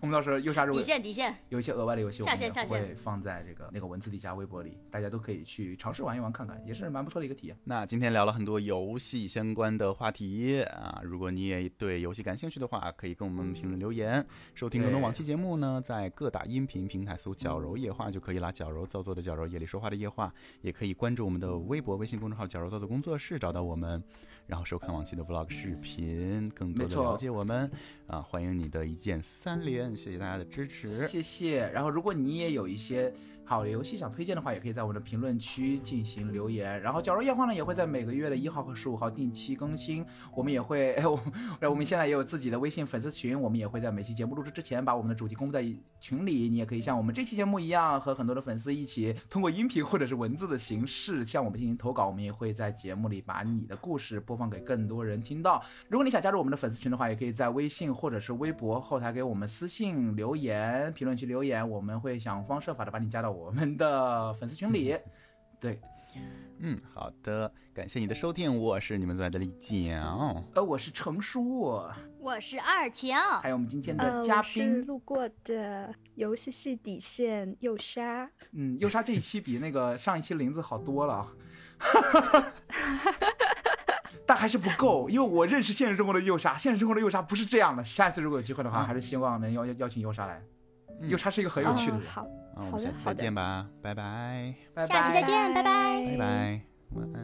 [SPEAKER 2] 我们到时候右沙如
[SPEAKER 3] 底
[SPEAKER 2] 果
[SPEAKER 3] 线底线，
[SPEAKER 2] 有一些额外的游戏，我
[SPEAKER 3] 下
[SPEAKER 2] 们
[SPEAKER 3] 线
[SPEAKER 2] 也
[SPEAKER 3] 下线
[SPEAKER 2] 会放在这个那个文字底下微博里，大家都可以去尝试玩一玩看看，也是蛮不错的一个体验。
[SPEAKER 1] 那今天聊了很多游戏相关的话题啊，如果你也对游戏感兴趣的话，可以跟我们评论留言。收听更多
[SPEAKER 2] 对
[SPEAKER 1] 往期节目呢，在各大音频平台搜“矫揉夜话”就可以啦。矫揉造作的矫揉，夜里说话的夜话，也可以关注我们的微博、微信公众号“矫绞肉造作工作室找到我们，然后收看往期的 vlog 视频，更多
[SPEAKER 2] 没
[SPEAKER 1] 的
[SPEAKER 2] 错
[SPEAKER 1] 了解我们啊，欢迎你的一键三连，谢谢大家的支
[SPEAKER 5] (laughs)
[SPEAKER 1] 持。
[SPEAKER 2] 谢谢。然后，如果你也有一些好的游戏想推荐的话，也可以在我们的评论区进行留言。然后，绞肉夜话呢也会在每个月的一号和十五号定期更新。我们也会，哎，我哎我们现在也有自己的微信粉丝群，我们也会在每期节目录制之前把我们的主题公布在群里。你也可以像我们这期节目一样，和很多的粉丝一起通过音频或者是文字的形式向我们进行投稿。我们也会在节目里把你的故事播放给更多人听到。如果你想加入我们的粉丝群的话，也可以在微信或者是微博后台给我们私信留言、评论区留言，我们会想方设法的把你加到我们的粉丝群里。对，
[SPEAKER 1] 嗯，好的，感谢你的收听，我是你们最爱的李啊蒋。
[SPEAKER 2] 呃，我是程叔，
[SPEAKER 3] 我是二强，
[SPEAKER 2] 还有我们今天
[SPEAKER 4] 嗯
[SPEAKER 5] 呃，
[SPEAKER 2] 的嘉
[SPEAKER 5] 我是
[SPEAKER 2] 宾，
[SPEAKER 5] 路过的游戏系底线右杀，
[SPEAKER 2] 嗯，右莎这一期比那个上一期林子好多了 (laughs) 啊，但还是不够，因为我认识现实生活的右莎，现实生活的右莎不是这样的。下一次如果有机会的话，
[SPEAKER 1] 嗯
[SPEAKER 2] 还是希望能邀邀请右莎来。
[SPEAKER 1] 嗯
[SPEAKER 2] 右莎是一个很有
[SPEAKER 5] 嗯，
[SPEAKER 2] 趣的人，
[SPEAKER 5] 好，
[SPEAKER 1] 啊，我
[SPEAKER 5] 好
[SPEAKER 1] 们
[SPEAKER 5] 的
[SPEAKER 1] 下次
[SPEAKER 5] 好
[SPEAKER 1] 再
[SPEAKER 5] 的
[SPEAKER 1] 见吧，拜拜，
[SPEAKER 2] 拜拜
[SPEAKER 3] 下期再见，拜拜。
[SPEAKER 1] 拜拜，晚安。